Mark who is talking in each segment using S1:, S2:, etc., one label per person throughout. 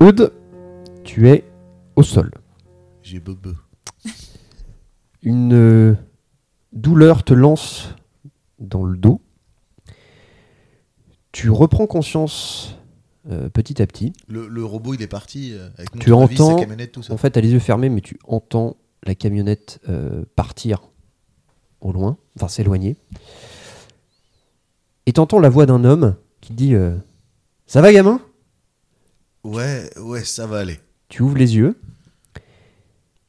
S1: Oud, tu es au sol.
S2: J'ai bobeux.
S1: Une euh, douleur te lance dans le dos. Tu reprends conscience euh, petit à petit.
S2: Le, le robot, il est parti euh, avec mon
S1: Tu
S2: tournevis,
S1: entends-
S2: sa camionnette, tout ça.
S1: En fait, t'as les yeux fermés, mais tu entends la camionnette euh, partir au loin, enfin s'éloigner. Et t'entends la voix d'un homme qui dit euh, Ça va, gamin
S2: Ouais, ouais, ça va aller.
S1: Tu ouvres les yeux.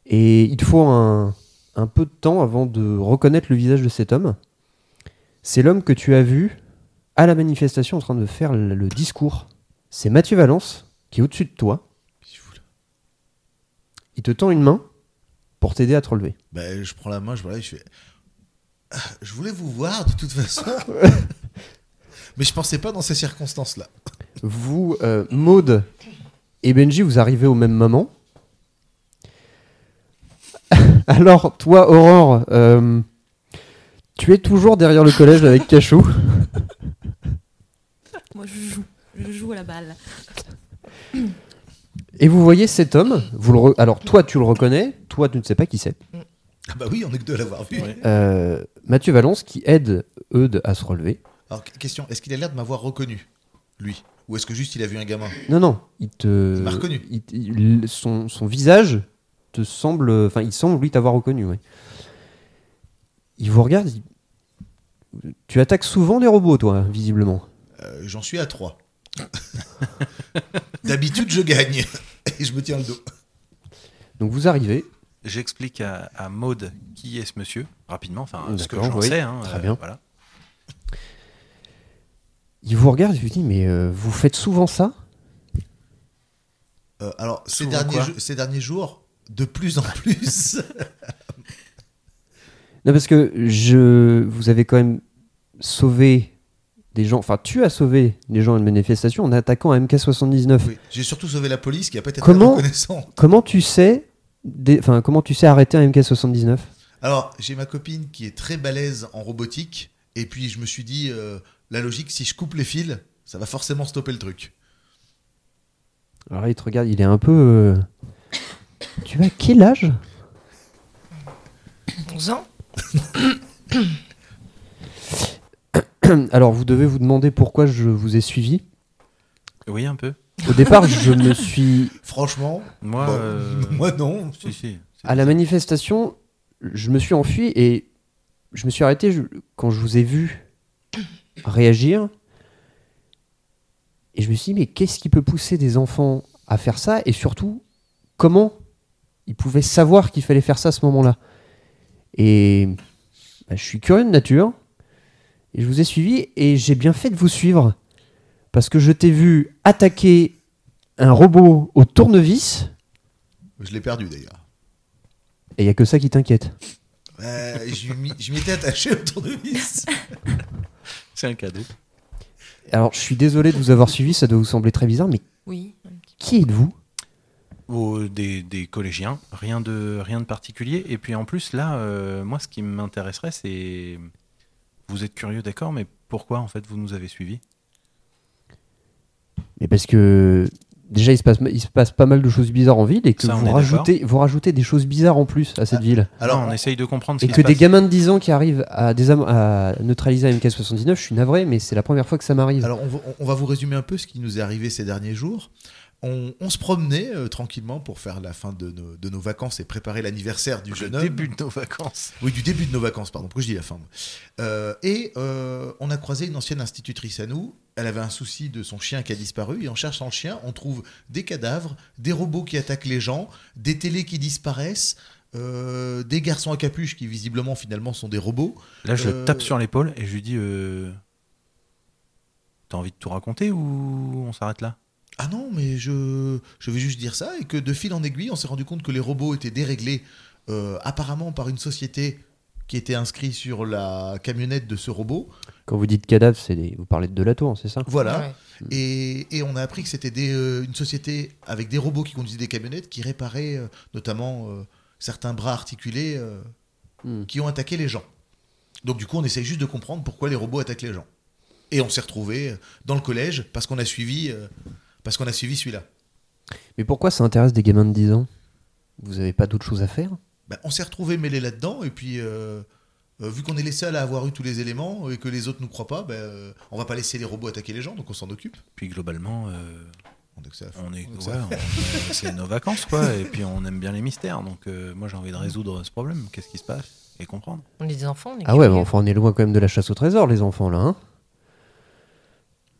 S1: Et il te faut un, un peu de temps avant de reconnaître le visage de cet homme. C'est l'homme que tu as vu à la manifestation en train de faire le le discours. C'est Mathieu Valence qui est au-dessus de toi.
S2: Qu'est-ce que vous voulez
S1: Il te tend une main pour t'aider à te relever.
S2: Bah, je prends la main, je vois là, je fais. Ah, Je voulais vous voir de toute façon. Mais je pensais pas dans ces circonstances-là.
S1: Vous, euh, Maud et Benji, vous arrivez au même moment. Alors, toi, Aurore, euh, tu es toujours derrière le collège avec Cachou.
S3: Moi, je joue. Je joue à la balle.
S1: Et vous voyez cet homme. Vous le re- Alors, toi, tu le reconnais. Toi, tu ne sais pas qui c'est.
S2: Ah bah oui, on est que deux à l'avoir vu.
S1: Euh, Mathieu Valence qui aide Eudes à se relever.
S2: Alors, que- question, est-ce qu'il a l'air de m'avoir reconnu, lui Ou est-ce que juste il a vu un gamin
S1: Non, non. Il te.
S2: Il m'a reconnu.
S1: il- il- son, son visage te semble. Enfin, il semble lui t'avoir reconnu, ouais. Il vous regarde. il- Tu attaques souvent des robots, toi, visiblement.
S2: Euh, J'en suis à 3. D'habitude, je gagne. Et je me tiens le dos.
S1: Donc vous arrivez.
S4: J'explique à, à Maude qui est ce monsieur, rapidement, enfin,
S1: D'accord,
S4: ce que j'en
S1: oui.
S4: sais. hein,
S1: Très bien.
S4: voilà.
S1: Il vous regarde et vous dit Mais euh, vous faites souvent ça
S2: Euh, alors, ces
S4: Souvent
S2: derniers,
S4: quoi
S2: jou- ces derniers jours, de plus en plus.
S1: Non, parce que je, vous avez quand même sauvé des gens. Enfin, tu as sauvé des gens à une manifestation en attaquant un MK79.
S2: Oui, J'ai surtout sauvé la police qui a peut-être
S1: Comment
S2: été reconnaissante.
S1: Comment tu sais. dé- Enfin, comment tu sais arrêter un MK79
S2: Alors, j'ai ma copine qui est très balèze en robotique, et puis je me suis dit, euh, la logique, si je coupe les fils, ça va forcément stopper le truc.
S1: Alors là, il te regarde, il est un peu. euh, Tu as quel âge
S5: 11 ans
S1: Alors, vous devez vous demander pourquoi je vous ai suivi.
S4: Oui, un peu.
S1: Au départ, je me suis.
S2: Franchement,
S4: Moi,
S2: bah,
S4: euh,
S2: moi non.
S4: si, si, c'est-
S1: À la manifestation, je me suis enfui et je me suis arrêté je- quand je vous ai vu réagir. Et je me suis dit, mais qu'est-ce qui peut pousser des enfants à faire ça Et surtout, comment ils pouvaient savoir qu'il fallait faire ça à ce moment-là Et bah, je suis curieux de nature. Et je vous ai suivi et j'ai bien fait de vous suivre. Parce que je t'ai vu attaquer un robot au tournevis.
S2: Je l'ai perdu d'ailleurs.
S1: Et il n'y a que ça qui t'inquiète.
S2: Euh, je m'y- je m'étais attaché au tournevis.
S4: c'est un cadeau.
S1: Alors, je suis désolé de vous avoir suivi, ça doit vous sembler très bizarre, mais
S5: Oui.
S1: qui êtes-vous
S4: Ou des, des collégiens, rien de, rien de particulier. Et puis en plus, là, euh, moi, ce qui m'intéresserait, c'est. Vous êtes curieux, d'accord, mais pourquoi en fait vous nous avez suivis
S1: Mais parce que déjà, il se, passe, il se passe pas mal de choses bizarres en ville et que
S4: Ça, on
S1: vous,
S4: est
S1: rajoutez, vous rajoutez des choses bizarres en plus à cette ville.
S2: Alors,
S4: Non, on essaye de comprendre ce
S1: Et
S4: qui
S1: que
S4: se
S1: des
S4: passe.
S1: gamins de 10 ans qui arrivent à, désam- à neutraliser un MK79, je suis navré, mais c'est la première fois que ça m'arrive.
S2: Alors, on va, on va vous résumer un peu ce qui nous est arrivé ces derniers jours. On, on se promenait euh, tranquillement pour faire la fin de nos, de nos vacances et préparer l'anniversaire du jeune
S4: Le
S2: homme.
S4: début de nos vacances.
S2: Oui, du début de nos vacances, pardon. Pourquoi je dis la fin moi Euh, Et euh, on a croisé une ancienne institutrice à nous. Elle avait un souci de son chien qui a disparu. Et en cherchant le chien, on trouve des cadavres, des robots qui attaquent les gens, des télés qui disparaissent, euh, des garçons à capuche qui visiblement finalement sont des robots.
S4: Là, je
S2: Euh,
S4: le tape sur l'épaule et je lui dis euh, T'as envie de tout raconter ou on s'arrête là
S2: Ah non, mais je, je vais juste dire ça, et que de fil en aiguille, on s'est rendu compte que les robots étaient déréglés, euh, apparemment par une société qui était inscrite sur la camionnette de ce robot.
S1: Quand vous dites cadavre, c'est des- vous parlez de Delatour, c'est ça
S2: Voilà.
S5: Ouais.
S2: Et, et on a appris que c'était des, euh, une société avec des robots qui conduisaient des camionnettes qui réparaient euh, notamment euh, certains bras articulés euh,
S1: Hmm.
S2: qui ont attaqué les gens. Donc du coup, on essaye juste de comprendre pourquoi les robots attaquent les gens. Et on s'est retrouvés euh, dans le collège parce qu'on a suivi, euh, parce qu'on a suivi celui-là.
S1: Mais pourquoi ça intéresse des gamins de 10 ans Vous avez pas d'autre chose à faire
S2: Bah, on s'est retrouvés mêlés là-dedans, et puis euh, euh, vu qu'on est les seuls à avoir eu tous les éléments et que les autres nous croient pas, bah, euh, on va pas laisser les robots attaquer les gens, donc on s'en occupe.
S4: Puis globalement, euh,
S2: On est que ça à fond.
S4: on est,
S2: On est que ça
S4: ouais,
S2: à fond.
S4: on- c'est nos vacances, quoi. Et puis on aime bien les mystères. Donc euh, moi, j'ai envie de résoudre ce problème. Qu'est-ce qui se passe et comprendre.
S5: On est des enfants, on est
S1: Ah ouais,
S5: curieux.
S1: bah enfin, on est loin quand même de la chasse au trésor, les enfants, là. Hein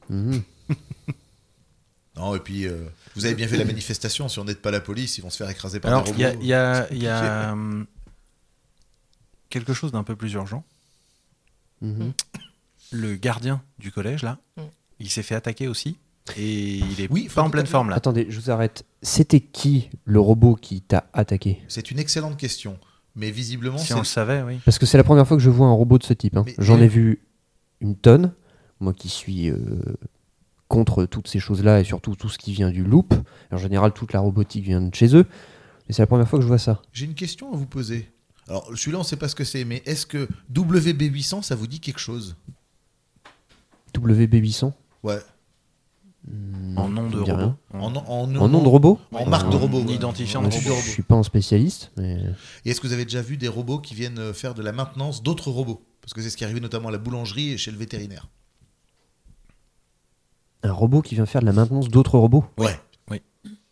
S1: Mhm.
S2: Non, et puis euh, vous avez bien vu la manifestation. Si on n'aide pas la police, ils vont se faire écraser par
S4: Alors,
S2: des
S4: il y a,
S2: robots.
S4: il y a-
S2: C'est
S4: il y a, hum, quelque chose d'un peu plus urgent.
S1: Mhm.
S4: Le gardien du collège, là,
S5: Mm.
S4: il s'est fait attaquer aussi. Et il est
S2: Oui, faut
S4: pas en
S2: tout à
S4: pleine
S2: fait.
S4: forme, là.
S1: Attendez, je vous arrête. C'était qui le robot qui t'a attaqué
S2: C'est une excellente question, mais visiblement,
S4: Si
S2: c'est-
S4: on le savait, oui.
S1: Parce que c'est la première fois que je vois un robot de ce type. hein.
S2: Mais-
S1: J'en
S2: mais-
S1: ai vu une tonne. Moi qui suis euh, contre toutes ces choses-là et surtout tout ce qui vient du loop. En général, toute la robotique vient de chez eux. Mais c'est la première fois que je vois ça.
S2: j'ai une question à vous poser. Alors, celui-là, on ne sait pas ce que c'est, mais est-ce que WB800, ça vous dit quelque chose
S1: WB800
S2: Ouais.
S4: En nom de
S1: ça me dit
S4: robot.
S1: rien.
S4: Hum. En-
S2: En, en,
S1: En nom de robot
S2: En marque de
S1: En
S2: robot. ouais.
S4: Hum. identifiant
S2: En
S4: de
S2: type
S1: Je
S4: robot.
S1: suis pas un spécialiste, mais
S2: Et est-ce que vous avez déjà vu des robots qui viennent euh, faire de la maintenance d'autres robots Parce que c'est ce qui est arrivé notamment à la boulangerie et chez le vétérinaire.
S1: un robot qui vient faire de la maintenance d'autres robots.
S2: Ouais.
S4: Oui.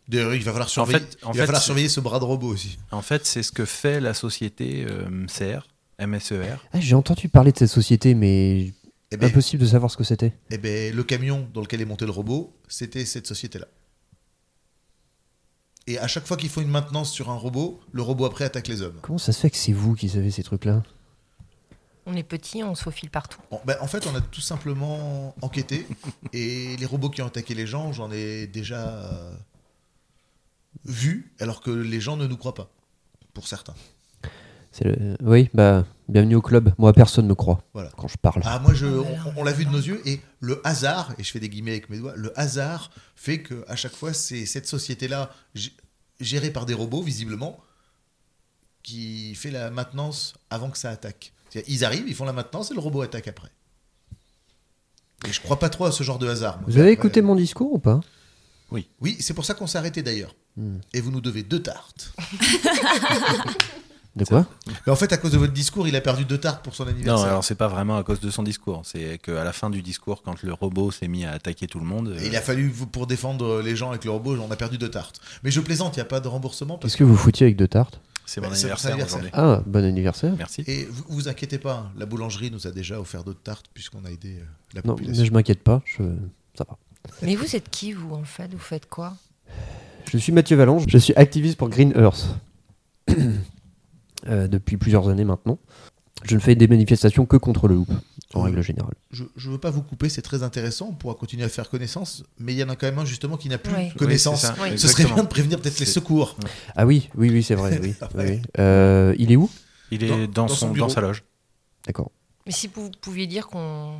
S2: D'ailleurs, il va falloir surveiller,
S4: fait- en
S2: il
S4: fait,
S2: va falloir
S4: c'est-
S2: surveiller ce bras de robot aussi.
S4: En fait, c'est ce que fait la société euh, MCR, MSER.
S1: Ah, J'ai entendu parler de cette société, mais
S4: Ah
S2: Eh ben,
S1: impossible de savoir ce que c'était.
S2: eh ben, le camion dans lequel est monté le robot, c'était cette société-là. Et à chaque fois qu'ils font une maintenance sur un robot, le robot après attaque les hommes.
S1: Comment ça se fait que c'est vous qui savez ces trucs-là
S5: On est petits, on se faufile partout.
S2: En, ben, en fait, on a tout simplement enquêté. et les robots qui ont attaqué les gens, j'en ai déjà euh, vu, alors que les gens ne nous croient pas, pour certains.
S1: C'est le- Oui, bah, bienvenue au club. Moi, personne me croit
S2: Voilà.
S1: quand je parle.
S2: Ah, moi, je, on, on- on l'a vu de nos yeux, et le hasard, et je fais des guillemets avec mes doigts, le hasard fait que à chaque fois, c'est cette société-là, g- gérée par des robots, visiblement, qui fait la maintenance avant que ça attaque. C'est-à-dire, Ils arrivent, ils font la maintenance, et le robot attaque après. Et je crois pas trop à ce genre de hasard. moi.
S1: Vous avez
S2: Ouais.
S1: écouté mon discours ou pas
S2: Oui, c'est pour ça qu'on s'est arrêté d'ailleurs.
S1: Hmm.
S2: Et vous nous devez deux tartes.
S1: De quoi
S2: Mais en fait, à cause de votre discours, il a perdu deux tartes pour son
S4: Non,
S2: anniversaire.
S4: alors c'est pas vraiment à cause de son discours. C'est qu'à la fin du discours, quand le robot s'est mis à attaquer tout le monde,
S2: Et
S4: euh,
S2: il a fallu, vous- pour défendre les gens avec le robot, on a perdu deux tartes. Mais je plaisante, il n'y a pas de remboursement. Parce
S1: Qu'est-ce que vous foutiez avec deux tartes
S4: c'est mon
S2: Bah, c'est pour son
S4: anniversaire aujourd'hui.
S1: Ah, bon anniversaire.
S4: Merci.
S2: Et vous, vous inquiétez pas, hein, la boulangerie nous a déjà offert d'autres tartes puisqu'on a aidé euh, la
S1: Non,
S2: population.
S1: mais je m'inquiète pas. Je... Ça va.
S5: Mais vous êtes qui, vous, en fait Vous faites quoi
S1: Je suis Mathieu Valange. Je suis activiste pour Green Earth Euh, depuis plusieurs années maintenant. Je ne fais des manifestations que contre le loop, en
S2: Oui.
S1: règle générale.
S2: Je ne veux pas vous couper, c'est très intéressant, on pourra continuer à faire connaissance, mais il y en a quand même un justement qui n'a plus
S5: Ouais.
S2: connaissance.
S4: Oui, c'est ça,
S5: Oui.
S2: Ce serait bien
S4: exactement.
S2: de prévenir peut-être les
S4: C'est-
S2: secours.
S1: Ah oui, oui, oui, c'est vrai. Oui,
S2: Ouais.
S1: oui. Euh, il est où
S4: Il est
S2: Dans-
S4: dans,
S2: dans son
S4: son,
S2: bureau.
S4: dans sa loge.
S1: D'accord.
S5: Mais si vous pouviez dire qu'on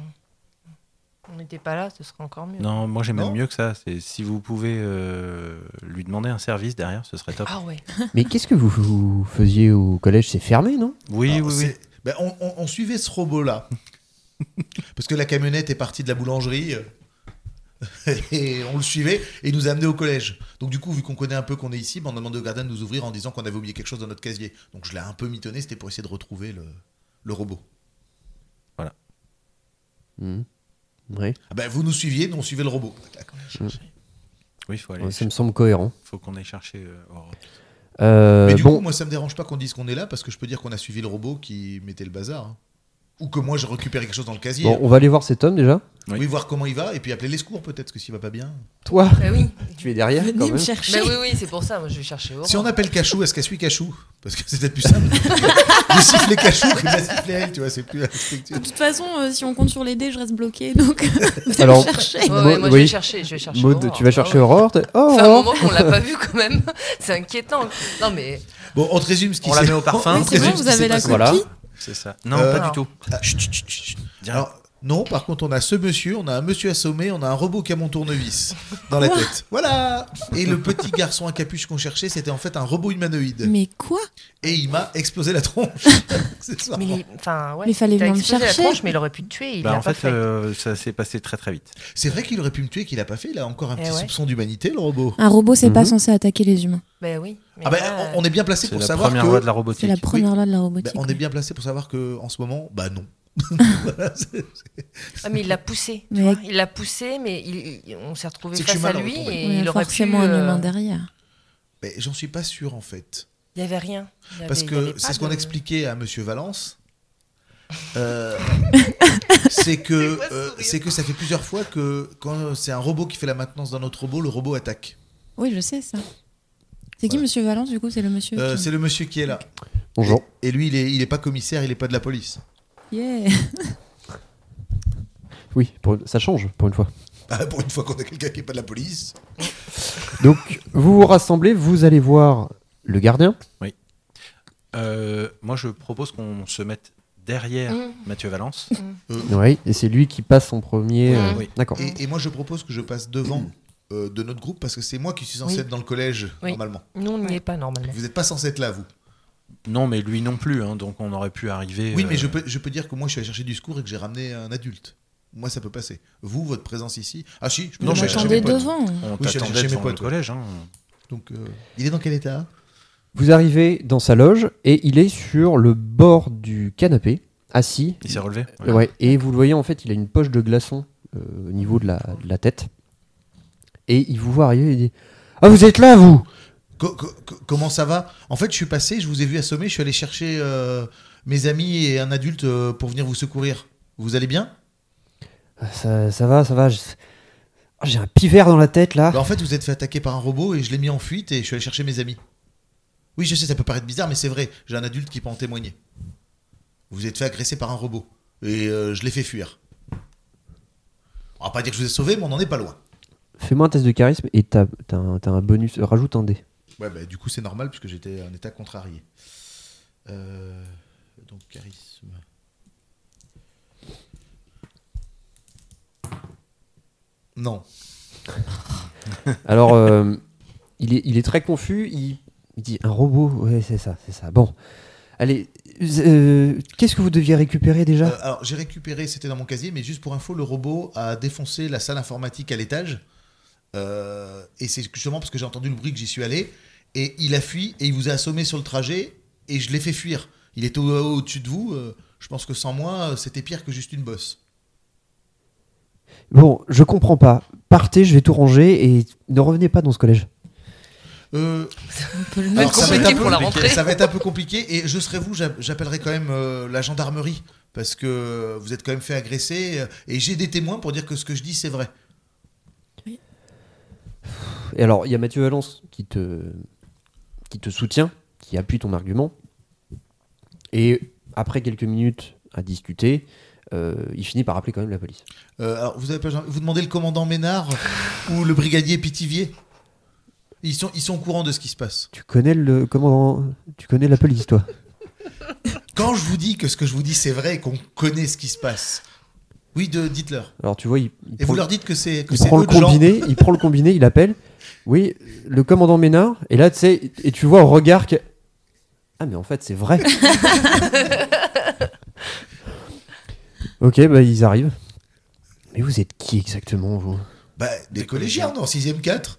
S5: on n'était pas là, ce serait encore mieux.
S4: Non, moi j'ai même
S2: Non.
S4: mieux que ça. C'est si vous pouvez euh, lui demander un service derrière, ce serait top.
S5: Ah ouais.
S1: Mais qu'est-ce que vous, vous faisiez au collège C'est fermé, non
S4: Oui,
S2: Alors,
S4: oui, oui.
S2: c'est- ben, on, on- on suivait ce robot-là. Parce que la camionnette est partie de la boulangerie. euh, et on le suivait et il nous a amené au collège. Donc, du coup, vu qu'on connaît un peu qu'on est ici, ben, on a demandé au gardien de nous ouvrir en disant qu'on avait oublié quelque chose dans notre casier. Donc, je l'ai un peu mitonné, c'était pour essayer de retrouver le, le robot.
S1: Mhm. Oui.
S2: Ah ben, vous nous suiviez, nous on suivait le robot.
S1: Euh,
S4: Oui, faut aller.
S1: Ouais, ça me semble cohérent.
S4: Faut qu'on aille chercher. euh, Aurore.
S1: Euh,
S2: Mais du
S1: bon,
S2: coup, moi, ça me dérange pas qu'on dise qu'on est là parce que je peux dire qu'on a suivi le robot qui mettait le bazar. hein. Ou que moi, j'ai récupéré quelque chose dans le casier.
S1: bon, on va aller voir cet homme déjà.
S4: oui.
S2: Oui, voir comment il va et puis appeler les secours peut-être, parce que s'il va pas bien.
S1: Toi,
S5: Bah oui.
S1: tu es derrière quand
S3: Venez me
S1: même.
S5: Bah
S3: chercher.
S5: oui, oui, c'est pour ça. Moi, je vais chercher Aurore.
S2: Si on appelle Cachou, est-ce qu'elle suit Cachou Parce que c'est peut-être plus simple de siffler Cachou que de la siffler elle, tu vois, c'est plus respectueux.
S3: De toute façon, euh, si on compte sur les dés, je reste bloquée. Donc, venez
S1: Alors-
S3: me chercher.
S5: Ouais, ouais,
S1: Maud-
S5: moi, je
S1: oui.
S5: vais chercher. Je vais chercher
S1: Maud,
S5: Aurore.
S1: tu vas chercher Aurore. t'es- Oh,
S5: Enfin, un
S1: Aurore.
S5: moment qu'on l'a pas vu quand même. C'est inquiétant. Non, mais
S2: Bon, on te résume ce qui
S4: On
S2: s'est
S4: la met au parfum.
S2: on
S4: Oui,
S2: te
S4: c'est
S2: résume
S3: bon,
S2: ce
S3: vous
S2: qui
S3: avez
S2: s'est
S3: la
S2: passé.
S3: copie.
S1: Voilà.
S4: C'est ça. Non,
S2: Euh,
S4: pas
S5: non.
S4: du tout.
S2: Ah, chut, chut, chut, chut.
S4: Direct.
S2: Alors, Non, par contre, on a ce monsieur, on a un monsieur assommé, on a un robot qui a mon tournevis dans la tête. Voilà Et le petit garçon à capuche qu'on cherchait, c'était en fait un robot humanoïde.
S3: Mais quoi
S2: Et il m'a explosé la tronche. accessoirement.
S5: Mais il- enfin, ouais.
S3: Mais fallait
S5: t'as
S3: venir me
S5: explosé la
S3: chercher.
S5: tronche, mais il aurait pu te tuer. Il
S4: Bah,
S5: l'a
S4: en
S5: pas
S4: fait,
S5: fait.
S4: euh, ça s'est passé très très vite.
S2: C'est vrai qu'il aurait pu me tuer, qu'il a pas fait. Il a encore un
S5: Eh
S2: petit
S5: ouais.
S2: soupçon d'humanité, le robot.
S3: Un robot, c'est
S1: Mhm.
S3: pas censé attaquer les humains.
S5: Bah oui. mais
S2: Ah ben,
S5: là,
S2: on on est bien placé
S4: C'est
S2: pour
S4: la
S2: savoir
S4: première
S2: que.
S4: loi de la
S3: C'est
S4: robotique.
S3: la première loi de la robotique.
S2: Ben, on est
S3: ouais.
S2: bien placé pour savoir que en ce moment, bah non. Voilà, c'est-
S5: ah, mais il l'a poussé. tu
S3: Mais-
S5: vois. Il l'a poussé, mais il- il- on s'est retrouvé
S2: C'est que je suis
S5: face à
S2: mal
S5: lui
S2: retombé.
S5: et
S3: Ouais,
S5: il aurait pu.
S3: forcément un humain
S5: euh,
S3: derrière.
S2: Mais j'en suis pas sûr en fait,
S5: Il n'y avait rien. Il y
S2: parce
S5: avait- Ah ben, il y
S2: que
S5: avait
S2: c'est
S5: pas
S2: ce qu'on
S5: de-
S2: expliquait à Monsieur Valence. Euh, c'est que
S5: quoi ce
S2: euh,
S5: sourire
S2: c'est que ça fait plusieurs fois que quand c'est un robot qui fait la maintenance d'un autre robot, le robot attaque.
S3: Oui, je sais ça. C'est qui,
S2: Voilà.
S3: monsieur Valence, du coup C'est le monsieur.
S2: Euh,
S3: qui-
S2: c'est le monsieur qui est là.
S1: Bonjour.
S2: Et lui, il est, il est pas commissaire, il est pas de la police.
S3: Yeah.
S1: Oui, pour- ça change pour une fois.
S2: Ah, pour une fois qu'on a quelqu'un qui est pas de la police.
S1: Donc, vous vous rassemblez, vous allez voir le gardien.
S4: Euh, moi, je propose qu'on se mette derrière
S5: Mmh.
S4: Mathieu Valence.
S1: Oui, et c'est lui qui passe en premier. euh,
S4: Oui.
S1: D'accord.
S5: Ah.
S2: Et, et moi, je propose que je passe devant euh, de notre groupe parce que c'est moi qui suis censé
S5: Oui.
S2: être dans le collège
S5: Oui.
S2: normalement.
S5: Nous, on n'y est pas normalement.
S2: Vous n'êtes pas censé être là, vous.
S4: Non, mais lui non plus, hein, donc on aurait pu arriver.
S2: Oui,
S4: euh,
S2: mais je peux, je peux dire que moi, je suis allé chercher du secours et que j'ai ramené un adulte. Moi, ça peut passer. Vous, votre présence ici. Ah, si, je peux
S4: Non,
S2: dire
S4: mais
S2: que j'ai
S3: J'attendais
S2: mes potes.
S3: devant.
S4: On
S2: Oui, je suis allé
S4: t'attendait
S2: chez mes
S4: devant le
S2: potes, ouais.
S4: collège. hein.
S2: Donc, euh, il est dans quel état
S1: Vous arrivez dans sa loge et il est sur le bord du canapé, assis.
S4: Il s'est relevé.
S1: Ouais. Et vous le voyez, en fait, il a une poche de glaçon euh, au niveau de la, de la tête. Et il vous voit arriver et il dit Ah, vous êtes là, vous
S2: Co- co- co- Comment ça va En fait, je suis passé, je vous ai vu assommé, je suis allé chercher euh, mes amis et un adulte euh, pour venir vous secourir. Vous allez bien
S1: ça, ça va, ça va. je- Ah, J'ai un pivert dans la tête, là.
S2: Bah, En fait, vous êtes fait attaquer par un robot et je l'ai mis en fuite et je suis allé chercher mes amis. Oui, je sais, ça peut paraître bizarre, mais c'est vrai. J'ai un adulte qui peut en témoigner. Vous êtes fait agresser par un robot et euh, je l'ai fait fuir. On va pas dire que je vous ai sauvé, mais on n'en est pas loin.
S1: Fais-moi un test de charisme et t'as t'as un, t'as un bonus. euh, Rajoute un dé.
S2: Ouais, bah, du coup, c'est normal puisque j'étais en état contrarié. Euh, donc, charisme. Non.
S1: Alors, euh, il, est, il est très confus. Il, il dit Un robot Ouais, c'est ça, c'est ça. Bon. Allez, euh, qu'est-ce que vous deviez récupérer déjà
S2: Euh, alors, j'ai récupéré, c'était dans mon casier, mais juste pour info, le robot a défoncé la salle informatique à l'étage. Euh, et c'est justement parce que j'ai entendu le bruit que j'y suis allé. Et il a fui et il vous a assommé sur le trajet. Et je l'ai fait fuir. Il était au- au-dessus de vous. euh, je pense que sans moi, euh, c'était pire que juste une bosse.
S1: Bon, je comprends pas. Partez, je vais tout ranger et ne revenez pas dans ce collège.
S2: Euh,
S3: On peut le
S5: Alors,
S3: mettre.
S5: ça
S2: va être
S5: compliqué
S2: un peu
S5: pour la
S2: compliqué.
S5: rentrée.
S2: Ça va être un peu compliqué et je serai vous, j'a- j'appellerai quand même euh, la gendarmerie parce que vous êtes quand même fait agresser euh, et j'ai des témoins pour dire que ce que je dis c'est vrai.
S1: Et alors, il y a Mathieu Valence qui te, qui te soutient, qui appuie ton argument. Et après quelques minutes à discuter, euh, il finit par appeler quand même la police.
S2: Euh, alors vous avez pas, vous demandez le commandant Ménard ou le brigadier Pitivier Ils sont ils sont au courant de ce qui se passe.
S1: Tu connais le commandant, tu connais la police, toi.
S2: Quand je vous dis que ce que je vous dis c'est vrai et qu'on connaît ce qui se passe, oui, de dites-leur.
S1: Alors tu vois, il, il
S2: Et
S1: prend,
S2: vous leur dites que c'est que
S1: il
S2: c'est
S1: prend
S2: eux
S1: le
S2: de gens.
S1: combiné, il prend le combiné, il appelle. Oui, le commandant Ménard. Et là, tu sais, et tu vois au regard que ah mais en fait c'est vrai. ok, bah ils arrivent. Mais vous êtes qui exactement vous
S2: Bah, des,
S4: Des
S2: collégiens,
S4: collégiens.
S2: non, 6ème 4.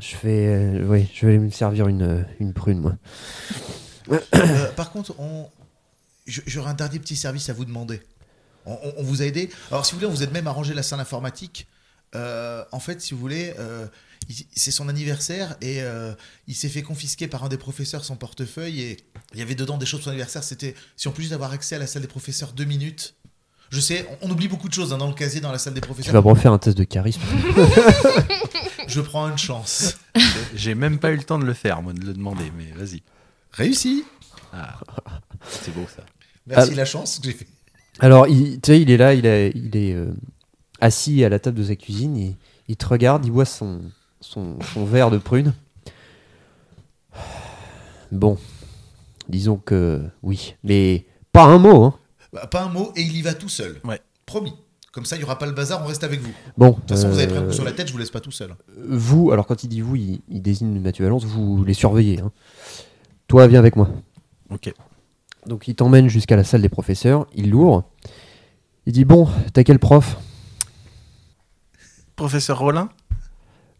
S1: Je vais, euh, oui, je vais me servir une, euh, une prune moi.
S2: Euh, par contre, on... je- j'aurais un dernier petit service à vous demander. On, on- on vous a aidé. Alors, si vous voulez, on vous aide même à ranger la salle informatique. Euh, en fait, si vous voulez, euh, il- c'est son anniversaire et euh, il s'est fait confisquer par un des professeurs son portefeuille et il y avait dedans des choses pour son anniversaire. C'était si on peut juste avoir accès à la salle des professeurs deux minutes. Je sais, on, on oublie beaucoup de choses hein, dans le casier, dans la salle des
S1: Tu vas
S2: professeurs.
S1: me refaire un test de charisme.
S2: Je prends une chance.
S4: J'ai même pas eu le temps de le faire, moi, de le demander, mais vas-y.
S2: Réussi. Euh.
S4: Ah, c'est beau ça.
S2: Merci
S1: Ah.
S2: la chance que j'ai fait.
S1: Alors, il, tu sais, il est là, il, est- il est euh, assis à la table de sa cuisine, il, il te regarde, il boit son, son, son verre de prune. Bon, disons que oui, mais pas un mot, hein.
S2: Bah, pas un mot et il y va tout seul.
S4: Ouais.
S2: Promis. Comme ça, il n'y aura pas le bazar, on reste avec vous. De
S1: Bon,
S2: toute façon, vous avez pris un
S1: euh,
S2: coup sur la tête, je vous laisse pas tout seul.
S1: vous, alors quand il dit vous, il, il désigne Mathieu Valence, vous les surveillez. hein. Toi, viens avec moi.
S4: Ok.
S1: Donc il t'emmène jusqu'à la salle des professeurs, il l'ouvre. Il dit Bon, t'as quel prof
S4: Professeur Rollin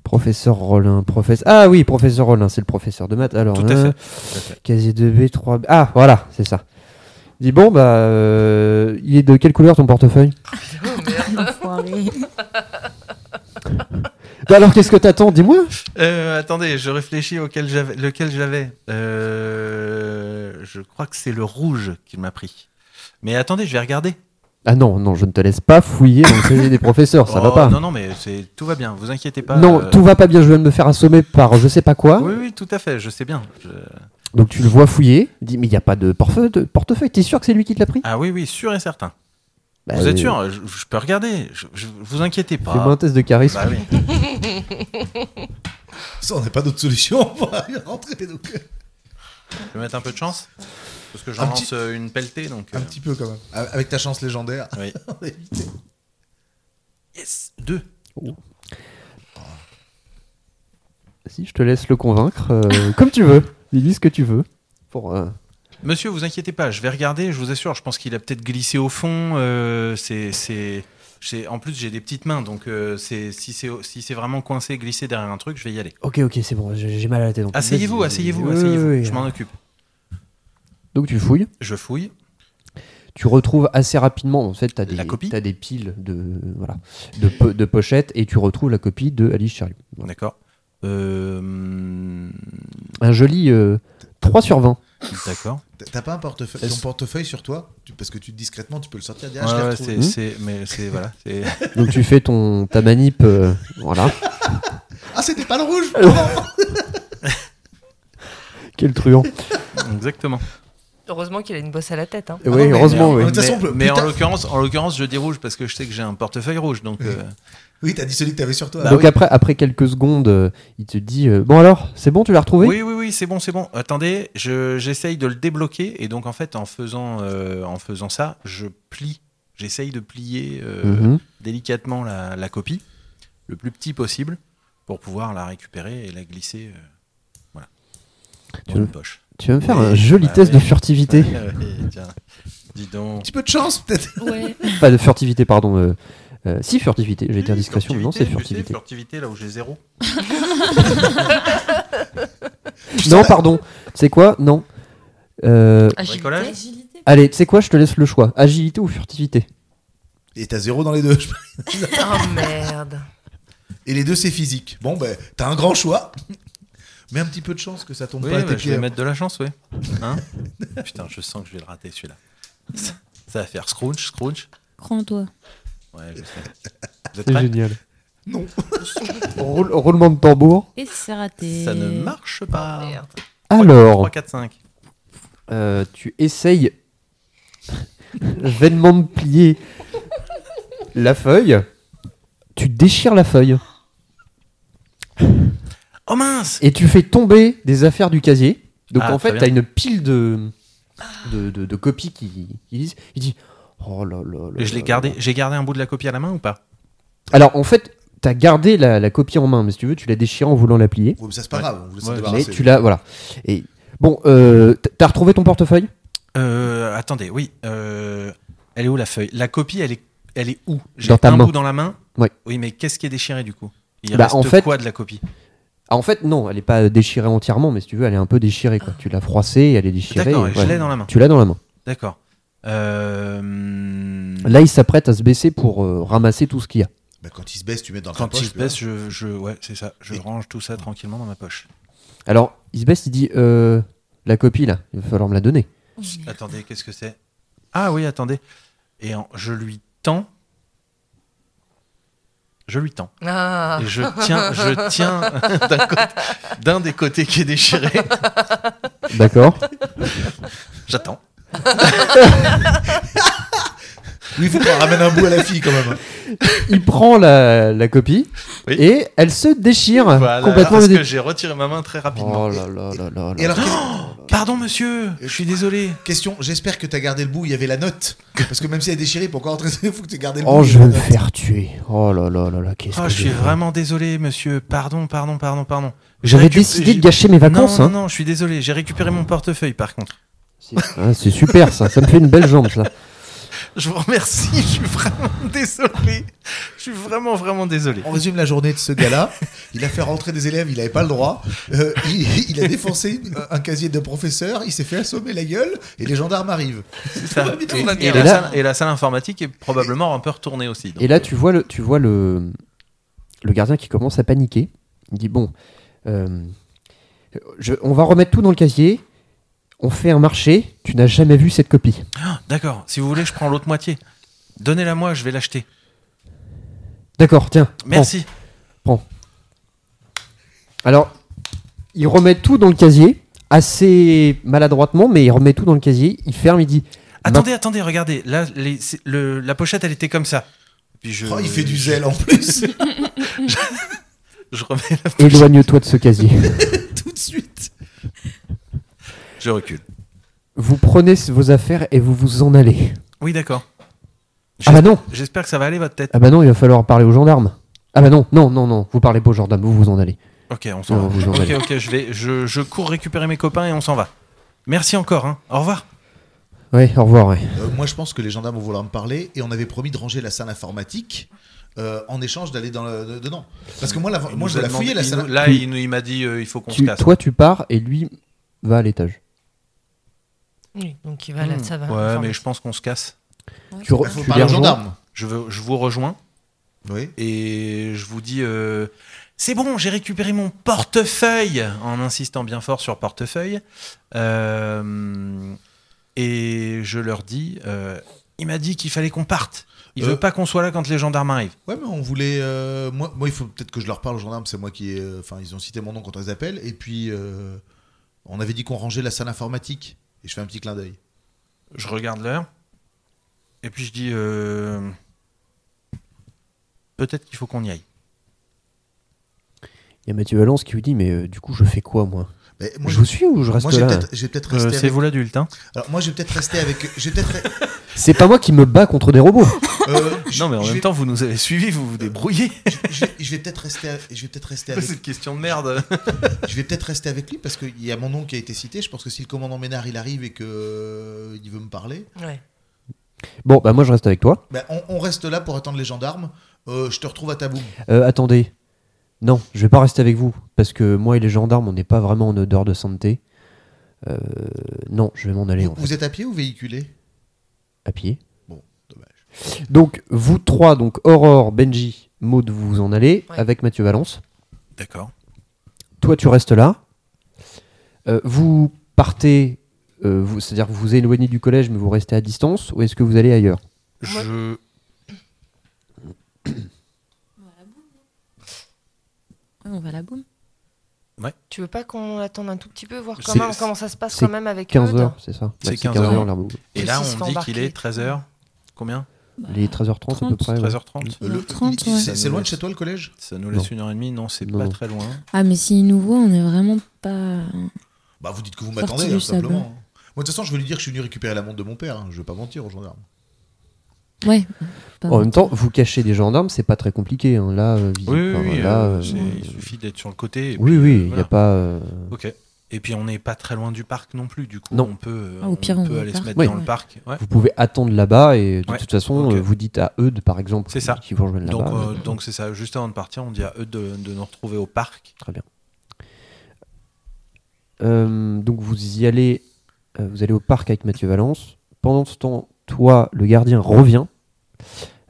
S1: Professeur Rollin, professeur. Ah oui, professeur Rollin, c'est le professeur de maths. Alors,
S4: Tout à
S1: hein,
S4: fait. Tout à fait.
S1: Casier 2B, 3B. Ah, voilà, c'est ça. Il dit Bon, bah, euh, il est de quelle couleur ton portefeuille
S5: Oh, merde.
S3: Enfoiré.
S1: Bah, alors, qu'est-ce que t'attends Dis-moi
S4: Euh, attendez, je réfléchis auquel j'avais, lequel j'avais. Euh, je crois que c'est le rouge qu'il m'a pris. Mais attendez, je vais regarder.
S1: Ah non, non, je ne te laisse pas fouiller dans le casier des professeurs, ça va
S4: Oh,
S1: pas.
S4: Non, non, mais c'est, tout va bien. Vous inquiétez pas.
S1: non,
S4: euh,
S1: tout va pas bien, je viens de me faire assommer par je sais pas quoi.
S4: Oui, oui, tout à fait. Je sais bien. Je-
S1: Donc tu le vois fouiller, il dit mais il n'y a pas de portefeuille, de portefeuille. t'es sûr que c'est lui qui te l'a pris
S4: Ah oui, oui, sûr et certain.
S1: Bah,
S4: vous êtes
S1: euh,
S4: sûr je, je peux regarder. Je, je- vous inquiétez pas.
S1: Fais-moi un test de charisme.
S4: Bah oui.
S2: Ça, on n'a pas d'autre solution pour y rentrer. donc.
S4: Je vais mettre un peu de chance. Parce que
S2: Un
S4: j'en lance
S2: petit-
S4: euh, une pelletée. Donc,
S2: Un
S4: euh,
S2: petit peu quand même. A- Avec ta chance légendaire.
S4: oui.
S2: on a évité.
S4: Yes Deux.
S1: Si je te laisse le convaincre, euh, comme tu veux, dis-lui ce que tu veux. Pour, euh,
S4: Monsieur, vous inquiétez pas, je vais regarder, je vous assure, je pense qu'il a peut-être glissé au fond. euh, c'est, c'est, j'ai- en plus, j'ai des petites mains, donc euh, c'est, si, c'est, si c'est vraiment coincé, glissé derrière un truc, je vais y aller.
S1: Ok, ok, c'est bon, j'ai j'ai mal à la tête. donc-
S4: Asseyez-vous,
S1: Vas-y,
S4: asseyez-vous,
S1: vas-y.
S4: asseyez-vous,
S1: Oui, oui,
S4: je
S1: oui.
S4: m'en occupe.
S1: Euh, Donc tu fouilles,
S4: Je fouille.
S1: tu retrouves assez rapidement, en fait, t'as des,
S4: La copie
S1: t'as des piles de, voilà, de, po- de pochettes et tu retrouves la copie de Alice Chariot. Voilà.
S4: D'accord. Euh,
S1: Un joli euh, 3 sur 20.
S4: d'accord.
S2: T'as- T'as pas un portefeuille, ton
S4: Est-ce-
S2: portefeuille sur toi Tu- Parce que tu discrètement, tu peux le sortir derrière.
S4: Ouais,
S2: je l'ai
S4: ouais,
S2: retrouvé.
S4: c'est,
S1: Hmm
S4: c'est- mais c'est, voilà, c'est-
S1: Donc tu fais ton, ta manip, euh, voilà.
S2: Ah, c'était pas le rouge
S1: Quel truand.
S4: exactement.
S5: Heureusement qu'il a une bosse à la tête. Hein.
S4: Ah
S1: oui,
S2: non, mais-
S1: heureusement,
S2: mais-
S1: oui.
S2: De toute façon,
S4: mais,
S2: le-
S4: mais en
S2: putain.
S4: l'occurrence, en l'occurrence, je dis rouge parce que je sais que j'ai un portefeuille rouge, donc
S1: Hmm.
S4: euh,
S2: Oui, t'as dit celui que t'avais sur toi.
S4: Bah
S1: Donc après, après quelques secondes, euh, il te dit euh, Bon alors, c'est bon, tu l'as retrouvé
S4: Oui, oui, oui, c'est bon, c'est bon. Attendez, je- j'essaye de le débloquer. Et donc, en fait, en faisant, euh, en faisant ça, je plie. J'essaye de plier euh,
S1: Mhm.
S4: délicatement la, la copie, le plus petit possible, pour pouvoir la récupérer et la glisser euh, voilà, dans
S1: Tu
S4: une
S1: veux-
S4: poche.
S1: Tu vas me faire
S4: Oui,
S1: un joli
S4: bah
S1: test
S4: oui.
S1: de furtivité.
S4: Ouais, tiens, dis
S2: Un
S4: donc.
S2: petit peu de chance, peut-être.
S3: Ouais.
S1: Pas de furtivité, pardon. euh, euh, si, furtivité, j'allais dire discrétion, mais non, c'est
S4: tu sais,
S1: furtivité.
S4: furtivité, là où j'ai zéro.
S1: Non, pardon, c'est quoi Non. Euh,
S5: Ah,
S4: bricolage
S3: Agilité.
S1: allez, c'est quoi Je te laisse le choix. Agilité ou furtivité
S2: Et t'as zéro dans les deux.
S5: Oh merde.
S2: Et les deux, c'est physique. Bon, ben, t'as un grand choix. Mais un petit peu de chance que ça tombe
S4: Oui,
S2: pas à
S4: bah,
S2: tes
S4: je
S2: pieds.
S4: vais mettre de la chance, oui. Hein Putain, je sens que je vais le rater celui-là. Ça va faire scrunch, scrunch.
S3: Prends-toi.
S4: Ouais, je sais. Vous êtes prêts
S1: génial.
S2: Non.
S1: roulement de tambour.
S3: Et c'est raté.
S4: Ça ne marche pas.
S5: Merde.
S4: 3,
S1: Alors,
S4: 4, 5.
S1: euh, tu essayes vainement de plier la feuille. Tu déchires la feuille
S4: Oh mince
S1: et tu fais tomber des affaires du casier. Donc
S4: Ah,
S1: en fait,
S4: très
S1: t'as une pile de, de, de- de copies qui, qui lisent. Il dit Oh là là là.
S4: Et je l'ai
S1: là
S4: gardé.
S1: là.
S4: J'ai gardé un bout de la copie à la main ou pas
S1: Alors en fait, t'as gardé la, la copie en main, mais si tu veux, tu l'as déchirée en voulant la plier.
S2: Ouais, mais ça, c'est pas
S4: Ouais.
S2: grave. On vous laisse en
S4: Ouais,
S1: Mais
S2: débarrasser.
S1: tu l'as, voilà. Et bon, euh, t- t'as retrouvé ton portefeuille
S4: euh, Attendez, oui. euh, elle est où la feuille La copie, elle est, elle est où J'ai
S1: Dans ta
S4: un
S1: main.
S4: bout dans la main
S1: Ouais.
S4: Oui, mais qu'est-ce qui est déchiré du coup Il
S1: Bah,
S4: reste
S1: en fait-
S4: quoi de la copie
S1: Ah, en fait, non, elle est pas déchirée entièrement, mais si tu veux, elle est un peu déchirée. Quoi. Tu l'as froissée, et elle est déchirée.
S4: D'accord,
S1: et
S4: je
S1: voilà.
S4: l'ai dans la main.
S1: Tu l'as dans la main.
S4: D'accord. Euh,
S1: Là, il s'apprête à se baisser pour euh, ramasser tout ce qu'il y a.
S2: Bah, quand il se baisse, tu mets dans ta
S4: Quand
S2: poche.
S4: il se
S2: tu
S4: baisse, je, je- ouais, c'est ça. Je range tout ça tranquillement dans ma poche.
S1: Alors, il se baisse, il dit euh, La copie, là, il va falloir me la donner.
S3: Oh, merde.
S4: Attendez, qu'est-ce que c'est Ah oui, attendez. Et en- je lui tends. Je lui tends.
S5: Ah.
S4: Et je tiens, je tiens d'un, côté- d'un des côtés qui est déchiré.
S1: D'accord
S4: J'attends.
S2: Oui, il faut qu'on ramène un bout à la fille quand même. hein.
S1: Il prend la, la copie
S4: Oui.
S1: et elle se déchire
S4: Voilà,
S1: Ah, bah, complètement.
S4: parce
S1: le dé-
S4: que j'ai retiré ma main très rapidement.
S1: Oh là là là là là.
S2: Et alors,
S1: Oh.
S4: Pardon, monsieur, je suis désolé.
S2: question, j'espère que t'as gardé le bout, il y avait la note. Parce que même si elle est déchirée, pour encore entrer, il faut que t'aies gardé le bout.
S1: Oh,
S2: il y
S1: je vais
S2: avait
S1: me
S2: la note.
S1: faire tuer. Oh là là là là, qu'est-ce
S4: Oh,
S1: que
S4: je suis
S1: j'ai fait.
S4: vraiment désolé, monsieur. Pardon, pardon, pardon, pardon.
S1: J'avais
S4: récup-
S1: décidé
S4: j'ai-
S1: de gâcher mes vacances.
S4: non,
S1: hein.
S4: non, non, je suis désolé. J'ai récupéré mon portefeuille, par contre.
S1: C'est- hein, c'est super ça, ça me fait une belle jambe ça.
S4: Je vous remercie. Je suis vraiment désolé. Je suis vraiment, vraiment désolé.
S2: On résume la journée de ce gars-là. Il a fait rentrer des élèves, il n'avait pas le droit. Euh, il, il a défoncé un casier de professeur, il s'est fait assommer la gueule et les gendarmes arrivent.
S4: C'est ça.
S2: Habitons
S4: Et,
S2: de la
S4: et
S2: guerre.
S4: la
S1: Et là-
S4: salle, et la salle informatique est probablement un peu retournée aussi. donc.
S1: Et là, tu vois le, tu vois le, le gardien qui commence à paniquer. Il dit bon, euh, je- on va remettre tout dans le casier. On fait un marché. Tu n'as jamais vu cette copie.
S4: Ah, D'accord. Si vous voulez, je prends l'autre moitié. Donnez-la moi, je vais l'acheter.
S1: D'accord, tiens. prends.
S4: Merci.
S1: Alors, il remet tout dans le casier, assez maladroitement, mais il remet tout dans le casier. Il ferme. Il dit
S4: Attendez, attendez, regardez. Là, les- c'est- le- la pochette, elle était comme ça. Puis je,
S2: Oh, il fait du zèle en plus,
S4: Je remets
S2: Ah,
S4: la pochette.
S1: éloigne-toi de ce casier.
S2: tout de suite.
S4: Je recule.
S1: vous prenez vos affaires et vous vous en allez.
S4: Oui, d'accord.
S1: Ah bah non.
S4: J'espère que ça va aller votre tête.
S1: Ah bah non, il va falloir parler aux gendarmes. Ah bah non, non, non, non, vous parlez pas aux gendarmes, vous vous en allez.
S4: Ok, on s'en
S1: Non, vous en
S4: va. Ok,
S1: allez.
S4: ok, je vais, je, je cours récupérer mes copains et on s'en va. Merci encore. Hein. Au revoir.
S1: Ouais, au revoir, ouais.
S2: Euh, moi, je pense que les gendarmes vont vouloir me parler et on avait promis de ranger la salle informatique euh, en échange d'aller dans le, de- dedans. Parce que moi, la-
S4: Il
S2: moi je vais
S4: nous a
S2: la
S4: demandé-
S2: fouiller la
S4: il nous-
S2: salle.
S4: Là, il, nous- il m'a dit euh, il faut qu'on se
S1: Tu-
S4: casse.
S1: toi, tu pars et lui va à l'étage.
S5: Oui, donc il va là,
S4: Hmm.
S5: ça va.
S4: Ouais,
S5: enfin,
S4: mais je pense qu'on se casse.
S1: Tu, re-
S2: Il faut
S1: tu
S2: parler
S1: les
S2: aux
S1: rejoins.
S2: gendarmes.
S4: Je, veux, je vous rejoins
S2: Oui.
S4: et je vous dis euh, c'est bon, j'ai récupéré mon portefeuille en insistant bien fort sur portefeuille. Euh, et je leur dis euh, il m'a dit qu'il fallait qu'on parte. Il
S2: Euh.
S4: veut pas qu'on soit là quand les gendarmes arrivent.
S2: Ouais, mais on voulait. euh, moi, moi, il faut peut-être que je leur parle aux gendarmes. C'est moi qui. euh, Enfin, ils ont cité mon nom quand on les appelle. Et puis, euh, on avait dit qu'on rangeait la salle informatique. Et je fais un petit clin d'œil.
S4: Je regarde l'heure. Et puis je dis euh, peut-être qu'il faut qu'on y aille.
S1: Il y a Mathieu Valence qui lui dit Mais euh, du coup, je fais quoi, moi,
S2: Mais moi,
S1: Je
S2: je,
S1: vous suis ou je reste
S2: moi, j'ai
S1: là
S2: peut-être, j'ai peut-être
S4: Euh,
S2: resté.
S4: c'est
S2: avec...
S4: vous l'adulte, hein
S2: Alors, moi, j'ai peut-être resté avec. J'ai peut-être.
S1: C'est pas moi qui me bats contre des robots.
S2: euh, je-
S4: Non, mais en
S2: je
S4: même
S2: vais-
S4: temps, vous nous avez suivis, vous vous débrouillez.
S2: je, je vais peut-être rester. à- Je vais peut-être rester avec.
S4: une question de merde.
S2: Je vais peut-être rester avec lui parce qu'il y a mon nom qui a été cité. Je pense que si le commandant Ménard il arrive et que euh, il veut me parler,
S5: ouais.
S1: Bon, bah, moi, je reste avec toi.
S2: ben, on, on reste là pour attendre les gendarmes. Euh, je te retrouve à Taboum.
S1: Euh, attendez. Non, je vais pas rester avec vous. Parce que moi et les gendarmes, on n'est pas vraiment en odeur de santé. Euh, non, je vais m'en aller,
S2: Vous,
S1: en fait,
S2: vous êtes à pied ou véhiculé
S1: à pied.
S2: Bon, dommage.
S1: Donc, vous trois, donc Aurore, Benji, Maud, vous vous en allez
S5: Ouais.
S1: avec Mathieu Valence.
S4: D'accord.
S1: toi tu restes là. Euh, vous partez, euh, vous- c'est-à-dire que vous vous éloignez du collège mais vous restez à distance ou est-ce que vous allez ailleurs
S4: Je.
S3: On va à la boum.
S5: Tu veux pas qu'on attende un tout petit peu, voir
S4: C'est-
S5: comment, comment ça se passe
S1: c'est
S5: quand même avec
S1: 15
S5: eux
S1: heures, c'est ça
S4: C'est
S1: Ouais,
S4: 15
S1: 15
S4: heures.
S1: heures, là, vous-
S4: Et
S5: Tous
S4: là,
S5: ils se font
S4: on dit qu'il
S5: embarquer.
S4: est 13h. Combien
S1: Les 13h30 à peu près. Ah ouais.
S4: 13h30
S2: Euh, le-
S3: 30,
S2: il-
S3: ouais.
S2: c'est, c'est loin de chez toi le collège
S4: Ça nous
S1: Non.
S4: laisse une heure et demie. Non, c'est
S1: Non,
S4: pas
S1: non.
S4: très loin.
S3: Ah, mais s'il nous voit, on est vraiment pas.
S2: Bah vous dites que vous
S3: Sorti
S2: m'attendez
S3: du
S2: hein,
S3: sable.
S2: simplement. Moi de toute façon je vais lui dire que je suis venu récupérer la montre de mon père. hein. Je vais pas mentir aux gendarmes.
S3: Ouais. pas
S1: En
S3: mal.
S1: même temps, vous cachez des gendarmes, c'est pas très compliqué. hein. Là, euh, visi-
S4: Oui, oui,
S1: enfin,
S4: oui.
S1: là,
S4: euh,
S1: euh,
S4: c'est- Il suffit d'être sur le côté. et
S1: oui,
S4: puis,
S1: oui,
S4: euh,
S1: il n'y
S4: voilà.
S1: a pas. euh,
S4: Ok. Et puis, on n'est pas très loin du parc non plus. Du coup,
S1: Non.
S4: on peut, euh,
S3: Ah, au pire, on
S4: peut
S3: va au
S4: aller se
S3: parc.
S4: mettre
S1: Oui.
S4: dans le parc. Ouais.
S1: Vous pouvez attendre là-bas et de
S4: Ouais,
S1: toute façon,
S4: ok.
S1: euh, vous dites à Eudes, par exemple,
S4: C'est ça.
S1: qui vous rejoignent
S4: Donc,
S1: là-bas.
S4: euh, donc c'est ça. Juste avant de partir, on dit à eux de, de nous retrouver au parc.
S1: Euh, donc vous y allez, euh, vous allez au parc avec Mathieu Valence. Pendant ce temps, toi, le gardien revient.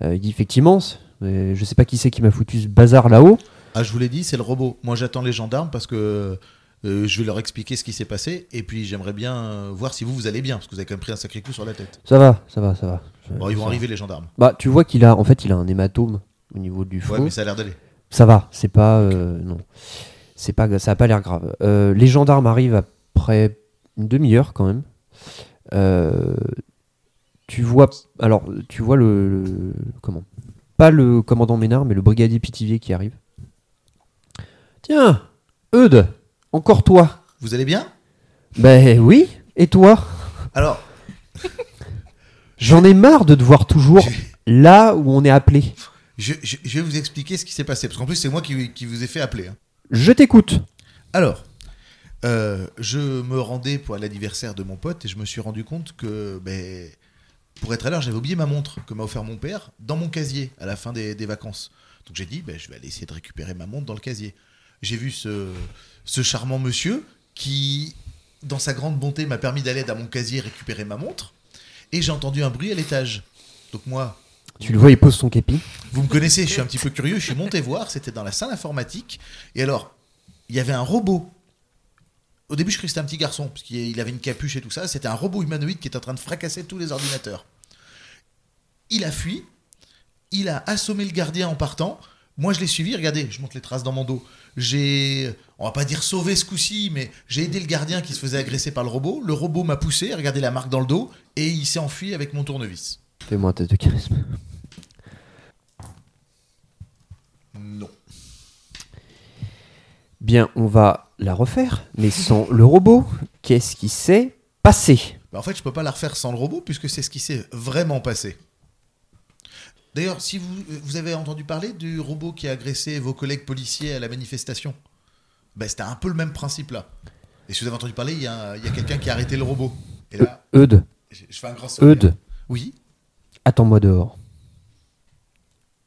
S1: Euh, il dit effectivement, c'est- euh, je sais pas qui c'est qui m'a foutu ce bazar là-haut.
S2: Ah je vous l'ai dit c'est le robot. Moi j'attends les gendarmes parce que euh, je vais leur expliquer ce qui s'est passé et puis j'aimerais bien euh, voir si vous vous allez bien parce que vous avez quand même pris un sacré coup sur la tête.
S1: Ça va, ça va, ça va. Je-
S2: Bon ils
S1: ça
S2: vont
S1: va.
S2: arriver les gendarmes.
S1: Bah tu vois qu'il a, en fait, il a un hématome au niveau du front.
S2: Ouais mais ça a l'air d'aller.
S1: Ça va, c'est pas, euh, non, c'est pas, ça a pas l'air grave. Euh, les gendarmes arrivent après une demi-heure quand même. Euh, Tu vois, alors, tu vois le, le- Comment Pas le commandant Ménard, mais le brigadier Pitivier qui arrive. Tiens, Eudes, encore toi
S2: Vous allez bien
S1: Ben oui, et toi
S2: Alors,
S1: J'en ai marre de te voir toujours là où on est appelé.
S2: je, je- je vais vous expliquer ce qui s'est passé. Parce qu'en plus, c'est moi qui, qui vous ai fait appeler. hein.
S1: Je t'écoute.
S2: Alors, euh, je me rendais pour l'anniversaire de mon pote et je me suis rendu compte que, ben, pour être à l'heure, j'avais oublié ma montre que m'a offert mon père dans mon casier à la fin des, des vacances. Donc j'ai dit, ben, je vais aller essayer de récupérer ma montre dans le casier. J'ai vu ce, ce charmant monsieur qui, dans sa grande bonté, m'a permis d'aller dans mon casier récupérer ma montre. Et j'ai entendu un bruit à l'étage. Donc moi,
S1: Tu le vois, il pose son képi.
S2: vous me connaissez, je suis un petit peu curieux, je suis monté voir, c'était dans la salle informatique. Et alors, il y avait un robot. Au début, je croyais que c'était un petit garçon, parce qu'il avait une capuche et tout ça. C'était un robot humanoïde qui était en train de fracasser tous les ordinateurs. Il a fui, il a assommé le gardien en partant. Moi, je l'ai suivi, regardez, je monte les traces dans mon dos. J'ai, on va pas dire sauvé ce coup-ci, mais j'ai aidé le gardien qui se faisait agresser par le robot. Le robot m'a poussé, regardez la marque dans le dos, et il s'est enfui avec mon tournevis.
S1: Fais-moi un test de charisme.
S2: Non.
S1: Bien, on va la refaire, mais sans le robot. Qu'est-ce qui s'est passé
S2: Bah, en fait, je peux pas la refaire sans le robot puisque c'est ce qui s'est vraiment passé. D'ailleurs, si vous, euh, vous avez entendu parler du robot qui a agressé vos collègues policiers à la manifestation, bah, c'était un peu le même principe là. Et si vous avez entendu parler, il y a, il y a quelqu'un qui a arrêté le robot. Et là,
S1: E, Eudes,
S2: je je fais un grand sourire.
S1: Eudes,
S2: Oui.
S1: attends-moi dehors.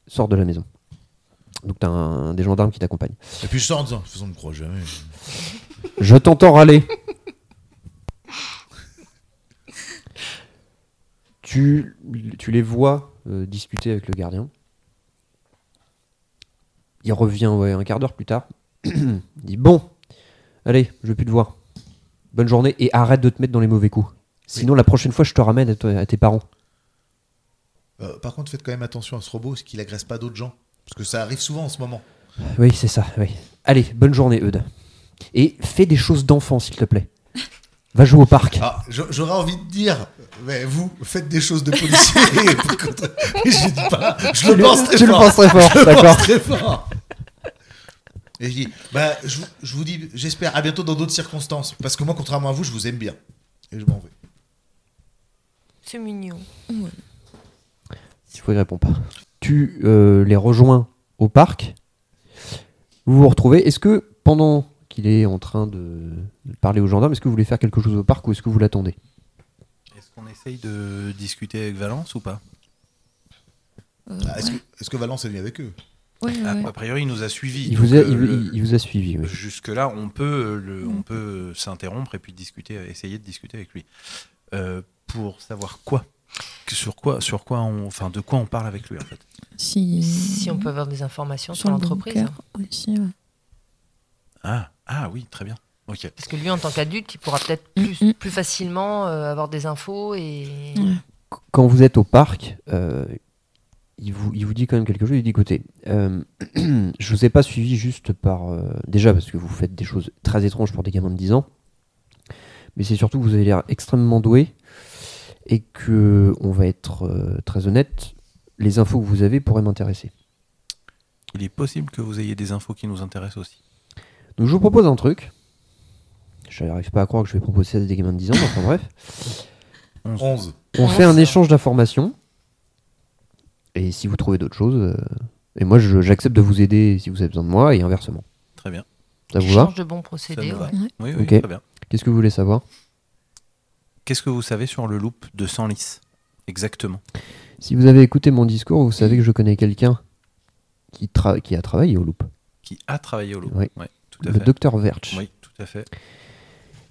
S1: Sors de la maison. Donc t'as un- des gendarmes qui t'accompagnent.
S2: Et puis je sors en disant, faisons me croire jamais.
S1: Je t'entends râler. tu, tu les vois euh, discuter avec le gardien. Il revient ouais, un quart d'heure plus tard. Il dit Bon, allez, je vais plus te voir. Bonne journée et arrête de te mettre dans les mauvais coups. Sinon, la prochaine fois, je te ramène à, toi- à tes parents.
S2: Euh, par contre, faites quand même attention à ce robot, ce qu'il agresse pas d'autres gens. Parce que ça arrive souvent en ce moment.
S1: Oui, c'est ça. Oui. Allez, bonne journée, Eudes. Et fais des choses d'enfant, s'il te plaît. Va jouer au parc.
S2: Ah, j'a- j'aurais envie de dire, mais vous, faites des choses de policier. Par contre, je dis pas, je le pense très
S1: tu le
S2: fort.
S1: penses très fort, d'accord.
S2: très fort. Et je dis, bah, je, vous- je vous dis, j'espère à bientôt dans d'autres circonstances. Parce que moi, contrairement à vous, je vous aime bien. Et je m'en vais.
S5: C'est mignon.
S1: Si vous ne répond pas. Tu euh, les rejoins au parc. Vous vous retrouvez. Est-ce que pendant qu'il est en train de de parler aux gendarmes, est-ce que vous voulez faire quelque chose au parc ou est-ce que vous l'attendez
S4: Est-ce qu'on essaye de discuter avec Valence ou pas
S2: Ah, Est-ce que, est-ce que Valence est venu avec eux
S3: Ouais, ouais,
S4: a,
S3: ouais.
S4: a priori, il nous a suivis.
S1: il
S4: donc,
S1: vous, a,
S4: euh,
S1: il,
S4: le-
S1: il- il vous a suivi. oui.
S4: Jusque-là, on peut, euh, le- on peut s'interrompre et puis discuter, euh, essayer de discuter avec lui. Euh, pour savoir quoi Que- sur quoi, sur quoi on, enfin, de quoi on parle avec lui en fait.
S3: Si,
S5: Si on peut avoir des informations sur
S3: le
S5: l'entreprise.
S3: bunker aussi, ouais.
S4: Ah, ah oui, très bien. Ok.
S5: Parce que lui, en tant qu'adulte, il pourra peut-être plus,
S3: Mm, mm.
S5: plus facilement euh, avoir des infos et.
S3: Ouais.
S1: Qu- Quand vous êtes au parc, euh, il, vous, il vous dit quand même quelque chose. Il dit écoutez, euh, je vous ai pas suivi juste par. euh, déjà, parce que vous faites des choses très étranges pour des gamins de 10 ans. Mais c'est surtout que vous avez l'air extrêmement doué. Et que, on va être euh, très honnête, les infos que vous avez pourraient m'intéresser.
S4: Il est possible que vous ayez des infos qui nous intéressent aussi.
S1: Donc je vous propose un truc. Je n'arrive pas à croire que je vais proposer ça à des gamins de 10 ans, mais enfin bref.
S2: 11.
S1: On
S4: Ah,
S5: Comment
S1: fait un
S5: ça
S1: échange d'informations. Et si vous trouvez d'autres choses, euh, et moi je- j'accepte de vous aider si vous avez besoin de moi, et inversement.
S4: Très bien.
S1: Ça vous va
S5: Échange de bons
S4: Ça
S5: procédés.
S4: nous va.
S5: ouais.
S4: Oui, oui,
S1: Ok.
S4: très bien.
S1: Qu'est-ce que vous voulez savoir
S4: Qu'est-ce que vous savez sur le loop de Senlis Exactement.
S1: Si vous avez écouté mon discours, vous savez que je connais quelqu'un qui, tra- qui a travaillé au Loop,
S4: Qui a travaillé au loop
S1: Oui.
S4: Ouais, tout à
S1: le
S4: fait.
S1: docteur Verch.
S4: Oui, tout à fait.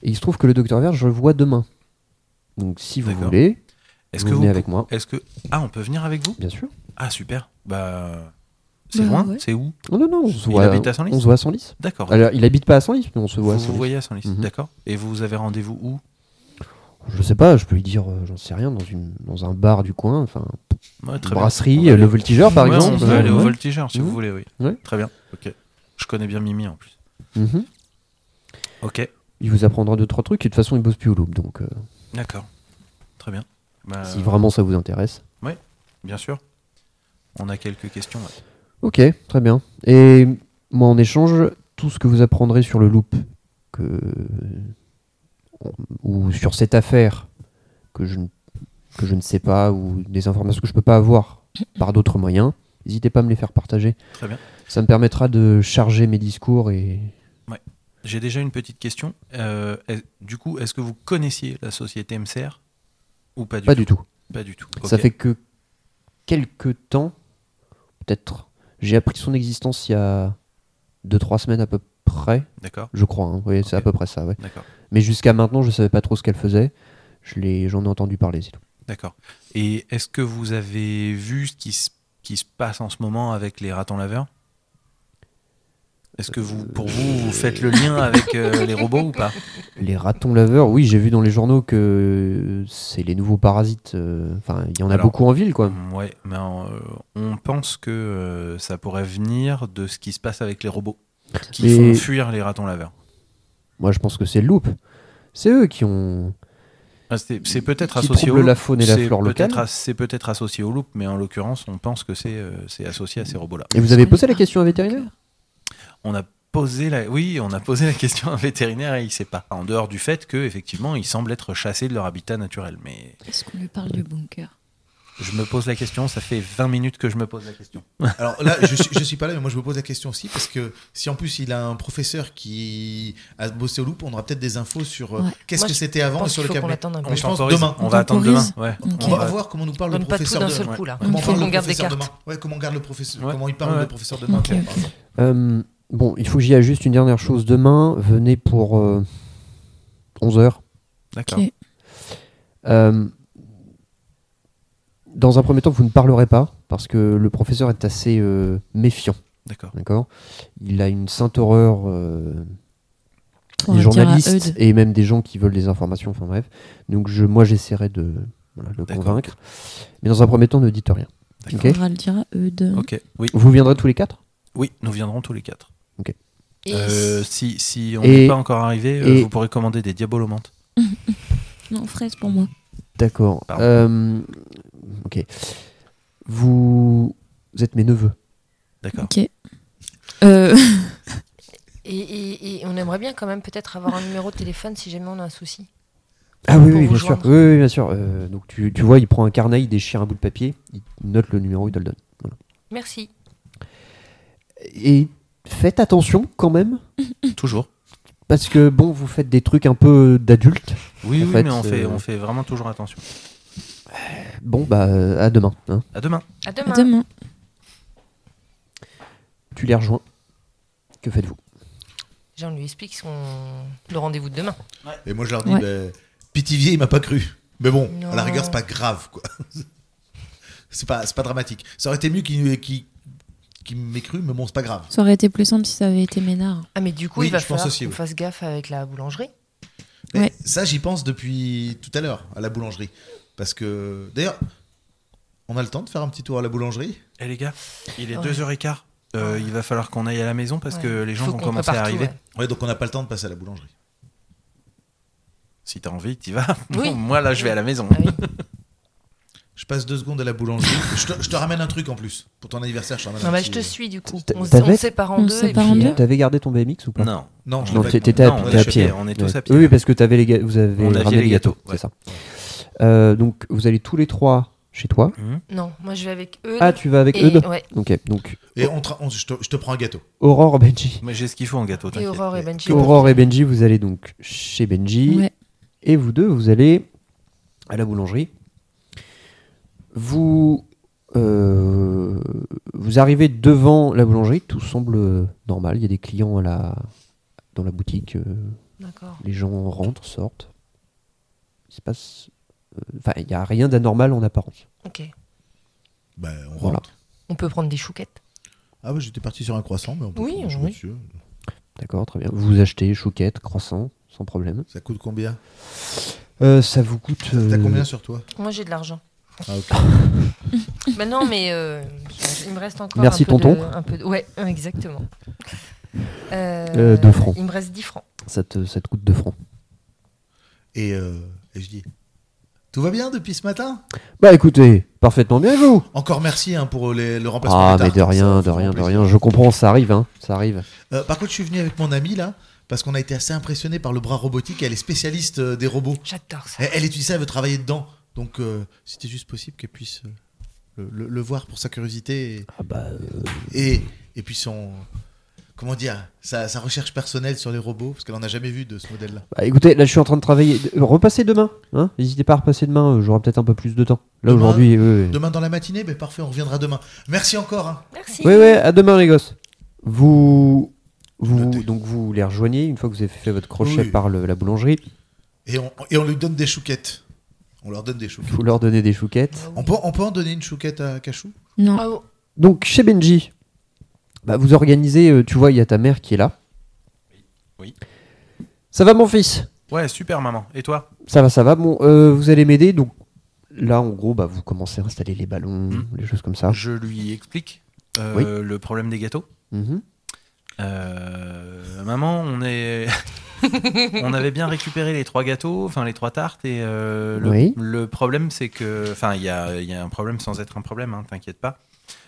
S1: Et il se trouve que le docteur Verch, je le vois demain. Donc si vous
S4: D'accord.
S1: voulez,
S4: Est-ce
S1: vous
S4: que
S1: venez
S4: vous,
S1: avec moi,
S4: est-ce que ah, on peut venir avec vous
S1: bien sûr.
S4: Ah super. Bah, c'est
S3: Bah,
S4: loin.
S3: ouais.
S4: C'est où
S1: Non, non, non, on se
S4: Il
S1: voit, euh,
S4: habite à Senlis
S1: on se voit à Senlis.
S4: D'accord.
S1: Alors, il habite pas à Senlis, mais on se
S4: Vous
S1: voit à
S4: vous
S1: Senlis.
S4: voyez à Senlis,
S1: Mhm.
S4: d'accord. Et vous avez rendez-vous où
S1: Je sais pas, je peux lui dire, euh, j'en sais rien, dans, une, dans un bar du coin, enfin,
S4: Ouais, très bien. On
S1: brasserie,
S4: va
S1: euh, le
S4: aller-
S1: voltigeur par
S4: Ouais,
S1: exemple.
S4: On peut
S1: euh,
S4: aller au
S1: ouais.
S4: voltigeur si
S1: Mhm.
S4: vous voulez, oui.
S1: Ouais.
S4: Très bien. Ok. Je connais bien Mimi en plus.
S1: Mhm.
S4: Ok.
S1: Il vous apprendra deux trois trucs et de toute façon il bosse plus au loop donc. euh,
S4: D'accord. Très bien. Bah,
S1: si vraiment ça vous intéresse.
S4: Bien sûr. On a quelques questions. ouais.
S1: Ok, très bien. Et moi, en échange, tout ce que vous apprendrez sur le loop que... euh, ou sur cette affaire que je, ne- que je ne sais pas ou des informations que je peux pas avoir par d'autres moyens, n'hésitez pas à me les faire partager.
S4: Très bien.
S1: Ça me permettra de charger mes discours et
S4: J'ai déjà une petite question. Euh, est- du coup, est-ce que vous connaissiez la société MCR ou pas du
S1: pas
S4: tout,
S1: du tout.
S4: Pas du tout.
S1: Ça
S4: Ok.
S1: fait que quelques temps, peut-être, j'ai appris son existence il y a 2-3 semaines à peu près,
S4: D'accord.
S1: je crois. hein. Oui, c'est à
S4: Ok.
S1: peu près ça, ouais.
S4: D'accord. Mais-
S1: Mais jusqu'à maintenant, je savais pas trop ce qu'elle faisait. Je l'ai, j'en ai entendu parler, c'est tout.
S4: D'accord. Et est-ce que vous avez vu ce qui se, qui se passe en ce moment avec les ratons laveurs Est-ce que vous, pour vous, vous faites le lien avec euh, les robots ou pas
S1: Les ratons laveurs, oui, j'ai vu dans les journaux que c'est les nouveaux parasites. euh, Enfin, il y en a
S4: Alors, Mm.
S1: beaucoup en ville, quoi.
S4: Ouais, mais euh, on pense que euh, ça pourrait venir de ce qui se passe avec les robots qui
S1: Mais-
S4: font fuir les ratons laveurs.
S1: Moi, je pense que c'est le loop. C'est eux qui ont.
S4: Ah, c'est c'est peut-être
S1: Qui
S4: associé
S1: trouble
S4: au
S1: la
S4: loup.
S1: faune et la
S4: C'est
S1: flore
S4: peut-être
S1: locale.
S4: as- C'est peut-être associé au loup, mais en l'occurrence, on pense que c'est euh, c'est associé à ces robots-là.
S1: Et vous avez posé la question à un vétérinaire
S4: On a posé la, oui, on a posé la question à un vétérinaire et il sait pas. En dehors du fait que effectivement, ils semblent être chassés de leur habitat naturel. Mais
S6: Est-ce qu'on lui parle du bunker
S4: je me pose la question. Ça fait 20 minutes que je me pose la question.
S2: Alors là, je suis, je suis pas là, mais moi je me pose la question aussi parce que si en plus il a un professeur qui a bossé au loup, on aura peut-être des infos sur euh,
S6: Ouais.
S2: qu'est-ce
S5: Moi,
S2: que
S5: je
S2: c'était avant et
S5: pense
S2: sur
S5: qu'il
S2: le
S5: faut qu'on
S2: câble.
S5: l'attende un peu.
S4: On
S2: je pense
S4: temporise,
S2: demain.
S4: on va
S6: On
S4: attendre demain.
S6: temporise.
S4: Ouais.
S6: Ok.
S2: On va
S6: Ouais.
S2: voir comment nous parle
S5: On
S2: le
S5: donne pas tout
S2: professeur
S5: d'un
S2: de-
S5: seul
S4: ouais.
S5: coup là.
S2: Comment
S6: Il
S2: parle
S6: faut
S2: le
S5: qu'on garde des
S2: professeur
S5: cartes.
S2: demain Ouais, comment on garde le professeur
S4: Ouais.
S2: Comment il parle
S4: Ouais.
S2: le professeur demain
S6: Ok,
S2: tiens,
S6: ok.
S2: par exemple.
S1: Euh, Bon, il faut que j'y aille juste une dernière chose. Demain, venez pour euh, 11h.
S4: D'accord.
S6: Ok.
S1: Euh, dans un premier temps, vous ne parlerez pas parce que le professeur est assez euh, méfiant,
S4: D'accord.
S1: d'accord Il a une sainte horreur euh,
S6: On
S1: des
S6: va dire à
S1: journalistes
S6: Eudes.
S1: et même des gens qui veulent des informations. Enfin bref, donc je, moi j'essaierai de voilà, le
S4: D'accord.
S1: convaincre, mais dans un premier temps, ne dites rien.
S4: D'accord.
S1: Ok
S6: On va le dire à Eudes.
S4: Ok. Oui.
S1: Vous viendrez tous les quatre
S4: Oui. Nous viendrons tous les quatre.
S5: Et
S4: Euh, si, si on
S1: Et-
S4: n'est pas encore arrivé, euh,
S1: et-
S4: vous pourrez commander des diabolomantes.
S6: Non, fraise pour moi.
S1: D'accord.
S4: Pardon.
S1: Euh, ok. Vous, vous êtes mes neveux.
S4: D'accord.
S6: Ok. Euh,
S5: Et, et- et on aimerait bien quand même peut-être avoir un numéro de téléphone si jamais on a un souci.
S1: Ah oui,
S5: Pour
S1: oui,
S5: vous
S1: bien sûr.
S5: joindre.
S1: Oui, oui, bien sûr. Euh, donc tu, tu vois, il prend un carnet, il déchire un bout de papier, il note le numéro, il te le donne.
S5: Merci.
S1: Et faites attention quand même,
S4: Toujours.
S1: parce que bon, vous faites des trucs un peu d'adultes.
S4: Oui,
S1: En
S4: oui,
S1: fait,
S4: mais on fait,
S1: euh,
S4: on fait vraiment toujours attention.
S1: Bon, bah euh, à demain. hein.
S4: À demain.
S5: À
S6: à
S5: demain.
S6: demain.
S1: Tu les rejoins. Que faites-vous
S5: Déjà, on lui explique son... le rendez-vous de demain.
S2: Et moi je leur dis,
S6: Ouais.
S2: ben, Pitivier, il m'a pas cru. Mais bon, à la
S5: Non.
S2: rigueur, c'est pas grave, quoi. c'est pas, c'est pas dramatique. Ça aurait été mieux qu'il euh, qu'il- qu'il m'ait cru, mais bon, c'est pas grave.
S6: Ça aurait été plus simple si ça avait été Ménard.
S5: Ah, mais du coup,
S2: Oui,
S5: il va
S2: je pense
S5: falloir
S2: aussi,
S5: qu'on
S2: oui.
S5: fasse gaffe avec la boulangerie.
S2: Mais
S6: Ouais.
S2: Ça, j'y pense depuis tout à l'heure, à la boulangerie. Parce que, d'ailleurs, on a le temps de faire un petit tour à la boulangerie.
S4: Eh les gars, il est
S5: Ouais.
S4: 2h15. Euh, il va falloir qu'on aille à la maison parce
S5: Ouais.
S4: que les gens
S5: Faut
S4: vont
S5: qu'on
S4: commencer à
S5: prépare tout,
S4: arriver.
S5: ouais.
S2: Ouais, donc on n'a pas le temps de passer à la boulangerie.
S4: Si t'as envie, t'y vas.
S5: Oui.
S4: Moi là, je vais à la maison.
S5: Ah oui.
S2: Je passe deux secondes à la boulangerie. je, te, je te ramène un truc en plus. Pour ton anniversaire, je te ramène
S5: Non,
S2: un
S5: bah,
S2: petit- euh,
S5: je te suis du coup.
S1: T'a-
S5: On, se-
S1: t'avais-
S5: on se sépare en
S6: On se
S5: deux. et
S6: sépare en
S5: puis,
S6: deux
S5: euh,
S1: T'avais gardé ton BMX ou pas
S4: Non.
S2: Non, je
S1: Non,
S2: l'ai pas-
S1: t'étais à,
S4: Non, on
S1: t'étais
S4: est
S1: à
S4: à
S1: pied.
S4: pied, on est tous
S1: Ouais.
S4: à pied.
S1: Oui, parce que t'avais les ga- vous avez
S4: On a
S1: ramené les gâteaux,
S4: ouais.
S1: c'est ça. Euh, donc vous allez tous les trois chez toi.
S4: Hum.
S5: Non, moi je vais avec eux.
S1: Ah, tu vas avec
S5: et,
S1: eux deux.
S5: ouais,
S1: Ok, donc
S2: Et on te ra- on- je, te, je te prends un gâteau.
S1: Aurore, Benji.
S4: Mais j'ai ce qu'il faut en gâteau,
S5: et
S4: t'inquiète.
S5: Aurore et Benji.
S1: Aurore et Benji, vous allez donc chez Benji.
S6: Ouais.
S1: Et vous deux, vous allez à la boulangerie. Vous, euh, vous arrivez devant la boulangerie, tout semble normal. Il y a des clients à la, dans la boutique, euh,
S5: D'accord.
S1: les gens rentrent, sortent. Il se passe. euh, Enfin, il n'y a rien d'anormal en apparence.
S5: Ok.
S2: Ben, on rentre.
S1: Voilà.
S5: On peut prendre des chouquettes.
S2: Ah ouais, j'étais parti sur un croissant, mais on peut
S5: Oui,
S2: prendre ce
S5: oui.
S2: que tu veux.
S1: D'accord, très bien. Vous achetez chouquette, croissant, sans problème.
S2: Ça coûte combien
S1: Euh, ça vous coûte.
S2: T'as
S1: euh,
S2: combien sur toi
S5: Moi j'ai de l'argent.
S2: Ah, ok.
S5: Bah non, mais euh, il me reste encore.
S1: Merci,
S5: un peu de-
S1: tonton.
S5: un peu de- Ouais, euh, exactement. Euh,
S1: Euh, deux francs.
S5: Il me reste 10 francs.
S1: ça, te, ça te coûte 2 francs.
S2: Et, euh, et je dis, Tout va bien depuis ce matin
S1: Bah écoutez, parfaitement bien et vous
S2: Encore merci hein, pour les- le remplacement.
S1: Ah
S2: des
S1: mais
S2: tartes,
S1: de
S2: ça
S1: rien,
S2: fait
S1: de rien, de
S2: plaisir.
S1: rien. Je comprends, ça arrive, hein. Ça arrive.
S2: Euh, par contre, je suis venu avec mon ami là, parce qu'on a été assez impressionné par le bras robotique. Elle est spécialiste euh, des robots.
S5: J'adore ça.
S2: Elle, elle utilise ça, elle veut travailler dedans. Donc, euh, c'était juste possible qu'elle puisse euh, le, le- le voir pour sa curiosité
S1: Ah bah,
S2: et, et, et puis son. Comment dire sa, sa recherche personnelle sur les robots, parce qu'elle en a jamais vu de ce modèle-là.
S1: bah, écoutez, là je suis en train de travailler. De- Repassez demain, hein. N'hésitez pas à repasser demain, euh, j'aurai peut-être un peu plus de temps. Là
S2: Demain
S1: aujourd'hui, oui.
S2: Demain dans la matinée, ben parfait, on reviendra demain. Merci encore. hein.
S5: Merci.
S1: Oui, oui, à demain les gosses. Vous, vous,
S2: Notez.
S1: donc vous les rejoignez une fois que vous avez fait votre crochet
S2: Oui.
S1: par le- la boulangerie.
S2: Et on, et on lui donne des chouquettes. On leur donne des chouquettes.
S1: Vous leur donnez des chouquettes.
S2: On peut, on peut en donner une chouquette à Cachou
S6: Non.
S5: Ah, oh,
S1: Donc chez Benji, bah, vous organisez. euh, tu vois, il y a ta mère qui est là.
S4: Oui.
S1: Ça va mon fils
S4: Ouais, super maman. Et toi
S1: Ça va, ça va. Bon, euh, vous allez m'aider. Donc là, en gros, bah, vous commencez à installer les ballons,
S4: Mhm.
S1: les choses comme ça.
S4: Je lui explique euh,
S1: Ah. Oui.
S4: le problème des gâteaux.
S1: Mhm.
S4: Euh, maman, on est, on avait bien récupéré les trois gâteaux, enfin les trois tartes, et euh, le,
S1: Oui.
S4: le problème c'est que, enfin il y a, il y a un problème sans être un problème, hein, t'inquiète pas.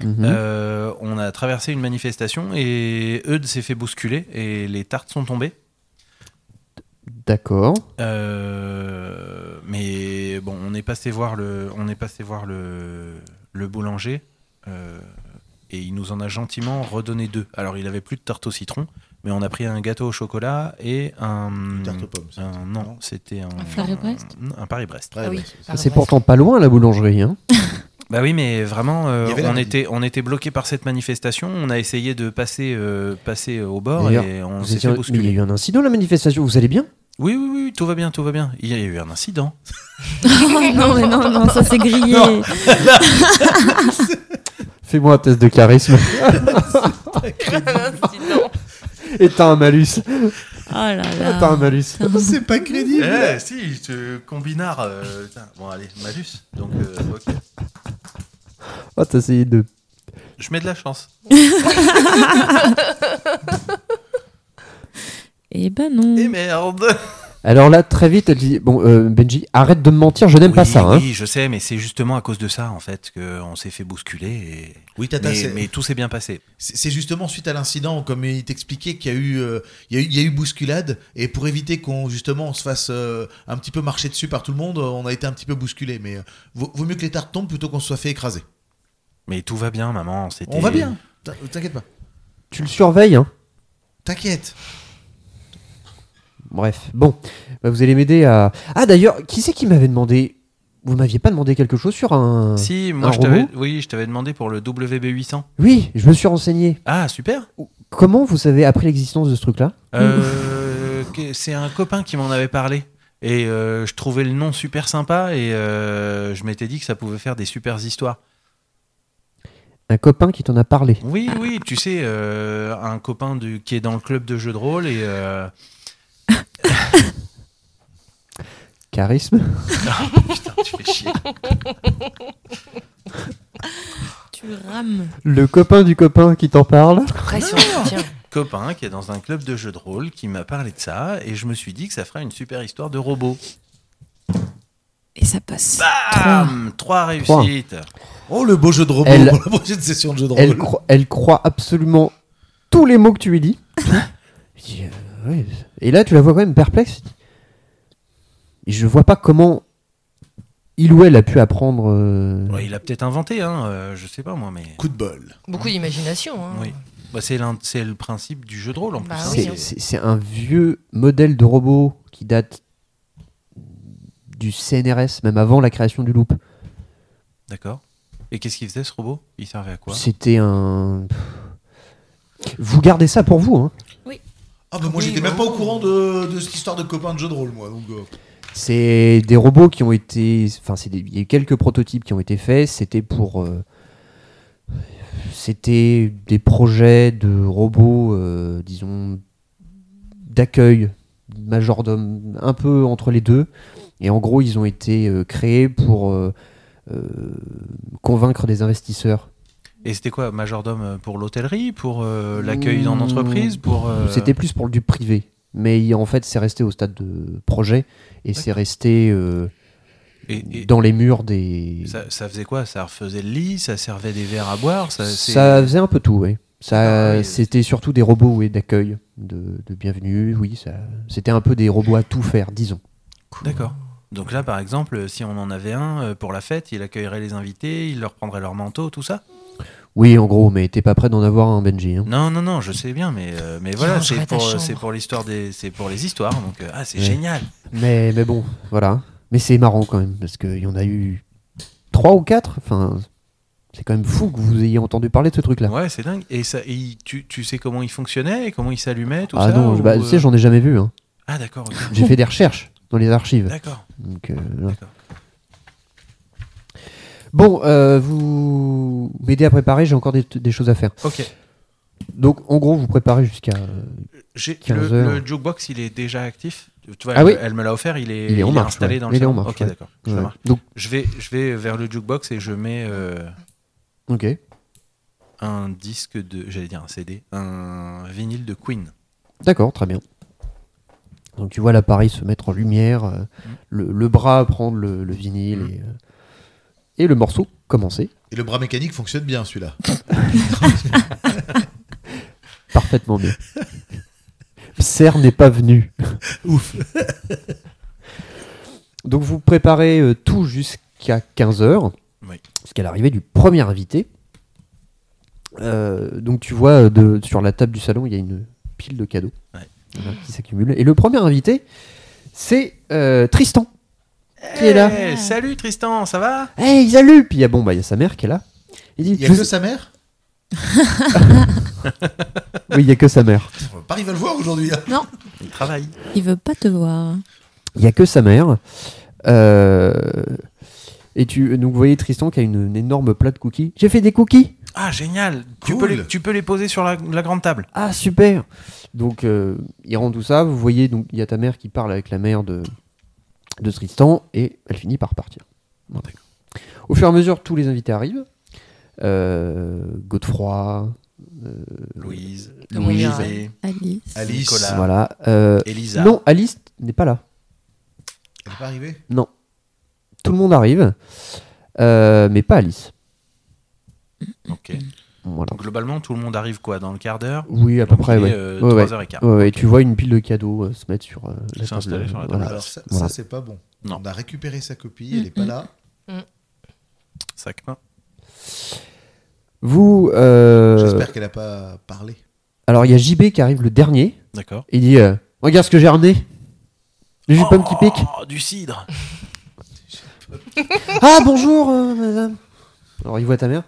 S1: Mhm.
S4: Euh, on a traversé une manifestation et Eudes s'est fait bousculer et les tartes sont tombées.
S1: D'accord.
S4: Euh, mais bon, on est passé voir le, on est passé voir le, le boulanger euh, et il nous en a gentiment redonné deux. Alors il avait plus de tarte au citron, mais on a pris un gâteau au chocolat et un
S2: Une tarte aux pommes. ça.
S4: un- non, c'était un,
S6: Paris-Brest
S4: un- un Paris-Brest.
S2: Ouais,
S5: Ah oui.
S2: ouais, c'est-
S5: pardon.
S1: C'est pourtant pas loin la boulangerie. Hein.
S4: Bah oui, mais vraiment, euh,
S2: Il y avait
S4: on
S2: lundi.
S4: était, on était bloqué par cette manifestation. On a essayé de passer, euh, passer au bord
S1: D'ailleurs,
S4: et on
S1: Vous
S4: s'est
S1: étiez- Mais il
S4: fait
S1: y a
S4: bousculer.
S1: eu un incident la manifestation. Vous allez bien
S4: Oui, oui, oui, tout va bien, tout va bien. Il y a eu un incident.
S6: non, mais non, non, ça c'est grillé. Oh
S2: Non.
S1: Fais-moi un test de charisme.
S5: Sinon.
S1: Et t'as un malus.
S6: Oh là là.
S1: T'as un malus.
S2: C'est pas
S4: Eh,
S2: crédible.
S4: si, te combinard. euh, putain. bon, allez, malus. Donc, euh, ok.
S1: Oh, t'as essayé de.
S4: Je mets de la chance.
S6: Eh ben non.
S4: Et merde
S1: Alors là, très vite, elle dit Bon, euh, Benji, arrête de me mentir, je n'aime pas ça. Hein.
S4: Oui, je sais, mais c'est justement à cause de ça, en fait, qu'on s'est fait bousculer. Et...
S2: Oui, Tata,
S4: Mais,
S2: c'est-
S4: mais tout s'est bien passé.
S2: c'est c'est justement suite à l'incident, comme il t'expliquait qu'il y, a eu, euh, il y, a eu- il y a eu bousculade, et pour éviter qu'on justement on se fasse euh, un petit peu marcher dessus par tout le monde, euh, on a été un petit peu bousculé. Mais euh, vaut, vaut mieux que les tartes tombent plutôt qu'on se soit fait écraser.
S4: Mais tout va bien, maman. C'était...
S2: On va bien, t'in- t'inquiète pas.
S1: Tu le surveilles. Hein.
S2: T'inquiète.
S1: Bref, bon, Bah, vous allez m'aider à. Ah d'ailleurs, qui c'est qui m'avait demandé Vous m'aviez pas demandé quelque chose sur un.
S4: Si, moi,
S1: Un
S4: je t'avais...
S1: robot
S4: Oui, je t'avais demandé pour le WB800.
S1: Oui, je me suis renseigné.
S4: Ah, super
S1: Comment vous avez appris l'existence de ce truc-là
S4: Euh, que- C'est un copain qui m'en avait parlé. Et euh, je trouvais le nom super sympa et euh, je m'étais dit que ça pouvait faire des supers histoires.
S1: Un copain qui t'en a parlé.
S4: Oui, oui, tu sais, euh, un copain du, qui est dans le club de jeux de rôle et. euh,
S1: Charisme
S4: Putain, tu fais chier.
S6: Tu rames.
S1: Le copain du copain qui t'en parle
S5: Pression.
S1: Ah.
S5: Tiens.
S4: Copain qui est dans un club de jeux de rôle qui m'a parlé de ça et je me suis dit que ça ferait une super histoire de robot.
S6: Et ça passe.
S4: Bam Trois réussites
S2: Oh, le beau jeu de robot
S1: Elle-
S2: pour la prochaine session de jeu de
S1: elle,
S2: rôle.
S1: cro- elle croit absolument tous les mots que tu lui dis. Je dis, euh, ouais. Et là, tu la vois quand même perplexe. Et je vois pas comment il ou elle a pu apprendre. euh,
S4: Ouais, Il a peut-être inventé, hein, euh, je sais pas moi, mais.
S2: Coup de bol.
S5: Beaucoup d'imagination. Hein.
S4: Oui. Bah, c'est, l'un- c'est le principe du jeu de rôle en plus.
S5: Bah
S4: hein.
S5: oui,
S1: C'est-
S5: hein.
S1: C'est c'est un vieux modèle de robot qui date du CNRS, même avant la création du loop.
S4: D'accord. Et qu'est-ce qu'il faisait ce robot Il servait à quoi
S1: C'était un. Vous gardez ça pour vous. Hein.
S2: Ah, bah moi,
S5: Oui,
S2: j'étais
S5: bah
S2: même pas
S5: oui.
S2: au courant de, de cette histoire de copain de jeu de rôle, moi. Donc, euh,
S1: C'est des robots qui ont été. Enfin, c'est des- il y a eu quelques prototypes qui ont été faits. C'était pour. euh, C'était des projets de robots, euh, disons, d'accueil, majordome, un peu entre les deux. Et en gros, ils ont été euh, créés pour euh, euh, convaincre des investisseurs.
S4: Et c'était quoi Majordome pour l'hôtellerie Pour euh, l'accueil en
S1: Mmh.
S4: entreprise pour, euh,
S1: C'était plus pour du privé. Mais il- en fait, c'est resté au stade de projet et c'est resté. euh,
S4: Et, et
S1: dans les murs des. Ça,
S4: ça, ça faisait quoi Ça refaisait le lit Ça servait des verres à boire ça, c'est-
S1: faisait un peu tout, oui.
S4: Ah,
S1: Ça,
S4: oui.
S1: c'était surtout des robots oui, d'accueil, de, de bienvenue, oui. Ça, c'était un peu des robots à tout faire, disons.
S4: D'accord. Donc là, par exemple, si on en avait un euh, pour la fête, il accueillerait les invités, il leur prendrait leur manteau, tout ça
S1: Oui, en gros, mais t'es pas prêt d'en avoir un, Benji. hein.
S4: Non, non, non, je sais bien, mais, euh, mais voilà,
S5: rangerait
S4: c'est
S5: ta
S4: pour,
S5: chambre.
S4: c'est pour l'histoire des, c'est pour les histoires. Donc euh, ah, c'est
S1: Ouais.
S4: génial.
S1: Mais, mais bon, voilà. Mais c'est marrant quand même, parce qu'il y en a eu trois ou quatre. Enfin, c'est quand même fou que vous ayez entendu parler de ce truc-là.
S4: Ouais, c'est dingue. Et ça, et il- tu, tu sais comment il fonctionnait, et comment il s'allumait, tout
S1: ah
S4: ça
S1: non,
S4: ou,
S1: bah,
S4: euh,
S1: tu sais, j'en ai jamais vu. hein.
S4: Ah d'accord. ok.
S1: J'ai fait des recherches dans les archives.
S4: D'accord.
S1: Donc, euh, voilà.
S4: D'accord.
S1: Bon, euh, vous m'aidez à préparer, j'ai encore des, des choses à faire.
S4: Ok.
S1: Donc, en gros, vous préparez jusqu'à. euh,
S4: J'ai-
S1: 15
S4: le,
S1: heures.
S4: le jukebox, il est déjà actif. Tu vois,
S1: Ah
S4: elle,
S1: oui.
S4: elle me l'a offert. Il est,
S1: Il est en marche,
S4: installé
S1: ouais.
S4: dans le
S1: Il est en
S4: salon.
S1: marche,
S4: Ok,
S1: ouais.
S4: d'accord. Je, le
S1: ouais.
S4: marche.
S1: euh, Donc,
S4: je vais, je vais vers le jukebox et je mets euh,
S1: ok.
S4: un disque de, j'allais dire un CD, un vinyle de Queen.
S1: D'accord, très bien. Donc tu vois l'appareil se mettre en lumière, euh, le, le bras prendre le, le vinyle et, euh, et le morceau commencer.
S2: Et le bras mécanique fonctionne bien, celui-là.
S1: Parfaitement bien. Serre n'est pas venu.
S2: Ouf.
S1: Donc vous préparez euh, tout jusqu'à 15h,
S4: Oui.
S1: jusqu'à l'arrivée du premier invité. Euh, donc tu vois euh, de- sur la table du salon, il y a une pile de cadeaux
S4: Ouais.
S1: Voilà, qui s'accumulent. Et le premier invité, c'est euh, Tristan, qui est là.
S4: Eh, salut Tristan, ça va
S1: Hey, ils allument Puis il y a, bon, bah, il y a sa mère qui est là. Il dit,
S2: Il y a
S1: je-
S2: que sa mère
S1: Oui, il n'y a que sa mère.
S2: Putain, Paris va le voir aujourd'hui. hein.
S4: Il travaille.
S6: Il veut pas te voir.
S1: Il n'y a que sa mère. Euh, Et tu... Donc, vous voyez Tristan qui a une, une énorme plat de cookies. J'ai fait des cookies
S4: Ah génial. Tu,
S2: Cool.
S4: peux les, tu peux les poser sur la, la grande table.
S1: Ah, super Donc, euh, il rend tout ça. Vous voyez, donc il y a ta mère qui parle avec la mère de, de Tristan et elle finit par partir. Voilà. Au fur et à mesure, tous les invités arrivent. Euh, Godefroy, euh,
S4: Louise,
S1: Louise.
S4: José,
S6: Alice.
S4: Ah.
S2: Alice.
S4: Nicolas.
S1: Voilà. Euh,
S4: Elisa.
S1: non, Alice n'est pas là.
S2: Elle n'est pas arrivée
S1: Tout le monde arrive, euh, mais pas Alice.
S4: Ok.
S1: Voilà.
S4: Donc, globalement, tout le monde arrive quoi dans le quart d'heure.
S1: Oui, à peu
S4: Donc,
S1: près,
S4: il est,
S1: ouais.
S4: euh,
S1: Ouais, ouais.
S4: 3h15.
S1: Ouais, ouais, Tu vois une pile de cadeaux euh, se mettre sur euh, la
S4: S'installer sur la table.
S1: voilà.
S2: Alors, ça, ça,
S1: Voilà.
S2: c'est pas bon.
S4: Non.
S2: On a récupéré sa copie, elle n'est pas là.
S4: Sac main.
S1: Vous, euh,
S2: J'espère qu'elle n'a pas parlé.
S1: alors il y a JB qui arrive le dernier.
S4: D'accord.
S1: Il dit euh, Regarde ce que j'ai ramené. Du jus de pomme qui pique.
S4: Oh, du cidre.
S1: Ah bonjour, euh, madame. Alors il voit ta mère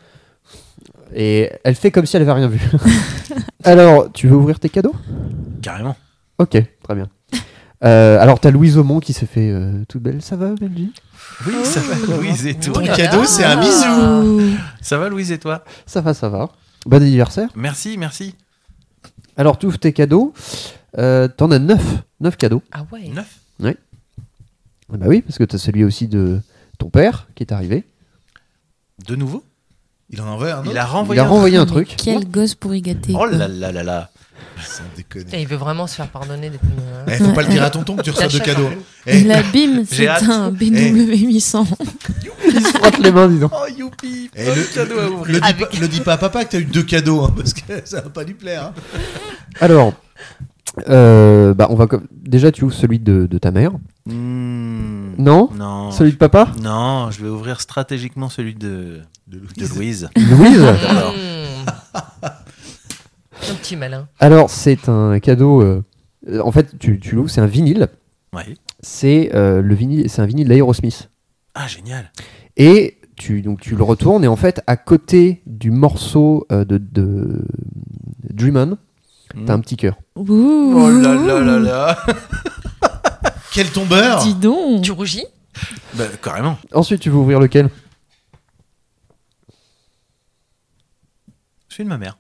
S1: et elle fait comme si elle avait rien vu. alors tu veux ouvrir tes cadeaux
S4: Carrément.
S1: Ok, très bien. Euh, alors t'as Louise Aumont qui s'est fait euh, toute belle. Ça va, Benji Oh.
S4: Oui, ça va, Louise et toi.
S2: Ton cadeau, c'est un bisou.
S6: Ouh.
S4: Ça va, Louise et toi.
S1: Ça va, ça va. Bon anniversaire.
S4: Merci, merci.
S1: Alors, tu ouvres tes cadeaux. Euh, T'en as 9. 9 cadeaux.
S5: Ah ouais.
S4: Neuf.
S1: Ah bah oui, parce que t'as celui aussi de ton père qui est arrivé.
S4: De nouveau.
S2: Il en a envoyé un autre
S4: Il a
S1: Il
S4: renvoyé.
S1: a
S4: un-
S1: renvoyé un
S6: Mais
S1: truc.
S6: Quel gosse pour y gâter.
S4: Oh
S6: quoi.
S4: là là là là.
S2: Sans
S5: Putain,
S2: déconner.
S5: il veut vraiment se faire pardonner d'être. euh,
S2: Eh, faut pas le dire à tonton que tu reçois
S5: Il a
S2: deux
S5: chacun.
S2: cadeaux. Eh,
S6: Il l'abîme, c'est
S4: hâte. Eh.
S6: un BW800.
S1: Il se frotte les mains, dis donc.
S4: Oh youpi.
S2: eh,
S4: plein
S2: le,
S4: de cadeaux à
S2: le-
S4: ouvrir.
S2: le dis pas, le dis pas à papa que t'as eu deux cadeaux, hein, parce que ça va pas lui plaire. hein.
S1: Alors, euh, bah, on va com- déjà, tu ouvres celui de, de ta mère.
S4: Mmh.
S1: Non
S4: Non.
S1: Celui de papa
S4: Non, je vais ouvrir stratégiquement celui de,
S2: De Louise.
S4: de
S1: Louise
S4: Louise. D'accord.
S5: Hmm. Un petit malin.
S1: Alors, c'est un cadeau. euh, euh, en fait, tu, tu l'ouvres, c'est un vinyle.
S4: Ouais.
S1: C'est euh, le vinyle, c'est un vinyle d'Aerosmith.
S4: Ah génial.
S1: Et tu, donc, tu le retournes, et en fait, à côté du morceau euh, de, de Dream On,
S4: Hmm.
S1: t'as un petit cœur.
S6: Ouh.
S4: Oh là là là là.
S2: Quel tombeur
S6: Dis donc.
S5: Tu rougis
S4: Bah, carrément.
S1: Ensuite, tu veux ouvrir lequel
S4: Celui de ma mère.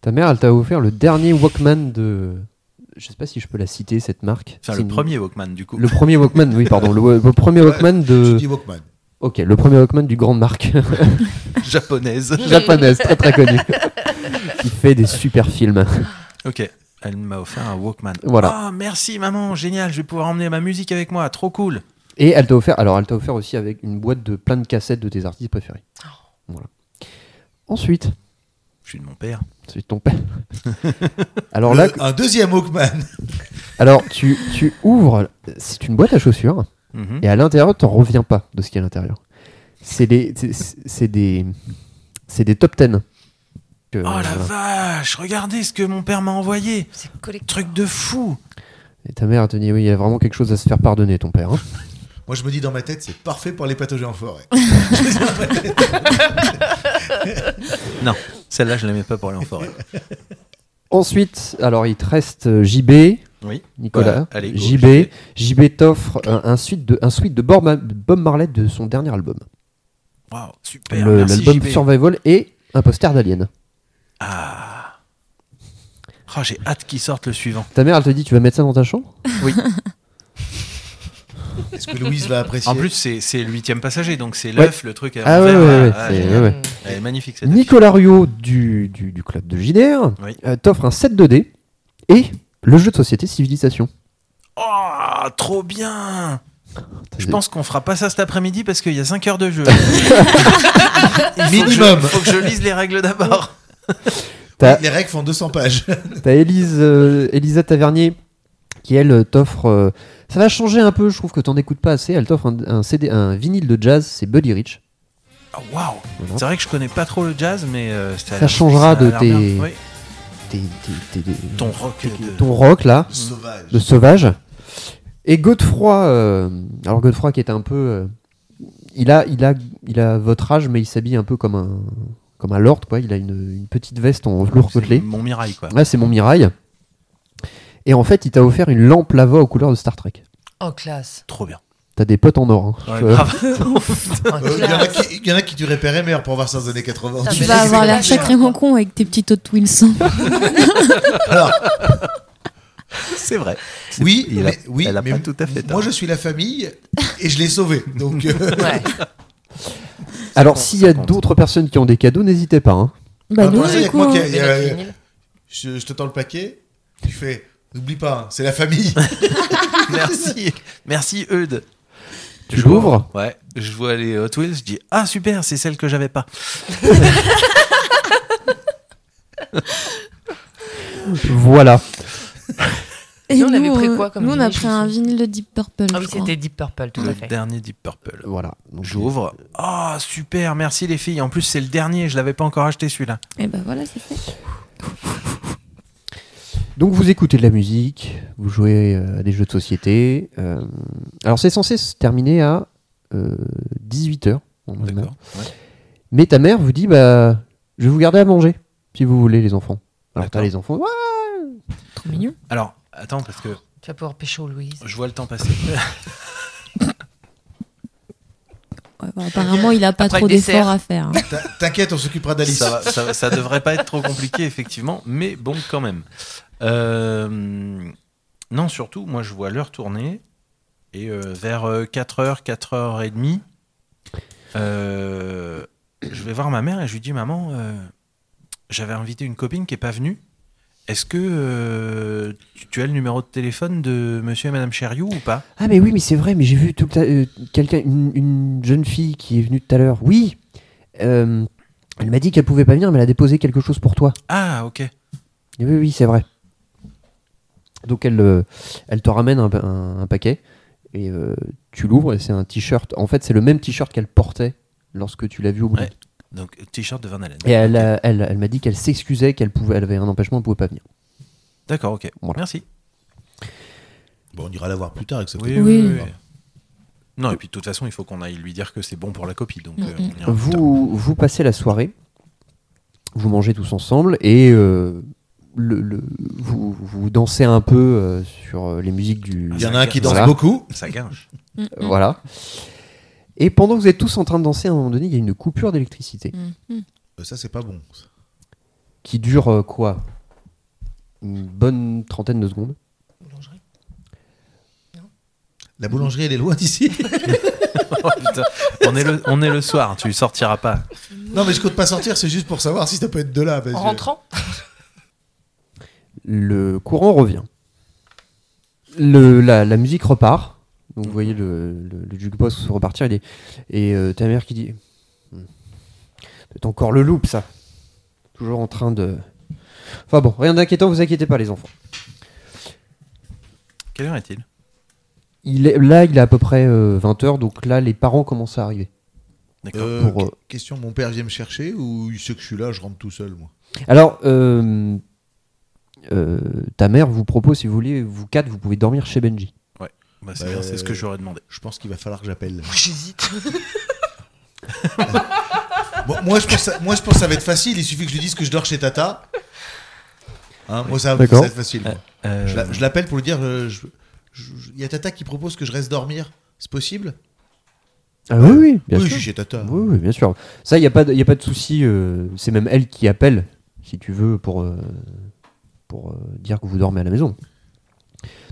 S1: Ta mère, elle t'a offert le dernier Walkman de. Je sais pas si je peux la citer, cette marque.
S4: Enfin
S1: C'est
S4: le
S1: une-
S4: premier Walkman du coup.
S1: Le premier Walkman, oui, pardon. Le, le premier Walkman
S2: Je
S1: de.
S2: dis Walkman.
S1: Ok, le premier Walkman du grande marque
S4: Japonaise.
S1: japonaise, très très connue. Qui fait des super films.
S4: Ok. Elle m'a offert un Walkman.
S1: Voilà.
S4: Ah, merci maman, génial, je vais pouvoir emmener ma musique avec moi, trop cool.
S1: Et elle t'a offert, alors elle t'a offert aussi avec une boîte de plein de cassettes de tes artistes préférés.
S4: Oh.
S1: Voilà. Ensuite,
S4: Je suis de mon père.
S1: ensuite ton père. alors là,
S2: Le- un deuxième Hawkman.
S1: alors tu, tu ouvres, c'est une boîte à chaussures
S4: Oh
S1: et à l'intérieur, t'en reviens pas de ce qu'il y a à l'intérieur. C'est des, c'est- c'est des, c'est des top 10. Que-
S4: Oh la
S1: voilà.
S4: vache, regardez ce que mon père m'a envoyé.
S5: C'est collectif.
S4: Truc de fou.
S1: Et ta mère elle te dit, oui, il y a vraiment quelque chose à se faire pardonner, ton père. hein.
S2: Moi, je me dis dans ma tête, c'est parfait pour les pathogènes en forêt.
S4: Celle-là, je l'aimais pas pour aller en forêt.
S1: Ensuite, alors il te reste euh, JB,
S4: Oui.
S1: Nicolas,
S4: Voilà, allez, go,
S1: JB, JB t'offre un, un suite de un suite de Bob Ma- Bob Marley de son dernier album,
S4: Waouh, super.
S1: Le-
S4: merci
S1: l'album
S4: JB.
S1: Survival et un poster d'Alien.
S4: Ah. Oh, j'ai hâte qu'il sorte le suivant.
S1: Ta mère, elle te dit, tu vas mettre ça dans ta chambre
S2: Est-ce que Louise va apprécier
S4: En plus, c'est c'est le huitième passager, donc c'est l'œuf, le truc. à
S1: Ah ouais,
S4: l'envers,
S1: ouais,
S4: là.
S1: ouais,
S4: Ah,
S1: c'est-
S4: génial.
S1: ouais, ouais.
S4: Elle est magnifique cette affiche.
S1: Nicolas Rio du, du, du club de JDR
S4: Oui.
S1: euh, t'offre un set 2D et le jeu de société Civilisation.
S4: Oh, trop bien Je pense qu'on fera pas ça cet après-midi parce qu'il y a 5 heures de jeu.
S2: Minimum.
S4: Faut que je lise les règles d'abord.
S1: Oh. T'as-
S2: Les règles font 200 pages.
S1: T'as Élise, euh, Elisa Tavernier qui, elle, t'offre. euh, ça va changer un peu, je trouve que t'en écoutes pas assez. Elle t'offre un, un CD, un vinyle de jazz, c'est Buddy Rich.
S4: Ah, Waouh
S1: Voilà.
S4: C'est vrai que je connais pas trop le jazz, mais euh, ça, a
S1: Ça
S4: l'air-
S1: changera
S4: ça a
S1: de
S4: l'air
S1: tes-
S4: bien. Oui.
S1: T'es- t'es- t'es- t'es-
S4: Ton rock. de-
S1: ton rock là,
S2: Sauvage.
S1: de sauvage. Et Godefroy, euh, alors Godefroy qui est un peu, euh, il a, il a, il a votre âge, mais il s'habille un peu comme un, comme un lord quoi. Il a une, une petite veste en velours
S4: C'est
S1: côtelé.
S4: Mon mirail, quoi.
S1: Là, c'est mon mirail. Et en fait, il t'a offert une lampe lava aux couleurs de Star Trek.
S5: En Oh, classe.
S4: Trop bien.
S1: T'as des potes en or. hein.
S4: Ouais,
S1: Je-
S4: grave.
S5: En
S2: Euh, Il y en a
S5: Oh, classe.
S2: qui- il y en a qui tu repérais meilleur pour voir ça dans les années 80.
S5: Putain,
S6: Tu
S5: mais
S6: vas
S5: c'est
S6: avoir l'air
S5: dommage, hein.
S6: sacrément con avec tes petits Hot hein. Wilson.
S2: Ah,
S4: C'est vrai. C'est-
S2: Oui,
S4: il a-
S2: mais, oui,
S4: elle a
S2: mais
S4: pas tout à fait
S2: Moi,
S4: tort.
S2: je suis la famille et je l'ai sauvée. Donc, euh,
S5: Ouais.
S1: Alors,
S4: compte,
S1: s'il y a
S4: ça compte.
S1: d'autres personnes qui ont des cadeaux, n'hésitez pas. hein.
S6: Bah,
S2: Ah,
S6: nous,
S2: bon, ça, y a
S6: du
S2: que
S6: coup.
S2: moi qui
S6: hein.
S2: ai-
S5: Mais notre vinyle.
S2: je, je te tends le paquet. Tu fais, n'oublie pas, hein, c'est la famille.
S4: Merci. Merci, Eudes.
S1: Tu l'ouvres
S4: Ouais. Je vois les Hot Wheels, je dis Ah, super, c'est celle que j'avais pas.
S1: Voilà.
S6: Et
S5: Nous, on avait pris
S6: euh,
S5: quoi comme
S6: Nous, on a
S5: vinyle,
S6: pris
S5: je
S6: un
S5: sais.
S6: vinyle de Deep Purple.
S5: Ah oui,
S6: je crois.
S5: c'était Deep Purple, tout
S4: Le
S5: à fait.
S4: dernier Deep Purple.
S1: Voilà. Donc,
S4: J'ouvre. Ah, super, merci les filles. En plus, c'est le dernier, je l'avais pas encore acheté celui-là.
S6: Et bah voilà, c'est fait.
S1: Donc vous écoutez de la musique, vous jouez euh, à des jeux de société. euh, alors c'est censé se terminer à euh, 18h.
S4: D'accord. Ouais.
S1: Mais ta mère vous dit bah je vais vous garder à manger si vous voulez les enfants. Alors t'as
S4: D'accord.
S1: les enfants. Ouah
S5: Trop mignon.
S4: Alors, attends, parce que
S5: Tu vas pouvoir pécho, Louise.
S4: je vois le temps passer.
S6: Ouais, bah, apparemment, il a pas
S5: Ah Après
S6: trop
S5: le dessert.
S6: d'efforts à faire. hein.
S2: T'in- T'inquiète, on s'occupera d'Alice.
S4: ça, va- ça, va- ça devrait pas être trop compliqué, effectivement, mais bon, quand même. Euh, non, surtout, moi, je vois l'heure tourner, et euh, vers 4h, 4h30, euh, je vais voir ma mère et je lui dis Maman, euh, j'avais invité une copine qui est pas venue. Est-ce que euh, tu, tu as le numéro de téléphone de monsieur et madame Chériou ou pas
S1: Ah mais oui mais c'est vrai mais j'ai vu tout le ta- euh, quelqu'un une, une jeune fille qui est venue tout à l'heure. Oui. euh, elle m'a dit qu'elle pouvait pas venir mais elle a déposé quelque chose pour toi.
S4: Ah, ok.
S1: Et oui, oui, c'est vrai. Donc elle, euh, elle te ramène un, pa- un- un paquet et euh, tu l'ouvres et c'est un t-shirt. En fait, c'est le même t-shirt qu'elle portait lorsque tu l'as vu au bout.
S4: Ouais. Donc, t-shirt de Van Halen.
S1: Et elle, a- elle, elle m'a dit qu'elle s'excusait, qu'elle pouvait, elle avait un empêchement, elle pouvait pas venir.
S4: D'accord, ok.
S1: Voilà.
S4: Merci.
S2: Bon, on ira la voir plus tard avec ce
S4: Oui,
S2: truc.
S4: oui,
S6: Oui.
S4: oui. Non, et puis de toute façon, il faut qu'on aille lui dire que c'est bon pour la copie. Donc,
S6: Mm,
S4: euh, on ira plus tard.
S1: Vous, vous passez la soirée, vous mangez tous ensemble et euh, le, le- vous, vous dansez un peu euh, sur euh, les musiques du.
S2: Il y en a un qui danse
S1: Voilà.
S2: beaucoup.
S4: Ça gage.
S6: Mm, mm,
S1: Voilà. Et pendant que vous êtes tous en train de danser, à un moment donné, il y a une coupure d'électricité.
S6: mm, mm.
S2: Euh, Ça, c'est pas bon.
S1: qui dure euh, quoi Une bonne trentaine de secondes.
S5: Boulangerie.
S2: La boulangerie, elle est loin d'ici.
S4: Oh, putain. on, est le, on est le soir, tu sortiras pas.
S2: non, mais je compte pas sortir, c'est juste pour savoir si ça peut être de là. parce
S5: En
S2: que-
S5: rentrant
S1: Le courant revient. Le, la, la musique repart. Donc vous voyez le, le, le jukebox se repartir. Il est, et euh, ta mère qui dit Hmm. C'est encore le loop, ça. Toujours en train de. Enfin bon, rien d'inquiétant, vous inquiétez pas, les enfants.
S4: Quelle heure est-il
S1: Il est, là, il est à peu près 20h, donc là, les parents commencent à arriver.
S4: D'accord.
S2: Euh,
S1: Pour,
S2: que- Question mon père vient me chercher ou il sait que je suis là, je rentre tout seul, moi
S1: Alors, euh, euh, ta mère vous propose, si vous voulez, vous quatre, vous pouvez dormir chez Benji.
S4: Bah, c'est
S2: bah,
S4: bien, c'est ce
S2: euh,
S4: que j'aurais demandé.
S2: Je pense qu'il va falloir que j'appelle.
S5: J'hésite.
S2: Bon, moi, je pense, moi, je pense que ça va être facile. Il suffit que je lui dise que je dors chez Tata. Hein, Moi, ça, va- ça
S1: D'accord.
S2: va être facile. moi.
S4: Euh,
S2: Je la- je l'appelle pour lui dire euh, je- je- je- il y a Tata qui propose que je reste dormir. C'est possible
S1: Ah oui, oui, bien
S2: Oui, je
S1: sûr.
S2: suis chez Tata.
S1: Oui, oui, bien sûr. Ça, il n'y a, pas de- y a pas de souci. euh, c'est même elle qui appelle, si tu veux, pour, euh, pour euh, dire que vous dormez à la maison.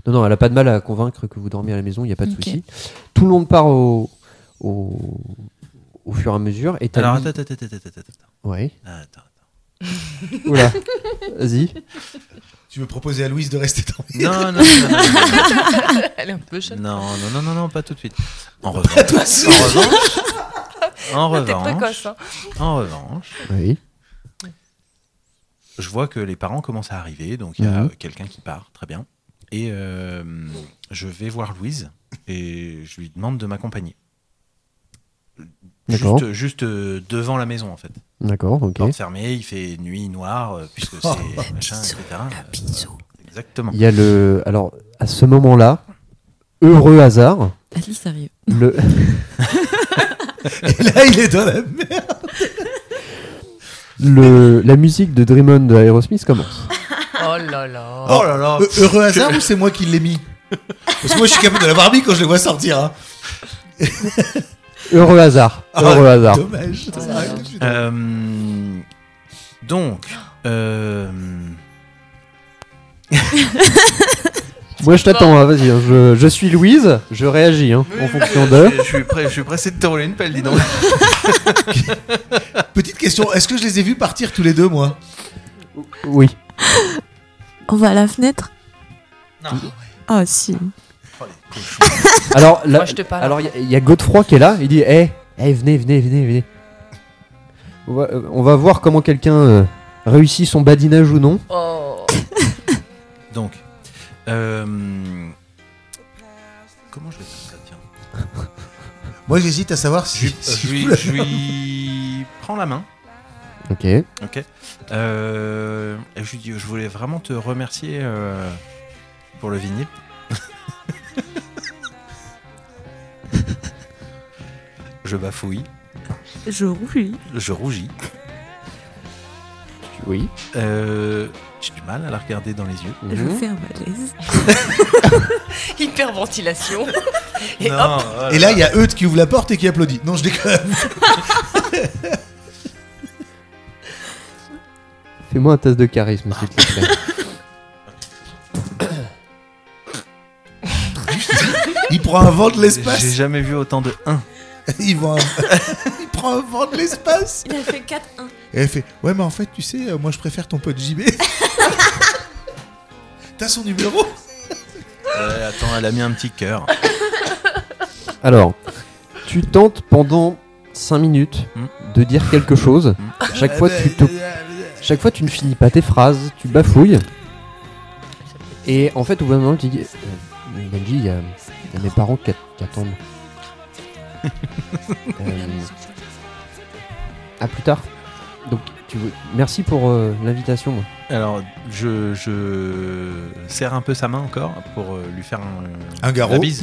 S1: Non, non, elle n'a pas de mal à convaincre que vous dormez à la maison, il n'y a pas de
S6: Ok.
S1: souci. Tout le monde part au, au, au fur et à mesure. Et t'as
S4: Alors,
S1: mis-
S4: attends, attends, attends, attends, attends, attends. Ah,
S1: Ouais.
S4: Attends, attends.
S1: Oula. Vas-y.
S2: Tu veux proposer à Louise de rester dormir
S4: Non, non, non, non, non, non.
S5: Elle est un peu chaude.
S4: Non, non, non, non, non, pas tout de suite. En revanche, en revanche, en
S5: T'es
S4: revanche,
S5: précoce. Hein.
S4: en revanche,
S1: Oui.
S4: je vois que les parents commencent à arriver, donc il y a
S1: Mhm.
S4: euh, quelqu'un qui part, très bien. Et euh, je vais voir Louise et je lui demande de m'accompagner.
S1: D'accord.
S4: Juste, juste euh, devant la maison en fait.
S1: D'accord, ok. Oh,
S4: Porte fermée, il fait nuit noire euh, puisque c'est machin, etc. Euh, Exactement.
S1: Il y a le. Alors, à ce moment-là, heureux hasard,
S6: Alice arrive.
S1: le.
S2: Et là, il est dans la merde.
S1: Le, la musique de Dream On de Aerosmith commence.
S5: Oh là là.
S2: Oh là
S1: Euh,
S2: là. heureux hasard ou c'est moi qui l'ai mis Parce que moi, je suis capable de l'avoir mis quand je le vois sortir. hein.
S1: Heureux hasard. Heureux
S2: Ah,
S1: hasard.
S2: Dommage. dommage. Je suis dans-
S4: Euh, donc, euh,
S1: Moi je t'attends, hein, vas-y. hein, Je, je suis Louise, je réagis hein, en fonction de.
S4: je, suis prêt, je suis pressé de te rouler une pelle, dis donc.
S2: Petite question est-ce que je les ai vus partir tous les deux, moi
S1: Oui.
S6: On va à la fenêtre
S4: Non.
S6: Ah si.
S1: Alors, là-
S5: Moi, je te parle.
S1: alors il y a- il y, a Godefroy qui est là, il dit Eh, eh, venez, venez, venez, venez. On va, euh, on va voir comment quelqu'un euh, réussit son badinage ou non.
S5: Oh.
S4: Donc, euh, comment je vais faire ça Tiens,
S2: Moi, j'hésite à savoir
S4: je,
S2: si.
S4: lui-
S2: si
S4: je
S2: je
S4: lui-
S2: peux la-
S4: je lui prends la main,
S1: Ok.
S4: ok. Euh, et je lui dis, je voulais vraiment te remercier euh, pour le vinyle. je bafouille,
S6: Je roule.
S4: je rougis.
S1: Oui.
S4: Euh, J'ai du mal à la regarder dans les yeux.
S6: Je
S1: Mhm.
S6: fais un malaise.
S5: Hyperventilation. Et hop.
S4: Non,
S2: Et oh là, il y a Eudes qui ouvre la porte et qui applaudit. Non, je déconne.
S1: Fais-moi un test de charisme, s'il te plaît.
S2: Il prend un vent de
S4: J'ai
S2: l'espace.
S4: jamais vu autant de 1.
S2: Il, vend un- il prend un vent de l'espace.
S6: Il a fait 4-1.
S2: Et elle fait Ouais, mais en fait, tu sais, euh, moi, je préfère ton pote JB. T'as son numéro
S4: attends, elle a mis un petit cœur.
S1: Alors, tu tentes pendant 5 minutes
S4: Hmm.
S1: de dire quelque chose. Chaque fois,
S2: Eh
S1: tu
S2: ben,
S1: te Chaque fois, tu ne finis pas tes phrases, tu bafouilles. Et en fait, au bout d'un moment, tu dis euh, Benji, il y, a il y a mes parents qui, at- qui attendent. Euh, à plus tard. Donc, tu veux... merci pour euh, l'invitation. moi.
S4: Alors, je, je serre un peu sa main encore pour euh, lui faire un,
S2: Un garrot.
S4: la bise.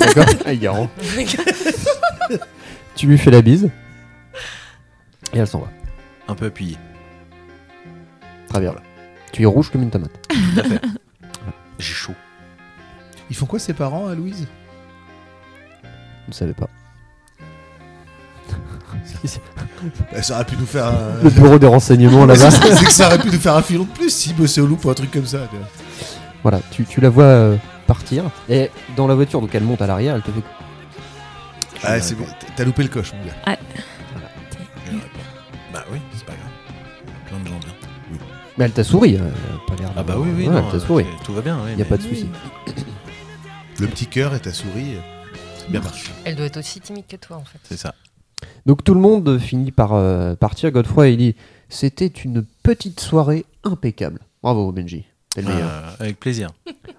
S1: D'accord Ah, garant. Tu lui fais la bise. Et elle s'en va.
S4: un peu appuyé.
S1: Très bien. Tu es rouge comme une tomate.
S4: Tout à fait. J'ai chaud.
S2: Ils font quoi, ses parents, à Louise
S1: Vous ne savez pas.
S2: Bah, Ça aurait pu nous faire un.
S1: Le bureau des renseignements là-bas.
S2: C'est que ça aurait pu nous faire un filon de plus si bosser au loup pour un truc comme ça. tu vois.
S1: Voilà, tu, tu la vois euh, partir. Et dans la voiture, donc elle monte à l'arrière, elle te fait.
S2: Ah, c'est bon. T'as- T'as loupé le coche, mon gars.
S6: Ah.
S4: Bah oui, c'est pas grave. Plein de gens bien.
S1: Mais elle t'a souri. euh, elle a pas l'air
S4: Ah bah
S1: d'avoir-
S4: oui, oui,
S1: Ouais,
S4: non,
S1: elle t'a
S4: euh,
S1: souri.
S4: c'est- tout va bien. Oui,
S1: Il n'y a
S4: mais-
S1: pas de souci.
S2: Le petit cœur et ta souris, c'est bien marché.
S5: Elle doit être aussi timide que toi en fait.
S4: C'est
S1: Ah.
S4: ça.
S1: Donc tout le monde finit par euh, partir. Godefroy, il dit C'était une petite soirée impeccable. Bravo, Benji. T'es le meilleur.
S4: Euh, avec plaisir.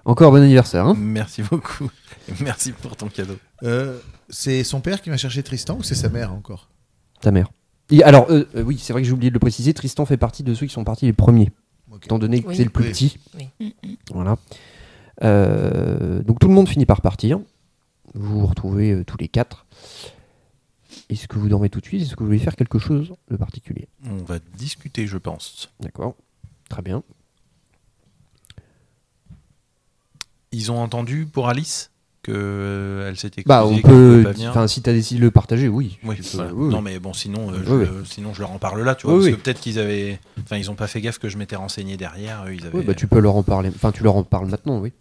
S1: Encore bon anniversaire. Hein
S4: Merci beaucoup. Et merci pour ton cadeau.
S2: Euh, c'est son père qui m'a cherché Tristan ou c'est sa mère encore
S1: Ta mère. Et alors, euh, euh, oui, c'est vrai que j'ai oublié de le préciser Tristan fait partie de ceux qui sont partis les premiers,
S2: Ok.
S1: étant donné que
S5: Oui.
S1: c'est le plus
S2: Oui.
S1: petit.
S5: Oui.
S1: Voilà. Euh, donc tout le monde finit par partir. Vous vous retrouvez euh, tous les quatre. Est-ce que vous dormez tout de suite Est-ce que vous voulez faire quelque chose de particulier
S4: On va discuter, je pense.
S1: D'accord. Très bien.
S4: Ils ont entendu pour Alice que euh, elle s'était
S1: Bah, on
S4: excusée, qu'elle
S1: peut.
S4: pouvait pas venir.
S1: Enfin, si t'as décidé de le partager, oui.
S4: Oui,
S1: Tu peux-
S4: voilà.
S1: oui, oui.
S4: Non mais bon sinon euh, je,
S1: Oui, oui.
S4: euh, sinon je leur en parle là tu vois
S1: Oui,
S4: parce
S1: oui.
S4: que peut-être qu'ils avaient enfin ils ont pas fait gaffe que je m'étais renseigné derrière eux, ils avaient
S1: Oui, bah, tu peux leur en parler. Enfin, tu leur en parles maintenant, oui.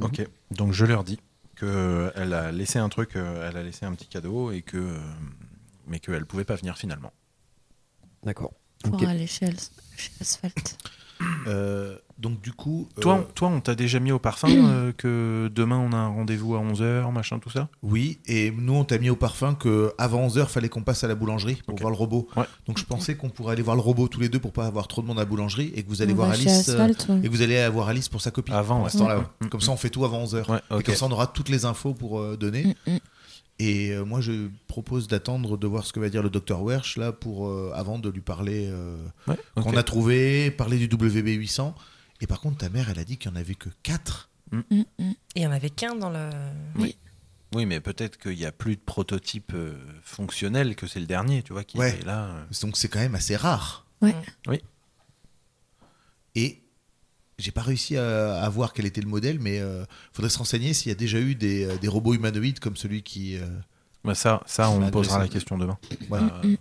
S4: OK. Donc je leur dis que euh, elle a laissé un truc euh, elle a laissé un petit cadeau et que euh, mais qu'elle pouvait pas venir finalement.
S1: D'accord.
S6: Pour
S1: Ok.
S6: aller Oh, chez, As- chez Asphalt.
S2: Euh, Donc du coup, euh,
S4: Toi on, toi on t'a déjà mis au parfum euh, que demain on a un rendez-vous à 11h machin tout ça
S2: oui, et nous on t'a mis au parfum que avant 11h, fallait qu'on passe à la boulangerie pour
S4: Ok.
S2: voir le robot.
S4: Ouais.
S2: Donc je pensais qu'on pourrait aller voir le robot tous les deux pour pas avoir trop de monde à la boulangerie et que vous allez
S6: On
S2: voir
S6: va Chez
S2: Alice euh,
S6: Asphalt, ouais.
S2: et que vous allez voir Alice pour sa copie.
S4: avant
S2: à
S4: ouais.
S2: ce temps-là, Ah, ouais.
S4: Mm.
S2: Comme ça on fait tout avant 11h.
S4: Ouais,
S2: Et
S4: OK.
S2: comme ça, on aura toutes les infos pour euh, donner.
S6: Mm, mm.
S2: Et euh, moi, je propose d'attendre de voir ce que va dire le docteur Wersch là pour euh, avant de lui parler euh,
S4: Ouais, ok.
S2: qu'on a trouvé, parler du WB 800. Et par contre, ta mère, elle a dit qu'il n'y en avait que 4.
S6: Mm, mm.
S5: Et il y en avait qu'un dans le.
S4: Oui, mais peut-être qu'il n'y a plus de prototype euh, fonctionnel que c'est le dernier, tu vois, qui
S2: Ouais.
S4: est là. euh.
S2: Donc c'est quand même assez rare.
S6: Ouais.
S4: Oui.
S2: Et j'ai pas réussi à, à voir quel était le modèle, mais euh, faudrait se renseigner s'il y a déjà eu des, euh, des robots humanoïdes comme celui qui. euh,
S4: Bah, ça, ça, on
S2: Bah,
S4: posera
S2: ça-
S4: la question demain.
S5: Mm,
S2: Ouais.
S4: Euh,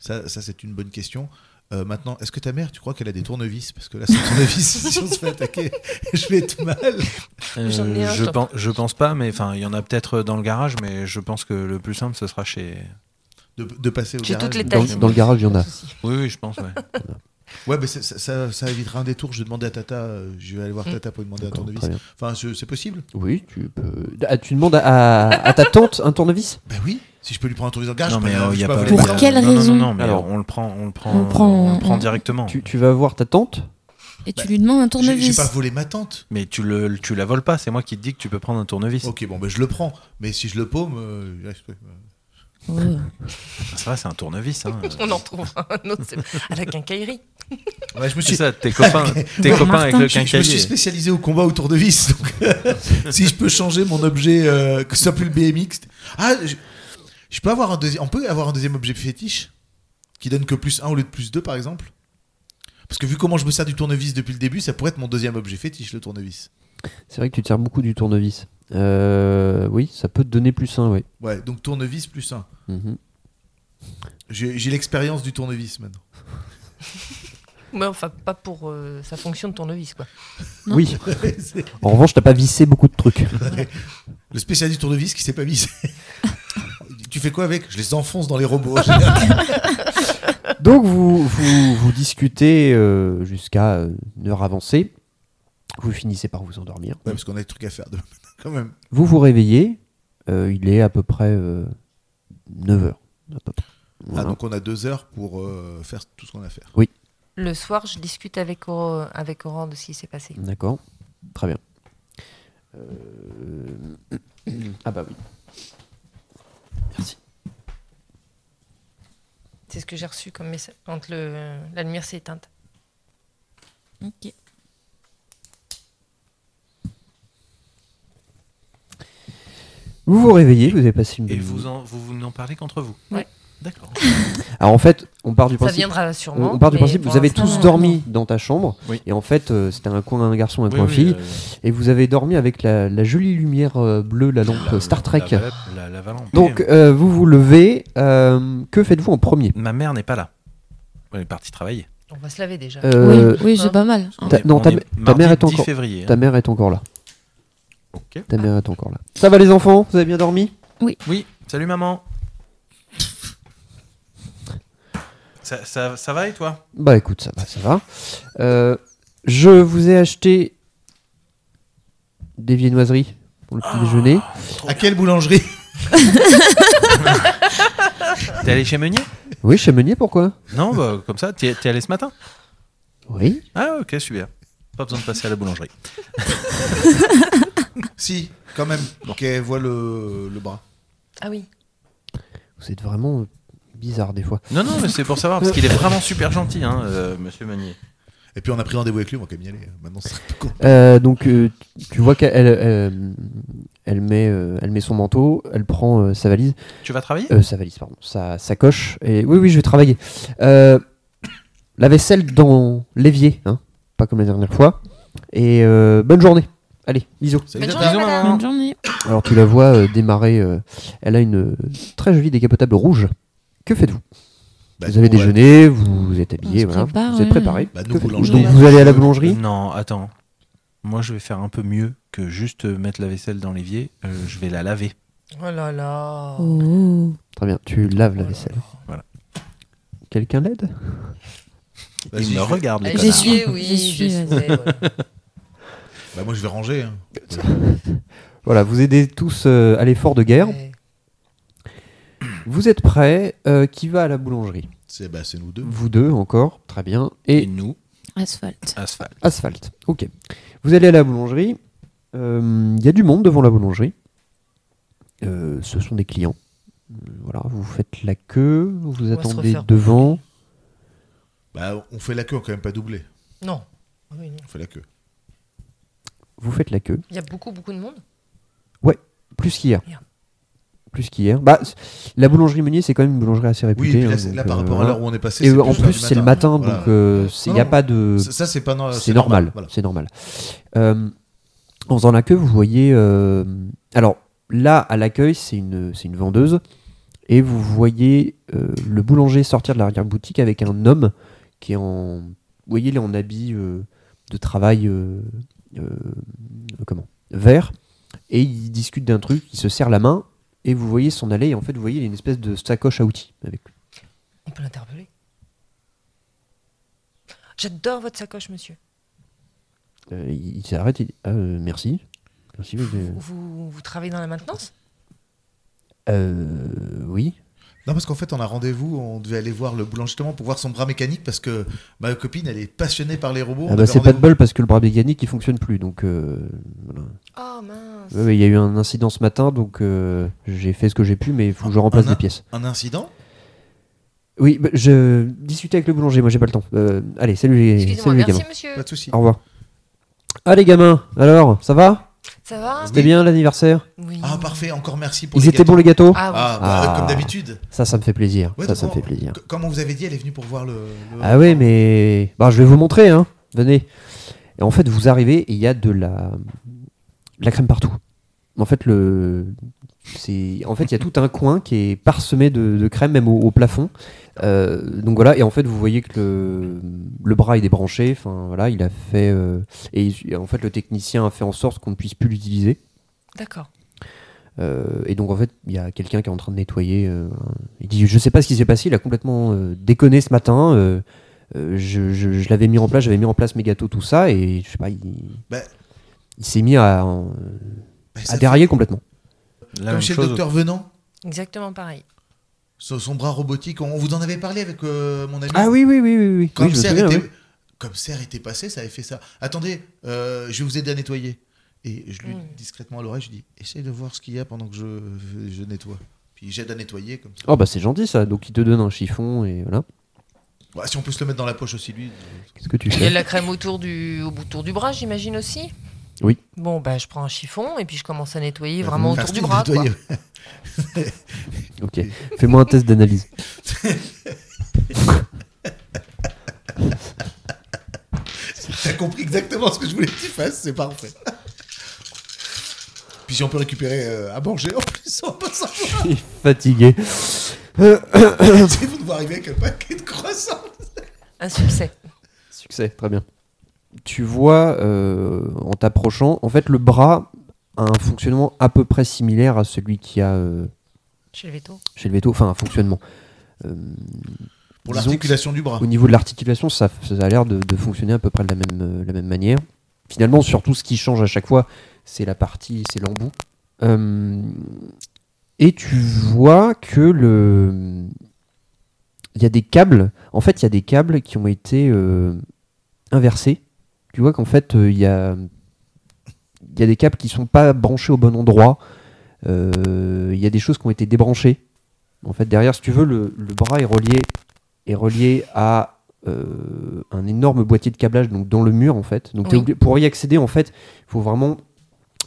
S2: Ça, ça, c'est une bonne question. Euh, maintenant, est-ce que ta mère, tu crois qu'elle a des tournevis Parce que là, sans tournevis, si on se fait attaquer, je vais être mal.
S4: euh,
S5: J'en ai un,
S4: je,
S5: je
S4: pense, je pense pas, mais enfin, il y en a peut-être euh, dans le garage, mais je pense que le plus simple, ce sera chez.
S2: De, de passer au
S5: J'ai
S2: garage.
S5: toutes les
S1: Dans,
S5: tailles.
S1: dans le garage, il y en a.
S4: Oui, oui, je pense, ouais.
S2: Ouais, mais ça, ça- ça- ça évitera un détour. Je vais demander à Tata. euh, Je vais aller voir Tata pour lui demander un
S1: D'accord,
S2: tournevis.
S1: très bien.
S2: Enfin, je- c'est possible
S1: Oui, tu peux. Ah, tu demandes à, à ta tante un tournevis
S2: Bah oui. Si je peux lui prendre un tournevis dans le garage,
S4: non, mais
S2: je
S4: euh, il y a
S2: peux
S4: pas.
S2: avaler
S6: Pour
S2: le
S4: non,
S2: garage.
S6: quelle
S4: non,
S6: raison
S4: Non, non, mais
S1: Alors,
S4: on le prend, on le prend,
S6: on le prend- euh,
S4: on le prend
S6: on-
S4: directement.
S1: tu, tu vas voir ta tante
S6: Et tu lui demandes un
S2: J'ai Bah, j'ai
S6: tournevis.
S2: pas volé ma tante.
S4: Mais tu le, tu la voles pas. C'est moi qui te dis que tu peux prendre un tournevis.
S2: Ok, bon, ben je le prends. Mais si je le paume. euh, là, je-
S6: Ouais.
S4: Ça, va, c'est un tournevis. Hein.
S5: On en trouve un autre c'est- à la quincaillerie.
S2: Ouais, je me
S4: C'est
S2: suis.
S4: ça, tes copains, tes
S6: Ouais,
S4: copains avec
S6: Martin,
S4: le
S2: Je, je me suis
S4: quincaillier.
S2: spécialisé au combat autour de vis. Donc, si je peux changer mon objet, euh, que ce soit plus le BMX. Ah, je, je peux avoir un deuxième. On peut avoir un deuxième objet fétiche qui donne que plus 1 au lieu de plus 2, par exemple. Parce que vu comment je me sers du tournevis depuis le début, ça pourrait être mon deuxième objet fétiche, le tournevis.
S1: C'est vrai que tu tires beaucoup du tournevis. Euh, oui, ça peut te donner plus un, oui.
S2: Ouais, donc tournevis plus 1.
S1: Mhm.
S2: J'ai j'ai l'expérience du tournevis maintenant.
S5: Mais enfin, pas pour euh, sa fonction de tournevis, quoi.
S6: Non.
S1: Oui,
S2: C'est
S1: en revanche, t'as pas vissé beaucoup de trucs.
S2: le spécialiste du tournevis qui s'est pas mis. tu fais quoi avec Je les enfonce dans les robots.
S1: Donc, vous, vous, vous discutez euh, jusqu'à euh, une heure avancée. Vous finissez par vous endormir.
S2: Ouais, parce qu'on a des trucs à faire demain, quand même.
S1: Vous vous réveillez. Euh, il est à peu près 9 heures. à peu près.
S2: Ah,
S1: Voilà.
S2: donc on a deux heures pour euh, faire tout ce qu'on a à faire.
S5: Le soir, je discute avec, Auro- avec Aurore de ce qui s'est passé.
S1: D'accord. Très bien. Euh, Ah, bah oui. Merci.
S5: C'est ce que j'ai reçu comme message quand le, la lumière s'est éteinte.
S6: Ok.
S1: Vous vous réveillez, vous avez passé une
S4: Et
S1: bonne
S4: vous,
S1: nuit.
S4: en, vous, vous n'en parlez qu'entre vous.
S5: Ouais.
S4: D'accord.
S1: Alors, en fait, on part du
S5: Ça
S1: principe.
S5: viendra
S1: On,
S5: sûrement.
S1: on part du
S5: mais
S1: principe,
S5: pour
S1: vous avez
S5: l'instant, euh,
S1: tous
S6: non.
S1: dormi dans ta chambre,
S4: Oui.
S1: et en fait, euh, c'était un coin un garçon, un
S4: Oui,
S1: coin
S4: oui,
S1: fille,
S4: euh,
S1: et vous avez dormi avec la, la jolie lumière euh, bleue, la lampe euh, Star Trek.
S4: La, la, la- la Valente.
S1: Donc, euh, vous vous levez, euh, que faites-vous en premier
S4: ma mère n'est pas là. Elle est partie travailler.
S5: On va se laver déjà.
S1: Euh,
S6: oui, oui c'est
S5: hein.
S6: pas mal.
S4: On
S1: Ta-
S4: est-
S1: non,
S4: on
S1: ta- ta
S4: mardi
S1: mère est
S4: 10
S1: encore-
S4: février. hein.
S1: Ta mère est encore là.
S4: Ok.
S1: Ta mère est encore là. Ça va les enfants Vous avez bien dormi
S4: Oui, salut maman. Ça, ça- ça va et toi
S1: Bah écoute, ça va, ça va. Euh, je vous ai acheté des viennoiseries pour le
S4: Ah.
S1: petit déjeuner.
S2: À quelle boulangerie
S4: T'es allé chez Meunier
S1: Oui, chez Meunier, pourquoi
S4: Non, bah, comme ça. T'es t'es allé ce matin
S1: Oui.
S4: Ah, ok, super. Pas besoin de passer à la boulangerie.
S2: Si, quand même, qu'elle voit le, le bras.
S5: Ah oui.
S1: Vous êtes vraiment euh, bizarre des fois.
S4: Non, non, mais c'est pour savoir, parce qu'il est vraiment super gentil, hein, euh, monsieur Meunier.
S2: Et puis on a pris rendez-vous avec lui, on va quand même y aller. Maintenant, c'est un peu con.
S1: Euh, donc, euh, tu vois qu'elle elle, elle- elle met, euh, elle met son manteau, elle prend euh, sa valise.
S4: Tu vas travailler
S1: Euh, sa valise, pardon, sa sacoche. Et oui, oui, je vais travailler. Euh, la vaisselle dans l'évier, hein, pas comme la dernière fois. Et euh, bonne journée. Allez, bisous.
S2: Salut,
S5: Bonne
S2: Nathan.
S5: journée, madame.
S6: Bonne journée.
S1: Alors tu la vois euh, démarrer. euh, elle a une euh, très jolie décapotable rouge. Que faites-vous
S2: Bah,
S1: Vous avez
S2: nous, on va-
S1: déjeuné, vous vous êtes habillé,
S6: se
S1: voilà.
S6: prépare,
S1: vous êtes
S6: ouais.
S1: préparé.
S2: Bah,
S1: Que
S2: nous, Mmh.
S1: faites-vous
S2: boulanger.
S1: Donc vous allez à la
S4: Euh,
S1: boulangerie
S4: Non, attends. Moi, je vais faire un peu mieux que juste euh, mettre la vaisselle dans l'évier. Euh, je vais la laver.
S5: Oh là là.
S6: Oh.
S1: Très bien, tu laves la vaisselle.
S4: Voilà.
S1: Quelqu'un l'aide
S2: Vas-y,
S4: Il
S2: je
S4: me
S2: vais-
S4: regarde, les
S5: Allez,
S6: J'y
S4: connards.
S6: suis,
S5: oui,
S6: j'y suis,
S5: je
S6: vas-y.
S5: sais, ouais.
S2: Bah, moi, je vais ranger. hein.
S1: Voilà, vous aidez tous euh, à l'effort de guerre.
S5: Ouais.
S1: Vous êtes prêts euh, Qui va à la boulangerie
S2: C'est bah, c'est nous deux.
S1: Vous deux encore, très bien.
S4: Et
S1: Et
S4: nous,
S6: Asphalte.
S4: asphalte.
S1: asphalte. Ok. Vous allez à la boulangerie. Euh, Il y a du monde devant la boulangerie. Euh, ce sont des clients. Euh, Voilà, vous faites la queue, vous
S5: On va se
S1: attendez
S5: refaire.
S1: devant.
S2: Bah, on fait la queue, on a quand même pas doublé.
S5: Non. Ah oui, non.
S2: On fait la queue.
S1: Vous faites la queue.
S5: Il y a beaucoup, beaucoup de monde.
S1: Plus qu'hier.
S5: Merde.
S1: Plus qu'hier. Bah, c- la boulangerie Meunier, c'est quand même une boulangerie assez
S2: Oui, et
S1: réputée.
S2: puis là,
S1: hein,
S2: c'est-
S1: donc,
S2: là, par
S1: euh,
S2: rapport à
S1: voilà.
S2: l'heure où on est passé.
S1: Et
S2: c'est
S1: euh, en
S2: plus l'heure
S1: plus,
S2: du
S1: c'est le matin,
S2: Voilà.
S1: donc euh, c'est- il n'y a
S2: Non,
S1: pas de.
S2: Ça, ça, c'est pas no-
S1: Ah, C'est normal,
S2: voilà.
S1: c'est normal. Euh, en faisant la queue, vous voyez. euh, alors là, à l'accueil, c'est une, c'est une vendeuse. Et vous voyez euh, le boulanger sortir de l'arrière-boutique avec un homme qui est en. Vous voyez, il est en habit euh, de travail. euh, euh, comment Vert. Et il discute d'un truc, il se serre la main. Et vous voyez s'en aller. Et en fait, vous voyez, il a une espèce de sacoche à outils. Avec...
S5: On peut l'interpeller. J'adore votre sacoche, monsieur.
S1: euh, il il s'arrête et dit Ah, euh, Merci. Merci. mais, euh,
S5: Vous, vous travaillez dans la maintenance
S1: euh, oui.
S2: Non, parce qu'en fait, on a rendez-vous, on devait aller voir le boulanger justement pour voir son bras mécanique parce que ma copine, elle est passionnée par les robots.
S1: Ah
S2: on
S1: bah,
S2: avait
S1: c'est pas de
S2: rendez-vous.
S1: bol parce que le bras mécanique il fonctionne plus donc euh, voilà.
S5: Oh mince.
S1: Ouais, ouais, il y a eu un incident ce matin donc euh, j'ai fait ce que j'ai pu mais il faut que je remplace
S2: Un-
S1: des pièces.
S2: Un incident
S1: Oui, bah, je discutais avec le boulanger, moi j'ai pas le temps. Euh, allez, salut les,
S5: Excusez-moi,
S1: salut les
S5: merci,
S1: gamins.
S5: monsieur.
S2: Pas de souci.
S1: Au revoir. Ah les gamins, alors ça va
S5: Ça va
S1: C'était bien l'anniversaire
S5: Oui.
S2: Ah, parfait, encore merci pour
S1: Ils
S2: les
S1: étaient bons les gâteaux
S5: Ah, oui.
S2: Ah, bah,
S1: Ah.
S2: comme d'habitude.
S1: Ça, ça me fait plaisir.
S2: Ouais,
S1: ça,
S2: donc,
S1: ça me
S2: on-
S1: fait plaisir.
S2: c- Comme on vous avait dit, elle est venue pour voir le. le-
S1: Ah ouais, mais bah, je vais vous montrer, hein. Venez. Et en fait, vous arrivez et il y a de la, de la crème partout. En fait, le, c'est, en fait, il y a tout un coin qui est parsemé de, de crème, même au, au plafond. Euh, donc voilà. Et en fait, vous voyez que le, le bras est débranché. Enfin voilà, il a fait. euh, et il- en fait, le technicien a fait en sorte qu'on ne puisse plus l'utiliser.
S5: D'accord.
S1: Euh, et donc en fait, il y a quelqu'un qui est en train de nettoyer. euh, il dit, je sais pas ce qui s'est passé, il a complètement euh, déconné ce matin. euh, euh, je je- je l'avais mis en place, j'avais mis en place mes gâteaux, tout ça, et je sais pas, il,
S2: Bah.
S1: il s'est mis à, en-
S2: Bah,
S1: à
S2: ça
S1: dérailler complètement.
S4: La
S2: fait- Comme
S4: même
S2: chez le
S4: chose.
S2: docteur Venant,
S5: Exactement pareil.
S2: son, son bras robotique. On, on vous en avait parlé avec euh, mon ami.
S1: Ah oui, oui, oui, oui, oui.
S2: Comme
S1: oui, je me
S2: Serre
S1: souviens,
S2: était...
S1: oui.
S2: comme Serre était passé, ça avait fait ça. Attendez, euh, je vais vous aider à nettoyer. Et je lui
S5: Mm.
S2: discrètement à l'oreille, je lui dis essaye de voir ce qu'il y a pendant que je, je nettoie. Puis j'aide à nettoyer comme ça.
S1: Oh bah c'est gentil ça, donc il te donne un chiffon et voilà.
S2: Ouais, Bah, si on peut se le mettre dans la poche aussi, lui.
S1: Qu'est-ce que tu
S5: Il y a
S1: fais
S5: de la crème autour du, au bout- autour du bras, j'imagine aussi
S1: Oui. Bah,
S5: Bon, bah, je prends un chiffon et puis je commence à nettoyer vraiment
S2: Enfin,
S5: autour du
S2: je
S5: bras.
S2: nettoyer.
S1: Ok, fais-moi un test d'analyse.
S2: T'as compris exactement ce que je voulais que tu fasses, c'est parfait. Puis si on peut récupérer euh, à manger, en plus, on va pas savoir.
S1: Il est fatigué.
S2: Ils vont devoir arriver avec un paquet de croissants.
S5: quoi. Un succès.
S1: Succès, très bien. Tu vois, euh, en t'approchant, en fait, le bras a un fonctionnement à peu près similaire à celui qu'il y a euh,
S5: Chez le veto.
S1: chez le veto, enfin un fonctionnement. Euh,
S2: Pour
S1: disons que
S2: l'articulation du bras.
S1: au niveau de l'articulation, ça, ça a l'air de, de fonctionner à peu près de la même, euh, la même manière. finalement, surtout ce qui change à chaque fois, c'est la partie, c'est l'embout. Euh, et tu vois que le. Il y a des câbles. En fait, il y a des câbles qui ont été euh, inversés. Tu vois qu'en fait, euh, il y a. Il y a des câbles qui sont pas branchés au bon endroit. Euh, Il y a des choses qui ont été débranchées. En fait, derrière, si tu veux, le, le bras est relié, est relié à euh, un énorme boîtier de câblage donc dans le mur en fait. Donc t'es
S5: Oui.
S1: obligé- pour y accéder en fait, il faut vraiment,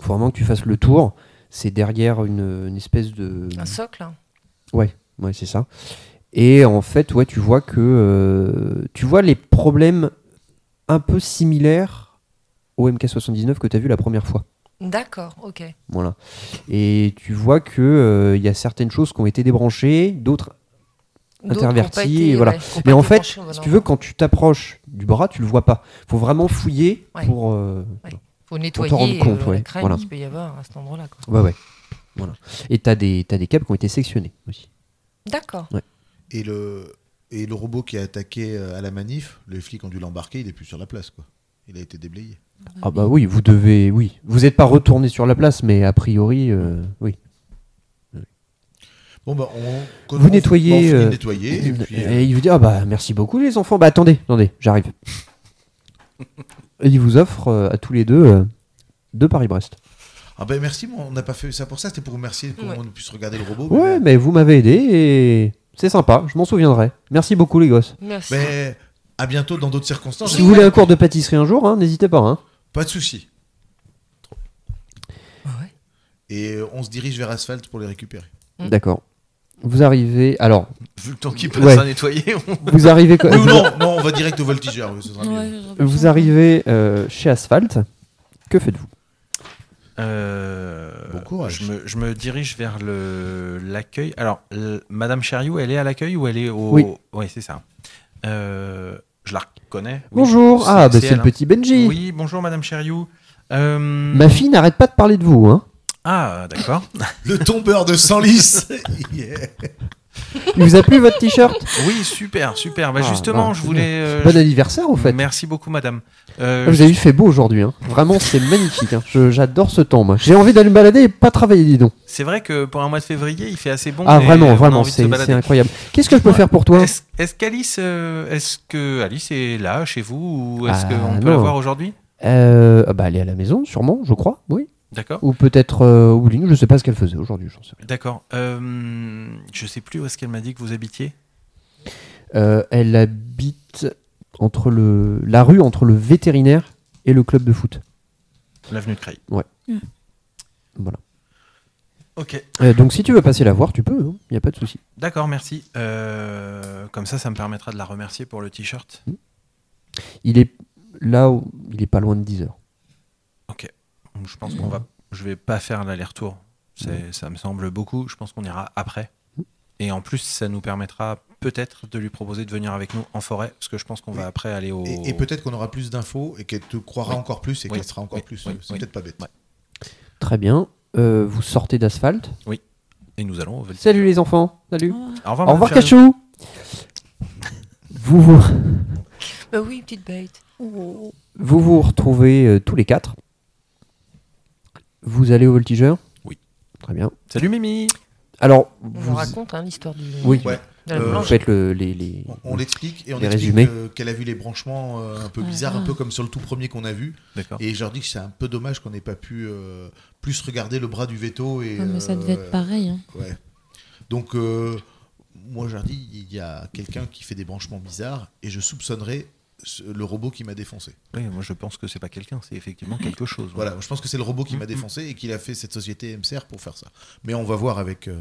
S1: faut vraiment que tu fasses le tour. C'est derrière une, une espèce de
S5: Un socle. hein.
S1: Ouais, c'est ça. Et en fait, ouais, tu vois que euh, tu vois les problèmes un peu similaires au MK79 que tu as vu la première fois.
S5: D'accord, ok.
S1: Voilà. Et tu vois que euh, il y a certaines choses qui ont été débranchées, d'autres.
S5: D'autres
S1: Interverti,
S5: ont pas été-
S1: et voilà.
S5: ouais, qui ont
S1: Mais
S5: pas
S1: en
S5: été
S1: fait,
S5: branchés au bon
S1: Si tu veux,
S5: endroit.
S1: quand tu t'approches du bras, tu le vois pas. Faut vraiment fouiller
S5: Ouais.
S1: pour. euh,
S5: faut nettoyer
S1: rendre compte,
S5: euh,
S1: ouais,
S5: la crème
S1: voilà.
S5: qu'il peut y avoir à cet endroit-là. quoi.
S1: Ouais, ouais. Voilà. Et t'as des t'as des câbles qui ont été sectionnés aussi.
S5: D'accord.
S2: Et le, et le robot qui a attaqué euh, à la manif, les flics ont dû l'embarquer, il est plus sur la place, quoi. Il a été déblayé.
S1: Ah bah oui, vous devez, oui. Vous n'êtes pas retourné sur la place, mais a priori, euh, oui.
S2: Bon, bah, on. quand
S1: Vous
S2: on-
S1: nettoyez,
S2: on finit de
S1: euh,
S2: nettoyer, et puis, euh,
S1: Et il vous dit ah bah merci beaucoup les enfants. Bah attendez, attendez, j'arrive. Et il vous offre euh, à tous les deux euh, deux Paris-Brest.
S2: Ah ben merci, moi, on n'a pas fait ça pour ça, c'était pour vous remercier, pour
S5: Ouais.
S2: qu'on puisse regarder le robot.
S1: Ouais,
S2: mais...
S1: mais vous m'avez aidé et c'est sympa. Je m'en souviendrai. Merci beaucoup les gosses.
S5: Merci.
S2: mais à bientôt dans d'autres circonstances,
S1: Si vous voulez un cours de pâtisserie un jour, hein, n'hésitez pas. Hein.
S2: pas de souci.
S5: Ah Ouais.
S2: Et euh, on se dirige vers Asphalt pour les récupérer.
S5: Mm.
S1: D'accord. Vous arrivez. Alors,
S4: Vu le temps qui passe
S1: Ouais.
S4: à nettoyer, on-
S1: vous arrivez.
S2: Oui ou non, non, on va direct au voltigeur, oui, ce sera mieux.
S1: Vous arrivez euh, chez Asphalt. Que faites-vous
S4: Euh,
S2: Bon courage.
S4: Je me, je me dirige vers le l'accueil. Alors, l- Madame Chariou, elle est à l'accueil ou elle est au.
S1: Oui.
S4: Ouais, c'est ça. Euh, je la reconnais. Oui,
S1: Bonjour.
S4: c'est-
S1: Ah bah c'est
S4: elle,
S1: le
S4: hein.
S1: petit Bah, Benji.
S4: Oui, bonjour Madame Chariou. Euh,
S1: Ma fille n'arrête pas de parler de vous. Hein.
S4: Ah, d'accord.
S2: Le tombeur de Senlis Yeah.
S1: Il vous a plu votre t-shirt
S4: Oui, super, super. Bah,
S1: Ah,
S4: justement,
S1: bah,
S4: je
S1: c'est
S4: voulais. euh,
S1: Bon
S4: je-
S1: anniversaire au fait.
S4: Merci beaucoup, Madame. Euh,
S1: Ah, Vous avez fait beau aujourd'hui, hein. vraiment c'est magnifique. hein. Je- J'adore ce temps, moi. J'ai envie d'aller me balader et pas travailler, dis donc.
S4: C'est vrai que pour un mois de février, il fait assez bon.
S1: ah
S4: et on
S1: vraiment,
S4: a
S1: vraiment,
S4: envie de se
S1: c'est
S4: balader.
S1: c'est incroyable. Qu'est-ce que je peux
S4: Dites-moi,
S1: faire pour toi
S4: Est-ce est-ce qu'Alice, euh, est-ce que Alice est là chez vous ou est-ce
S1: Ah,
S4: qu'on peut
S1: non.
S4: la voir aujourd'hui
S1: euh, ah bah, Aller à la maison, sûrement, je crois, oui.
S4: D'accord.
S1: Ou peut-être euh, au bowling, je sais pas ce qu'elle faisait aujourd'hui, j'en sais
S4: D'accord. Euh, je sais plus où est-ce qu'elle m'a dit que vous habitiez.
S1: rien. Euh, elle habite entre le la rue entre le vétérinaire et le club de foot.
S4: L'avenue de Creil.
S1: Ouais.
S6: Mm.
S1: Voilà.
S4: Ok.
S1: Euh, donc si tu veux passer la voir, tu peux, hein, il n'y a pas de souci.
S4: D'accord, merci. Euh, comme ça, ça me permettra de la remercier pour le t-shirt.
S1: Il est là, où- il est pas loin de 10 heures.
S4: Donc, Je pense qu'on va. Je vais pas faire l'aller-retour. C'est- Ça me semble beaucoup. Je pense qu'on ira après. Et en plus, ça nous permettra peut-être de lui proposer de venir avec nous en forêt, parce que je pense qu'on va après aller au.
S2: Et, et peut-être qu'on aura plus d'infos et qu'elle te croira
S4: Oui.
S2: encore plus et
S4: Oui.
S2: qu'elle sera encore
S4: Oui.
S2: plus.
S4: Oui.
S2: C'est
S4: Oui.
S2: peut-être pas bête.
S4: Ouais.
S1: Très bien. Euh, vous sortez d'asphalte.
S4: Et nous allons. Au Vel-
S1: Salut les enfants. Salut.
S4: Au revoir.
S1: Au
S4: Madame
S1: revoir
S4: Chariot.
S1: Cachou. Vous vous,
S5: Bah oui, petite bête.
S1: vous vous retrouvez euh, tous les quatre. Vous allez au voltigeur
S4: Oui.
S1: Très bien.
S4: Salut Mimi.
S1: Alors,
S5: On
S1: vous,
S5: raconte hein, l'histoire du.
S1: oui,
S2: Ouais.
S5: de la
S2: Euh,
S1: vous
S5: blanche.
S1: faites le, les, les-
S2: On, on l'explique et on
S1: Les
S2: explique
S1: résumés.
S2: euh, qu'elle a vu les branchements euh, un peu bizarres, un peu comme sur le tout premier qu'on a vu.
S4: D'accord.
S2: Et je leur dis que c'est un peu dommage qu'on n'ait pas pu euh, plus regarder le bras du veto. Et,
S6: Ah, mais ça
S2: euh,
S6: devait être pareil. hein.
S2: ouais. Donc, euh, moi, je leur dis il y a quelqu'un qui fait des branchements bizarres et je soupçonnerai ce- le robot qui m'a défoncé.
S4: Oui, moi je pense que c'est pas quelqu'un, c'est effectivement quelque chose.
S2: Voilà, je pense que c'est le robot qui m'a
S4: Mhm.
S2: défoncé et qu'il a fait cette société MCR pour faire ça. Mais on va voir avec. euh,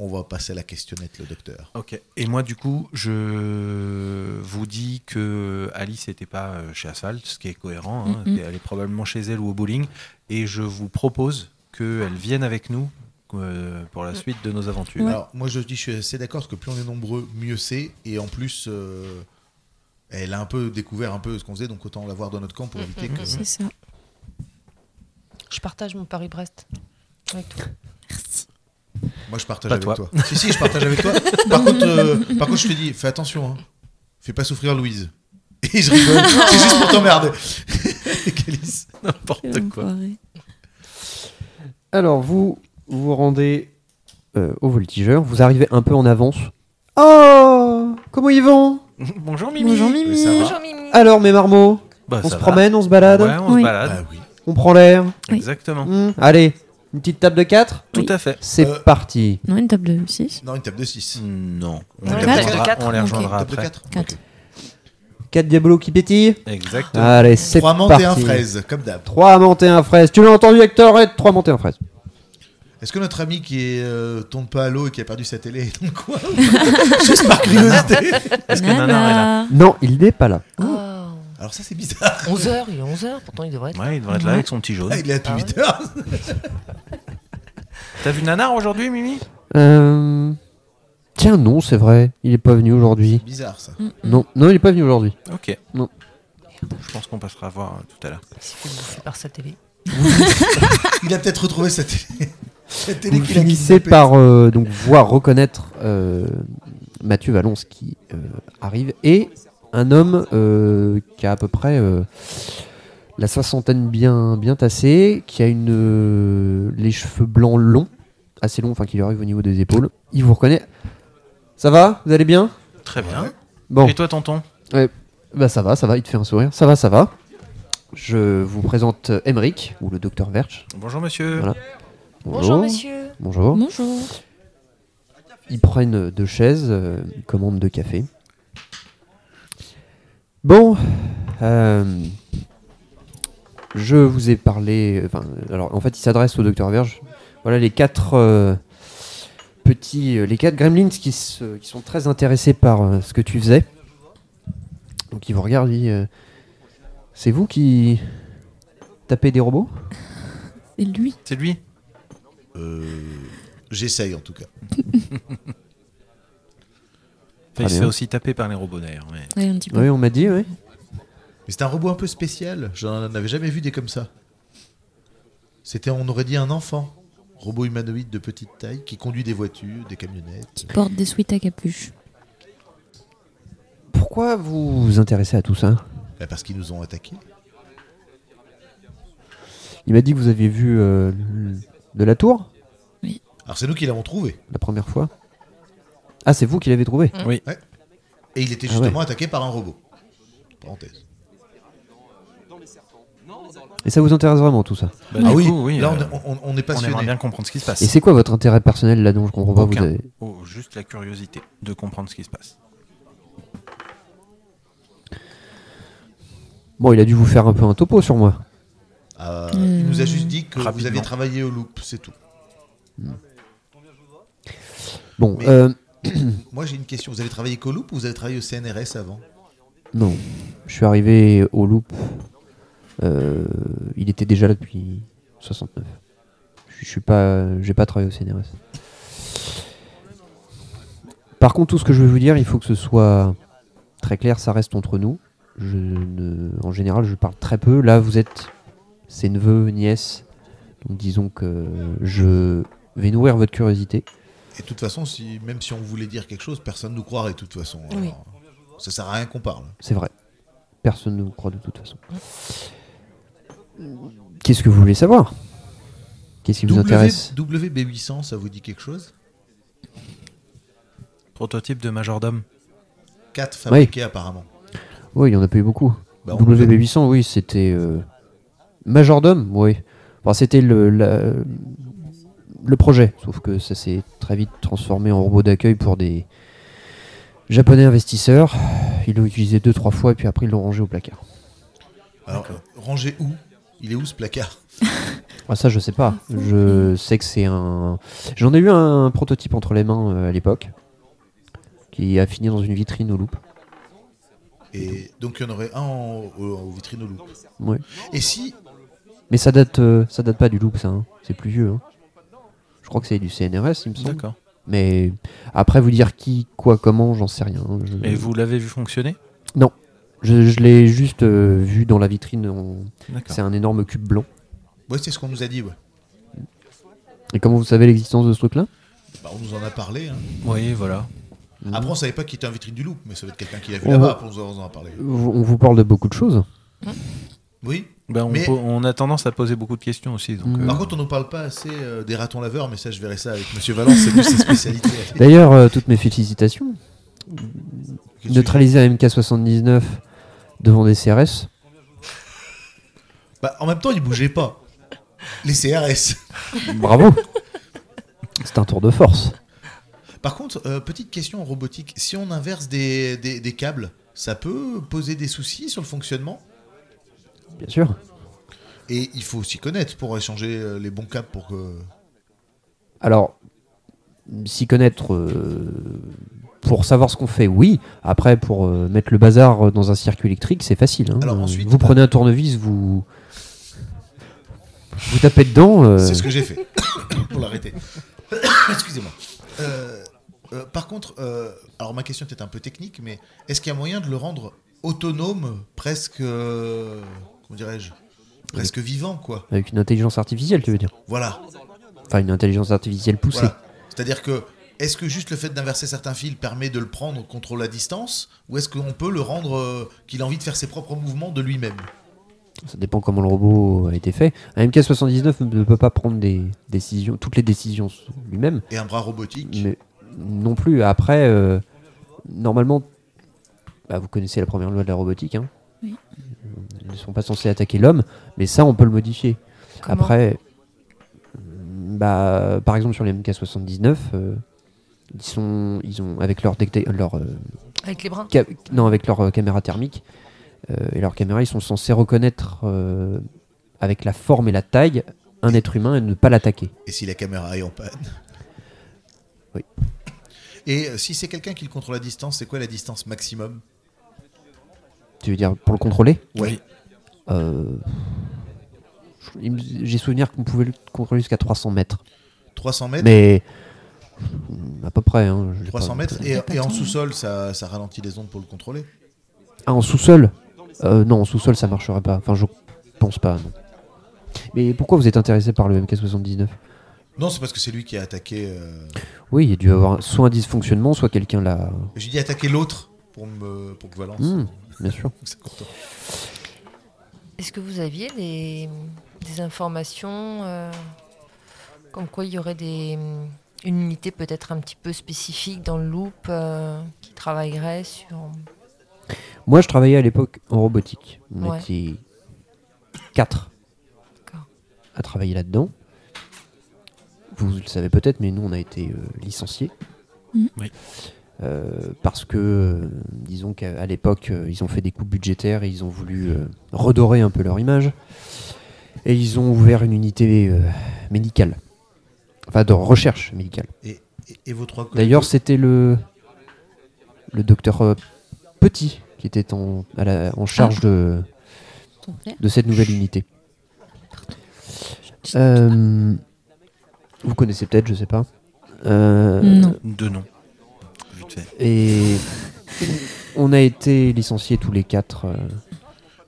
S2: on va passer à la questionnette, le docteur.
S4: Ok. Et moi, du coup, je vous dis que Alice n'était pas euh, chez Asphalt, ce qui est cohérent. hein.
S6: Mm, mm.
S4: Elle est probablement chez elle ou au bowling. Et je vous propose qu'elle vienne avec nous euh, pour la suite de nos aventures.
S2: Alors, moi, je dis, je suis assez d'accord, parce que plus on est nombreux, mieux c'est. Et en plus, euh, elle a un peu découvert un peu ce qu'on faisait, donc autant la voir dans notre camp
S4: Mm,
S2: pour éviter que.
S6: C'est ça.
S5: Je partage mon Paris-Brest. Avec toi.
S6: Merci.
S2: Moi, je partage
S4: mm. Pas
S2: avec
S4: toi.
S2: toi. si, si, je partage avec toi. Par contre, euh, par contre, je te dis, fais attention. Hein. Fais pas souffrir Louise. Et je rigole. C'est juste pour t'emmerder. Calice.
S4: N'importe
S6: Quel
S4: quoi.
S6: enfoiré.
S1: Alors, vous vous rendez euh, au voltigeur, vous arrivez un peu en avance. Oh Comment ils vont
S4: Bonjour Mimi.
S6: Bonjour Mimi.
S1: Ah.
S2: Ça va
S5: Bonjour Mimi.
S1: Alors, mes marmots,
S4: Bah,
S1: on
S4: ça
S1: se
S4: va.
S1: promène, on se balade,
S4: Ouais, on
S6: Oui.
S4: se balade.
S2: Bah oui.
S1: on prend l'air.
S6: Oui.
S4: Exactement.
S1: Hmm, allez, une petite table de 4
S4: Tout
S6: Oui.
S4: à fait.
S1: C'est
S2: Euh,
S1: parti.
S6: Non, une table de 6.
S2: Non, une table de 6.
S4: Non.
S5: Ouais,
S4: On les
S6: quatre.
S4: rejoindra,
S5: Quatre,
S4: on les
S6: ok.
S4: rejoindra
S2: Table de
S4: après.
S2: 4.
S6: 4.
S1: 4 diabolos qui pétillent.
S4: Exactement.
S1: Allez, c'est
S2: 3
S1: parti.
S2: menthes et un fraise, comme d'hab.
S1: 3 menthes et un fraise. Tu l'as entendu, Hector 3 menthes et un fraise.
S2: Est-ce que notre ami qui est, euh, tombe pas à l'eau et qui a perdu sa télé est dans le coin ou pas Juste par curiosité.
S4: Est-ce que Nana est là
S1: Non, il n'est pas là. Ah.
S5: Oh.
S2: Alors ça, c'est bizarre.
S5: 11h, il est 11h, pourtant il devrait être.
S4: Ouais, il devrait être là avec son petit jaune.
S2: Ah, il est à
S5: Ah ouais.
S2: 8 heures.
S4: T'as vu Nanar aujourd'hui, Mimi
S1: Euh... Tiens, non, c'est vrai. Il n'est pas venu aujourd'hui.
S2: Bizarre ça.
S1: Non, non, il n'est pas venu aujourd'hui.
S4: Ok.
S1: Non.
S4: Je pense qu'on passera voir euh, tout à l'heure.
S5: Il s'est fait bouffer par sa télé.
S2: Il a peut-être retrouvé sa télé. La télé
S1: Vous
S2: qu'il a
S1: finissez
S2: kidnappée.
S1: par euh, donc voir reconnaître euh, Mathieu Valence qui euh, arrive et un homme euh, qui a à peu près euh, la soixantaine bien bien tassée, qui a une euh, les cheveux blancs longs, assez longs, enfin qui lui arrivent au niveau des épaules. Il vous reconnaît. Ça va Vous allez bien
S4: Très bien.
S1: Bon,
S4: Et toi, tonton
S1: bah ça va, ça va. Il te fait un sourire. Ça va, ça va. Je vous présente Emeric ou le docteur Verch.
S4: Bonjour, monsieur.
S1: Voilà. Oh.
S5: Bonjour monsieur.
S1: Bonjour.
S6: Bonjour.
S1: Ils prennent deux chaises, euh, ils commandent deux cafés. Bon, euh, je vous ai parlé. enfin, alors, en fait, il s'adresse au docteur Verge. Voilà les quatre euh, petits, euh, les quatre gremlins qui, se- qui sont très intéressés par euh, ce que tu faisais. Donc, ils vous regardent. ils, euh, C'est vous qui tapez des robots
S6: C'est lui.
S4: C'est lui
S2: Euh, J'essaye en tout cas.
S1: Très
S4: Il se fait
S1: bien.
S4: aussi taper par les robots d'ailleurs. mais-
S6: Ouais, un petit peu.
S1: Oui, on m'a dit. Oui.
S2: Mais c'est un robot un peu spécial. J'en avais jamais vu des comme ça. C'était, on aurait dit, un enfant. Robot humanoïde de petite taille qui conduit des voitures, des camionnettes.
S6: Qui porte des suites à capuche.
S1: Pourquoi vous vous intéressez à tout ça
S2: Bah, Parce qu'ils nous ont attaqués.
S1: Il m'a dit que vous aviez vu euh, le- de la tour.
S2: Alors c'est nous qui l'avons trouvé.
S1: la première fois. Ah, c'est vous qui l'avez trouvé
S2: Et il était
S1: Ah
S2: justement attaqué par un robot. Parenthèse.
S1: Et ça vous intéresse vraiment tout ça
S4: Bah,
S2: ah
S4: du
S2: oui,
S4: coup, oui,
S2: là
S4: euh,
S2: on- on, on est
S4: on
S2: passionné.
S4: aimerait bien comprendre ce qui se passe.
S1: Et c'est quoi votre intérêt personnel là-dedans Je comprends pas. Vous
S4: Aucun.
S1: avez-
S4: Oh, juste la curiosité de comprendre ce qui se passe.
S1: Bon, il a dû vous faire un peu un topo sur moi.
S2: Euh, Il nous a juste dit que vous
S4: Rapidement.
S2: aviez travaillé au loop, c'est tout.
S1: Bon,
S2: Mais-
S1: euh,
S2: Moi j'ai une question. Vous avez travaillé qu'au loop ou vous avez travaillé au CNRS avant
S1: non. Je suis arrivé au loop. Euh, il était déjà là depuis 69. Je je suis pas, j'ai pas travaillé au CNRS. Par contre, tout ce que je veux vous dire, il faut que ce soit très clair. Ça reste entre nous. Je ne- en général, je parle très peu. Là, vous êtes ses neveux, nièces. Donc, disons que je vais nourrir votre curiosité.
S2: Et de toute façon, si, même si on voulait dire quelque chose, personne nous croirait de toute façon.
S5: Oui.
S2: Alors, ça sert à rien qu'on parle.
S1: C'est vrai. Personne ne vous croit de toute façon. Qu'est-ce que vous voulez savoir Qu'est-ce qui vous intéresse
S2: W- WB800, ça vous dit quelque chose
S4: Prototype de majordome.
S2: 4 fabriqués apparemment.
S1: Oui, il y en a pas eu beaucoup.
S2: Bah, on-
S1: WB800, oui, c'était. euh, Majordome, oui. Enfin, c'était le, la- le projet, sauf que ça s'est très vite transformé en robot d'accueil pour des japonais investisseurs. Ils l'ont utilisé deux, trois fois, et puis après ils l'ont rangé au placard.
S2: Alors, rangé où Il est où ce placard
S1: Ah, ça, je sais pas. Je sais que c'est un. J'en ai eu un prototype entre les mains euh, à l'époque, qui a fini dans une vitrine au loop.
S2: Et donc il y en aurait un en, au, au vitrine au loop.
S1: Ouais.
S2: Et si
S1: Mais ça date, euh, ça date pas du loop, ça. hein. C'est plus vieux. hein. Je crois que c'est du CNRS, il me semble.
S4: D'accord.
S1: Mais après, vous dire qui, quoi, comment, j'en sais rien. hein. Je,
S4: Et vous l'avez vu fonctionner
S1: je, je l'ai juste euh, vu dans la vitrine. en-
S4: D'accord.
S1: C'est un énorme cube blanc.
S2: Ouais, c'est ce qu'on nous a dit. ouais.
S1: Et comment vous savez l'existence de ce truc-là
S2: Bah, on nous en a parlé. hein.
S4: Oui, voilà.
S2: Après, on savait pas qu'il était en vitrine du loup, mais ça doit être quelqu'un qui l'a vu
S1: On
S2: là-bas
S1: va-
S2: pour nous en- nous en parler.
S1: Vous- On vous parle de beaucoup de choses.
S2: Oui
S4: Ben, on,
S2: Mais-
S4: po- on a tendance à poser beaucoup de questions aussi. Donc,
S1: Mm.
S4: euh,
S2: Par contre, on ne parle pas assez euh, des ratons laveurs, mais ça, je verrai ça avec Monsieur Valence, c'est de ses spécialités.
S1: D'ailleurs, euh, toutes mes félicitations.
S2: Qu'est-ce que tu-
S1: Neutraliser la MK79 devant des CRS.
S2: Bah, en même temps, ils bougeaient pas. Les CRS.
S1: Bravo C'est un tour de force.
S2: Par contre, euh, petite question en robotique. Si on inverse des, des- des câbles, ça peut poser des soucis sur le fonctionnement
S1: Bien sûr.
S2: Et il faut s'y connaître pour échanger euh, les bons câbles pour que.
S1: Alors, s'y connaître euh, pour savoir ce qu'on fait, oui. Après, pour euh, mettre le bazar dans un circuit électrique, c'est facile. hein.
S2: Alors
S1: Euh,
S2: ensuite-
S1: vous prenez un tournevis, vous. Vous tapez dedans. euh,
S2: C'est ce que j'ai fait. pour l'arrêter. Excusez-moi. Euh, euh, par contre, euh, alors ma question est peut-être un peu technique, mais est-ce qu'il y a moyen de le rendre autonome, presque. euh, comment dirais-je Presque vivant, quoi.
S1: Avec une intelligence artificielle, tu veux dire.
S2: Voilà.
S1: Enfin, une intelligence artificielle poussée.
S2: Voilà. C'est-à-dire que est-ce que juste le fait d'inverser certains fils permet de le prendre contre la distance ou est-ce qu'on peut le rendre euh, qu'il a envie de faire ses propres mouvements de lui-même
S1: Ça dépend comment le robot a été fait. Un MK79 ne peut pas prendre des décisions, toutes les décisions lui-même.
S2: Et un bras robotique
S1: Mais non plus. Après, euh, normalement, bah, vous connaissez la première loi de la robotique. hein.
S6: Oui.
S1: Ils ne sont pas censés attaquer l'homme, mais ça, on peut le modifier.
S5: Comment
S1: Après, euh, bah, par exemple, sur les MK79, euh, ils, sont, ils ont, avec leur, détec- leur euh,
S5: Avec les bras
S1: ca- non, avec leur euh, caméra thermique euh, et leur caméra, ils sont censés reconnaître euh, avec la forme et la taille un être humain et ne pas l'attaquer.
S2: Et si la caméra est en panne
S1: Oui.
S2: Et euh, si c'est quelqu'un qui le contrôle à distance, c'est quoi la distance maximum
S1: Tu veux dire pour le contrôler
S2: Ouais.
S1: Euh, je- il me- J'ai souvenir qu'on pouvait le contrôler jusqu'à 300 mètres.
S2: 300 mètres
S1: Mais mm, à peu près. hein, je l'ai
S2: 300
S1: pas-
S2: mètres et,
S6: J'ai pas
S2: et en
S6: tout.
S2: sous-sol, ça, ça ralentit les ondes pour le contrôler.
S1: Ah, en sous-sol Euh, Non, en sous-sol, ça marchera pas. Enfin, je pense pas. non. Mais pourquoi vous êtes intéressé par le MK79
S2: Non, c'est parce que c'est lui qui a attaqué. euh,
S1: Oui, il y a dû avoir soit un dysfonctionnement, soit quelqu'un l'a.
S2: J'ai dit attaquer l'autre pour, me, pour que Valence.
S1: Hmm, bien sûr.
S2: ça compte.
S5: Est-ce que vous aviez des, des informations euh, comme quoi il y aurait des, une unité peut-être un petit peu spécifique dans le loop euh, qui travaillerait sur...
S1: Moi, je travaillais à l'époque en robotique. On
S5: Ouais.
S1: était quatre
S5: D'accord.
S1: à travailler là-dedans. Vous le savez peut-être, mais nous, on a été euh, licenciés.
S6: Mhm.
S4: Oui.
S1: Euh, parce que, euh, disons qu'à à l'époque, euh, ils ont fait des coupes budgétaires et ils ont voulu euh, redorer un peu leur image. Et ils ont ouvert une unité euh, médicale. Enfin, de recherche médicale.
S2: Et, et- et vos trois collègues-
S1: D'ailleurs, c'était le le docteur euh, Petit qui était en, à la- en charge de,
S6: Ton père
S1: de cette nouvelle unité. Euh, vous connaissez peut-être, je sais pas. Euh,
S6: Non.
S4: Deux noms. Vite fait.
S1: Et on a été licenciés tous les quatre. euh.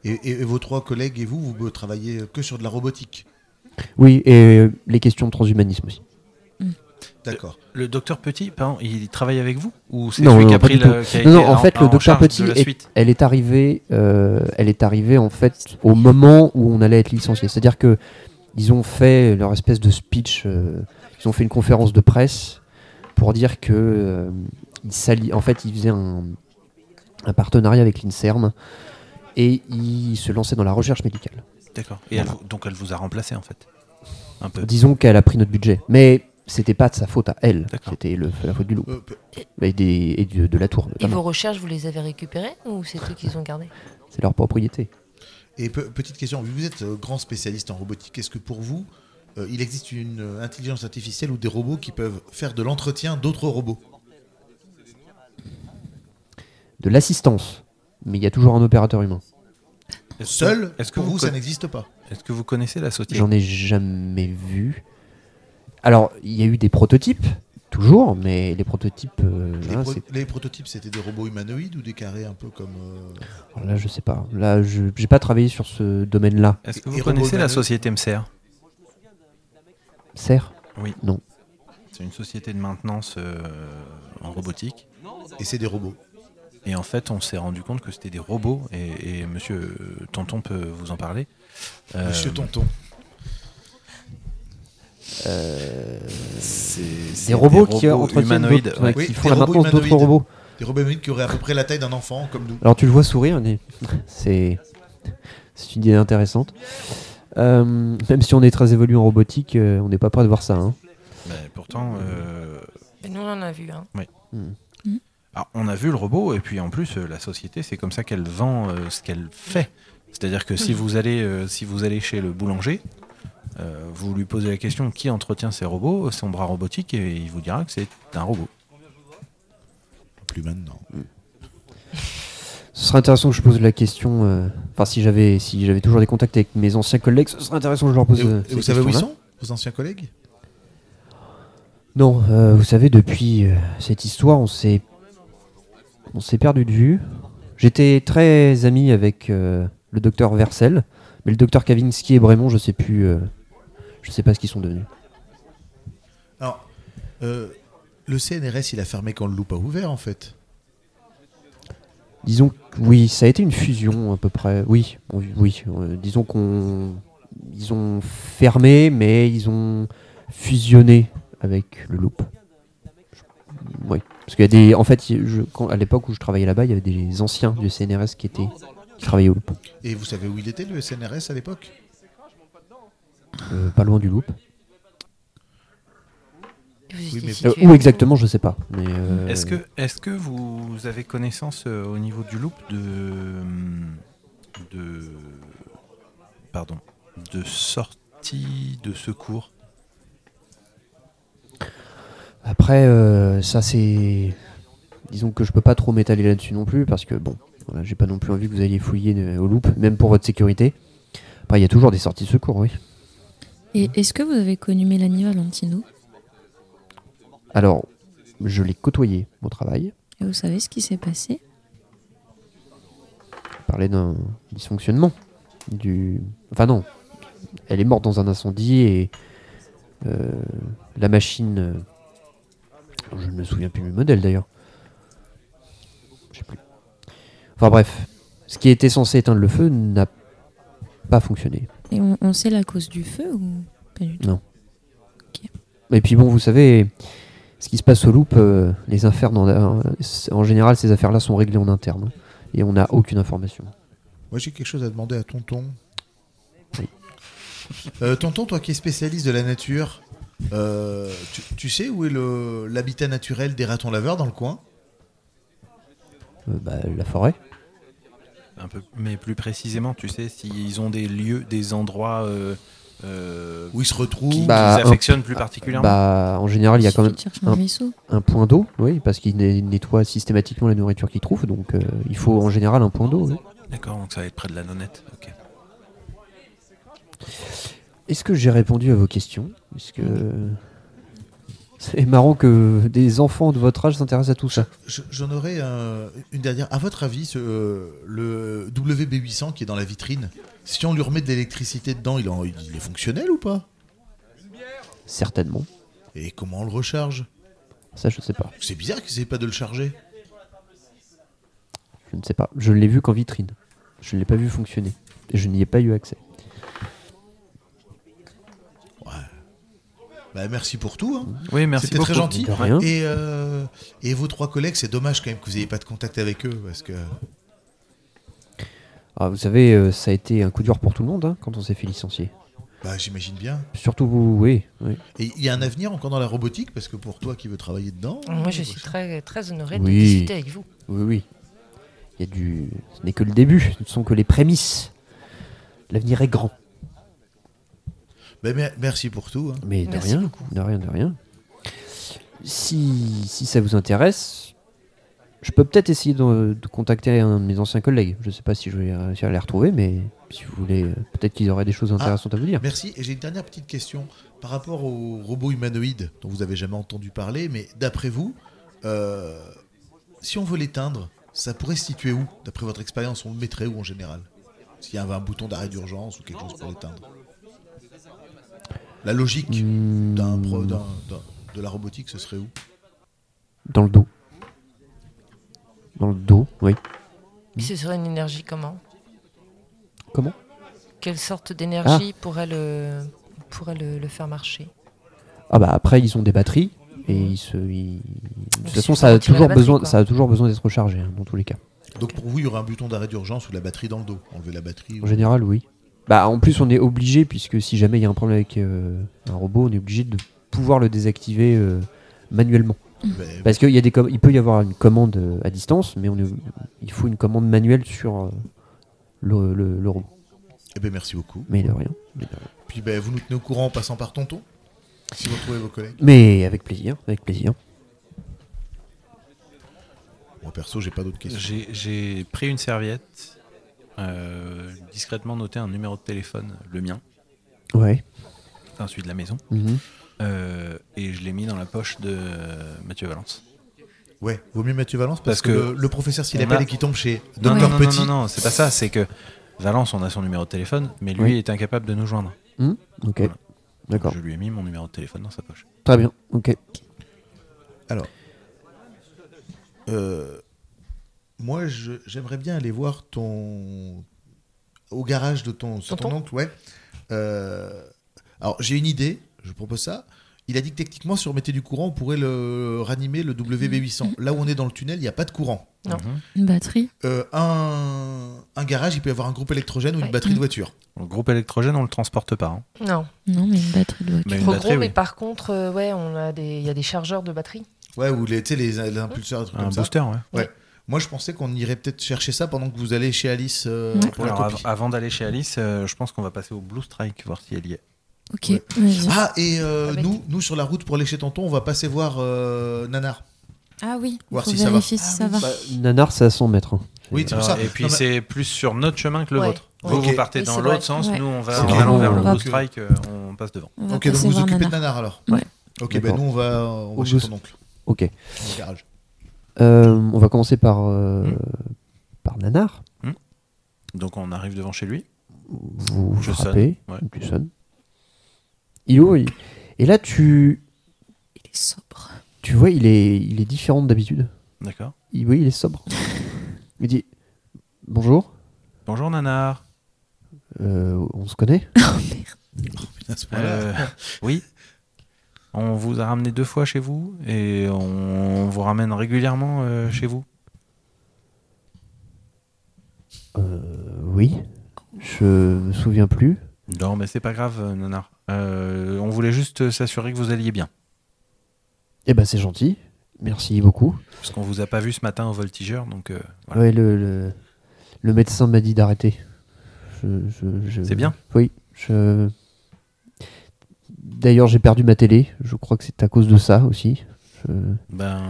S2: Et, et- et vos trois collègues et vous, vous euh, travaillez que sur de la robotique.
S1: Oui, et euh, les questions de transhumanisme aussi.
S2: D'accord.
S4: Le docteur Petit, pardon, il travaille avec vous Ou c'est
S1: Non,
S4: celui
S1: non,
S4: qui a
S1: pas
S4: pris
S1: du tout.
S4: le. qui a
S1: Non, non,
S4: été
S1: en fait, le docteur
S4: charge de
S1: Petit
S4: la
S1: est-
S4: suite
S1: Elle est arrivée, euh, elle est arrivée en fait au moment où on allait être licencié. C'est-à-dire que ils ont fait leur espèce de speech, euh, ils ont fait une conférence de presse pour dire que euh, ils s'allient- en fait, ils faisaient un, un partenariat avec l'Inserm et ils se lançaient dans la recherche médicale.
S4: D'accord. Et elle vous- donc elle vous a remplacé en fait Un peu.
S1: Disons qu'elle a pris notre budget, mais c'était pas de sa faute à elle,
S4: D'accord.
S1: c'était le- la faute du loup
S2: Euh, pe-
S1: et, des- et du- de la tour.
S5: Et
S1: notamment.
S5: vos recherches, vous les avez récupérées ou c'est eux qu'ils ont gardé
S1: C'est leur propriété.
S2: et pe- petite question, vous êtes euh, grand spécialiste en robotique. Est-ce que pour vous, euh, il existe une euh, intelligence artificielle ou des robots qui peuvent faire de l'entretien d'autres robots
S1: De l'assistance, mais il y a toujours un opérateur humain.
S4: Est-ce que-
S2: Seul,
S4: Est-ce que,
S2: pour
S4: vous
S2: vous, ça
S4: conna-
S2: n'existe pas
S4: est-ce que vous connaissez la société
S1: J'en ai jamais vu. Alors, il y a eu des prototypes, toujours, mais les prototypes, euh,
S4: Ah,
S2: les,
S1: là,
S2: pro-
S1: c'est-
S2: les prototypes, c'était des robots humanoïdes ou des carrés un peu comme... euh,
S1: alors là, je sais pas. Là, je j'ai pas travaillé sur ce domaine-là.
S4: Est-ce que
S2: Et
S4: vous
S2: Robo
S4: connaissez la
S2: Humanoïde
S4: société MCR
S1: Serre
S4: Oui.
S1: Non.
S4: C'est une société de maintenance euh, en robotique.
S2: Et c'est des robots.
S4: Et en fait, on s'est rendu compte que c'était des robots. Et, et monsieur euh, Tonton peut vous en parler. Euh,
S2: Monsieur Tonton.
S4: c'est- c'est
S1: Des robots, qui euh, entretiennent
S4: humanoïdes.
S1: d'autres-
S4: ouais.
S1: ouais,
S2: Oui,
S1: qui
S2: des
S1: font la
S2: robots
S1: maintenance d'autres
S2: humanoïdes.
S1: robots.
S2: Des robots humanoïdes qui auraient à peu près la taille d'un enfant, comme nous.
S1: Alors tu le vois sourire, on est- c'est c'est une idée intéressante. Euh, même si on est très évolué en robotique, euh, on n'est pas prêt de voir ça. hein.
S4: Mais pourtant, euh,
S5: Mais nous, on en a vu. Hein.
S4: Ah, on a vu le robot, et puis en plus, euh, la société, c'est comme ça qu'elle vend euh, ce qu'elle fait. C'est-à-dire que si vous allez, euh, si vous allez chez le boulanger, euh, vous lui posez la question qui entretient ces robots, son bras robotique, et il vous dira que c'est un robot.
S2: Plus maintenant.
S1: Ce serait intéressant que je pose la question. euh, Enfin, si j'avais si j'avais toujours des contacts avec mes anciens collègues, ce serait intéressant que je leur pose.
S2: Et, vous-
S1: euh,
S2: et
S1: ces
S2: vous savez où ils
S1: questions-là.
S2: sont Vos anciens collègues
S1: Non, euh, vous savez, depuis euh, cette histoire, on s'est on s'est perdu de vue. J'étais très ami avec euh, le docteur Versel, mais le docteur Kavinsky et Brémond, je sais plus, euh, je sais pas ce qu'ils sont devenus.
S2: Alors, euh, le CNRS, il a fermé quand le loup a ouvert, en fait.
S1: Disons que oui, ça a été une fusion à peu près. Oui, on- oui. euh, disons qu'on ils ont fermé, mais ils ont fusionné avec le loop. Je- Oui, parce qu'il y a des. En fait, je- quand- à l'époque où je travaillais là-bas, il y avait des anciens du CNRS qui étaient qui travaillaient au loop,
S2: Et vous savez où il était, le CNRS, à l'époque
S1: Euh, pas loin du loop.
S5: Vous
S2: Oui,
S5: étiez
S2: mais-
S1: Euh,
S5: situés
S1: où
S5: où
S1: exactement, je sais pas. mais, euh,
S4: Est-ce que, est que vous avez connaissance euh, au niveau du loop de. hum, de. pardon. de sortie de secours
S1: Après, euh, ça c'est. Disons que je peux pas trop m'étaler là-dessus non plus, parce que bon, voilà, j'ai pas non plus envie que vous alliez fouiller euh, au loop, même pour votre sécurité. Après, il y a toujours des sorties de secours, oui.
S6: Et est-ce que vous avez connu Mélanie Valentino
S1: Alors, je l'ai côtoyé au travail,
S6: Et vous savez ce qui s'est passé
S1: parler d'un dysfonctionnement. Du... Enfin, non. Elle est morte dans un incendie et euh, la machine. euh, Je ne me souviens plus du modèle d'ailleurs. Je sais plus. Enfin, bref. Ce qui était censé éteindre le feu n'a pas fonctionné.
S6: Et on, on sait la cause du feu ou pas du tout
S1: Et puis bon, vous savez, ce qui se passe au loop, euh, les affaires, en, en général, ces affaires-là sont réglées en interne. hein, Et on n'a aucune information.
S2: Moi, j'ai quelque chose à demander à Tonton.
S1: Oui.
S2: Euh, tonton, toi qui es spécialiste de la nature, euh, tu, tu sais où est le- l'habitat naturel des ratons laveurs dans le coin
S1: Euh, bah, la forêt.
S4: Un peu, mais plus précisément, tu sais, s'ils ont des lieux, des endroits euh, euh,
S2: Où ils se
S4: qui,
S2: retrouvent
S1: Bah,
S4: qu'ils affectionnent plus particulièrement.
S1: Bah, en général, il y a quand même
S6: suffit de chercher un
S1: un-
S6: ruisseau.
S1: un point d'eau, oui, parce qu'ils né- nettoient systématiquement la nourriture qu'ils trouvent, donc euh, il faut en général un point d'eau. oui.
S4: D'accord, donc ça va être près de la nonnette. Ok.
S1: Est-ce que j'ai répondu à vos questions Est-ce que c'est marrant que des enfants de votre âge s'intéressent à tout ça
S2: Je- J'en aurais un- une dernière. À votre avis, ce, euh, le WB800 qui est dans la vitrine, si on lui remet de l'électricité dedans, il, en- il est fonctionnel ou pas
S1: Certainement.
S2: Et comment on le recharge
S1: Ça, je sais pas.
S2: C'est bizarre qu'ils n'essaient pas de le charger.
S1: Je ne sais pas. Je l'ai vu qu'en vitrine. Je ne l'ai pas vu fonctionner. Et je n'y ai pas eu accès.
S2: Bah, merci pour tout. hein.
S4: Oui, merci
S2: C'était très
S4: beaucoup.
S2: gentil.
S1: De rien.
S2: Et, euh, et vos trois collègues, c'est dommage quand même que vous n'ayez pas de contact avec eux parce que
S1: Ah, vous savez, euh, ça a été un coup dur pour tout le monde hein, quand on s'est fait licencier.
S2: bah, j'imagine bien.
S1: Surtout vous, oui. oui.
S2: Et il y a un avenir encore dans la robotique parce que pour toi qui veux travailler dedans.
S5: Moi, je
S2: euh,
S5: suis très, très honorée
S1: Oui.
S5: de discuter avec vous.
S1: Oui, oui. Il y a du. Ce n'est que le début, ce ne sont que les prémices. L'avenir est grand.
S2: bah, mer- merci pour tout. hein.
S1: Mais de
S5: Merci
S1: rien,
S5: beaucoup.
S1: de rien, de rien. Si, si ça vous intéresse, je peux peut-être essayer de, de contacter un de mes anciens collègues. Je ne sais pas si je vais réussir à les retrouver, mais si vous voulez, euh, peut-être qu'ils auraient des choses
S5: Ah,
S1: intéressantes à vous dire.
S2: Merci. Et j'ai une dernière petite question par rapport aux robots humanoïdes dont vous avez jamais entendu parler, mais d'après vous, euh, si on veut l'éteindre, ça pourrait se situer où D'après votre expérience, on le mettrait où en général S'il y avait un bouton d'arrêt d'urgence ou quelque chose pour l'éteindre La logique.
S1: Hmm,
S2: d'un
S4: Mmh.
S2: pro- d'un- d'un- de la robotique, ce serait où
S1: dans le dos. Dans le dos, oui.
S5: Et ce serait une énergie comment
S1: Comment
S5: Quelle sorte d'énergie pourrait, le, pourrait le, le faire marcher
S1: Ah bah après, ils ont des batteries. Et ils se, ils- De toute
S5: suffit
S1: façon,
S5: de
S1: ça a,
S5: retirer la
S1: toujours
S5: batterie,
S1: besoin,
S5: quoi.
S1: ça a toujours besoin d'être rechargé, hein, dans tous les cas.
S2: Donc pour vous, il y aura un bouton d'arrêt d'urgence ou la batterie dans le dos. Enlever la batterie.
S1: En
S2: ou-
S1: général, oui. Bah, en plus, on est obligé, puisque si jamais il y a un problème avec euh, un robot, on est obligé de pouvoir le désactiver euh, manuellement.
S2: Ben,
S1: Parce qu'il y a des com- il peut y avoir une commande euh, à distance, mais on est- il faut une commande manuelle sur euh, le, le- le robot.
S2: eh ben, merci beaucoup.
S1: Mais de rien.
S2: Puis ben, vous nous tenez au courant en passant par Tonton, si vous retrouvez vos collègues.
S1: Mais avec plaisir, avec plaisir.
S2: Moi perso, j'ai pas d'autres questions.
S4: J'ai j'ai pris une serviette, euh, discrètement noté un numéro de téléphone, le mien,
S1: Ouais.
S4: enfin celui de la maison,
S1: Mhm.
S4: euh, et je l'ai mis dans la poche de euh, Mathieu Valence.
S2: Ouais, vaut mieux Mathieu Valence parce,
S4: Parce
S2: que,
S4: que
S2: le, le professeur s'il
S4: on
S2: appelle
S4: a-
S2: et qu'il tombe chez
S4: Non,
S2: Docteur
S4: non,
S2: Petit.
S4: Ah non, non, non, c'est pas ça, c'est que Valence, on a son numéro de téléphone, mais lui
S1: Oui.
S4: est incapable de nous joindre.
S1: Ok.
S4: Voilà.
S1: D'accord.
S4: Je lui ai mis mon numéro de téléphone dans sa poche.
S1: Très bien. Ok.
S2: Euh, moi, je- j'aimerais bien aller voir ton au garage de ton c'est ton
S5: Tonton
S2: oncle, ouais. Euh, alors j'ai une idée, je propose ça. Il a dit que techniquement, si on mettait du courant, on pourrait le ranimer le WB800.
S5: Mm.
S2: Là où on est dans le tunnel, il n'y a pas de courant.
S5: Non.
S4: Mhm.
S6: Une batterie
S2: Euh, un, un garage, il peut y avoir un groupe électrogène ou une
S5: Ouais. Mm.
S2: batterie de voiture.
S4: Le groupe électrogène, on le transporte pas. hein.
S5: Non,
S6: Non, mais une batterie de voiture.
S4: Mais une
S5: trop
S4: batterie,
S5: gros,
S4: oui.
S5: mais par contre, euh, ouais, on a des, il y a des chargeurs de batterie.
S2: Ouais, ou les, tu sais, les, les impulseurs, des trucs
S4: Un
S2: comme ça.
S4: booster, ouais.
S2: Moi, je pensais qu'on irait peut-être chercher ça pendant que vous allez chez Alice euh,
S6: Ouais.
S2: pour la
S4: Alors,
S2: copie.
S4: av- avant d'aller chez Alice, euh, je pense qu'on va passer au Blue Strike, voir si elle y est.
S6: Ok,
S2: Ouais.
S6: vas-y.
S2: Ah, et euh,
S5: Avec-
S2: nous, nous, sur la route pour aller chez Tonton, on va passer voir euh, Nanar.
S6: Ah oui,
S2: Voir
S6: faut
S2: si ça va.
S6: vérifier si ça va.
S2: Bah,
S1: Nanar, c'est à 100 mètres. hein.
S2: oui, c'est pour
S4: Alors,
S2: ça.
S4: Euh, et puis
S2: Non, mais-
S4: c'est plus sur notre chemin que le
S5: Ouais,
S4: vôtre.
S5: ouais.
S4: Vous, vous
S2: Ok.
S4: partez
S5: Oui,
S4: dans
S5: c'est
S4: l'autre
S5: vrai.
S4: sens,
S6: Ouais.
S4: nous on va
S1: C'est
S4: en
S1: vrai.
S4: allant vers le
S1: Ok.
S4: Blue Strike, euh, on passe devant.
S6: On va
S2: Ok, donc
S6: passer
S2: vous
S6: voir
S2: occupez de
S6: Nana.
S2: Nanar alors
S6: Ouais.
S2: Ok, ben
S1: D'accord.
S2: nous, on va, on va
S1: Au
S2: chez
S1: bus.
S2: ton oncle,
S1: Ok.
S2: au garage.
S1: Euh, on va commencer par, euh,
S4: Mm.
S1: par Nanar.
S4: Donc on arrive devant chez lui.
S1: Vous
S4: Je
S1: frappez.
S4: sonne, ouais.
S1: Tu sonnes. Il ouvre. il- Et là, tu,
S6: Il est sobre.
S1: tu vois, il est, il est différent de d'habitude.
S4: D'accord.
S1: Il- Oui, il est sobre. Il dit Bonjour,
S4: Bonjour Nanar.
S1: euh, on se connaît
S6: Oh,
S2: Putain, à ce moment-là.
S4: Euh, oui. On vous a ramené deux fois chez vous et on vous ramène régulièrement euh, chez vous.
S1: Euh, Oui, je me souviens plus.
S4: Non, mais c'est pas grave, euh, Nanar. Euh, on voulait juste s'assurer que vous alliez bien.
S1: Eh ben, c'est gentil. Merci beaucoup.
S4: Parce qu'on vous a pas vu ce matin au voltigeur, donc euh, voilà.
S1: Ouais, le, le, le médecin m'a dit d'arrêter. Je- je- je-
S4: C'est bien.
S1: Oui. Je... D'ailleurs, j'ai perdu ma télé. Je crois que c'est à cause de ça aussi. Je-
S4: Ben,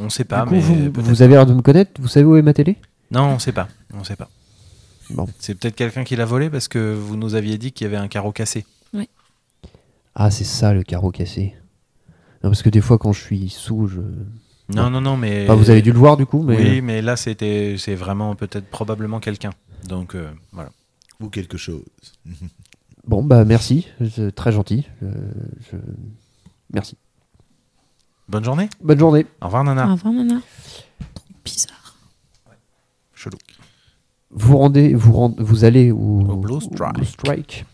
S4: on sait pas,
S1: Du coup,
S4: mais
S1: vous,
S4: peut-être.
S1: vous avez l'air de me connaître. Vous savez où est ma télé
S4: Non, on sait pas. On sait pas.
S1: Bon.
S4: C'est peut-être quelqu'un qui l'a volé parce que vous nous aviez dit qu'il y avait un carreau cassé.
S1: Ah, c'est ça le carreau cassé. Non, parce que des fois, quand je suis sous, je.
S4: Non, non, non, mais.
S1: Enfin, vous avez dû le voir du coup, mais.
S4: Oui, mais là, c'était, c'est vraiment peut-être probablement quelqu'un. Donc euh, voilà.
S2: Ou quelque chose.
S1: Bon, bah merci, c'est très gentil. Euh, je- Merci.
S4: Bonne journée.
S1: Bonne journée.
S4: Au revoir,
S6: Au
S1: Ah.
S4: Nana.
S6: revoir, Nana.
S2: Ah.
S6: Trop bizarre.
S4: Chelou.
S1: Vous rendez, vous rend- vous allez au,
S4: Au Blue Strike.
S1: Blue Strike.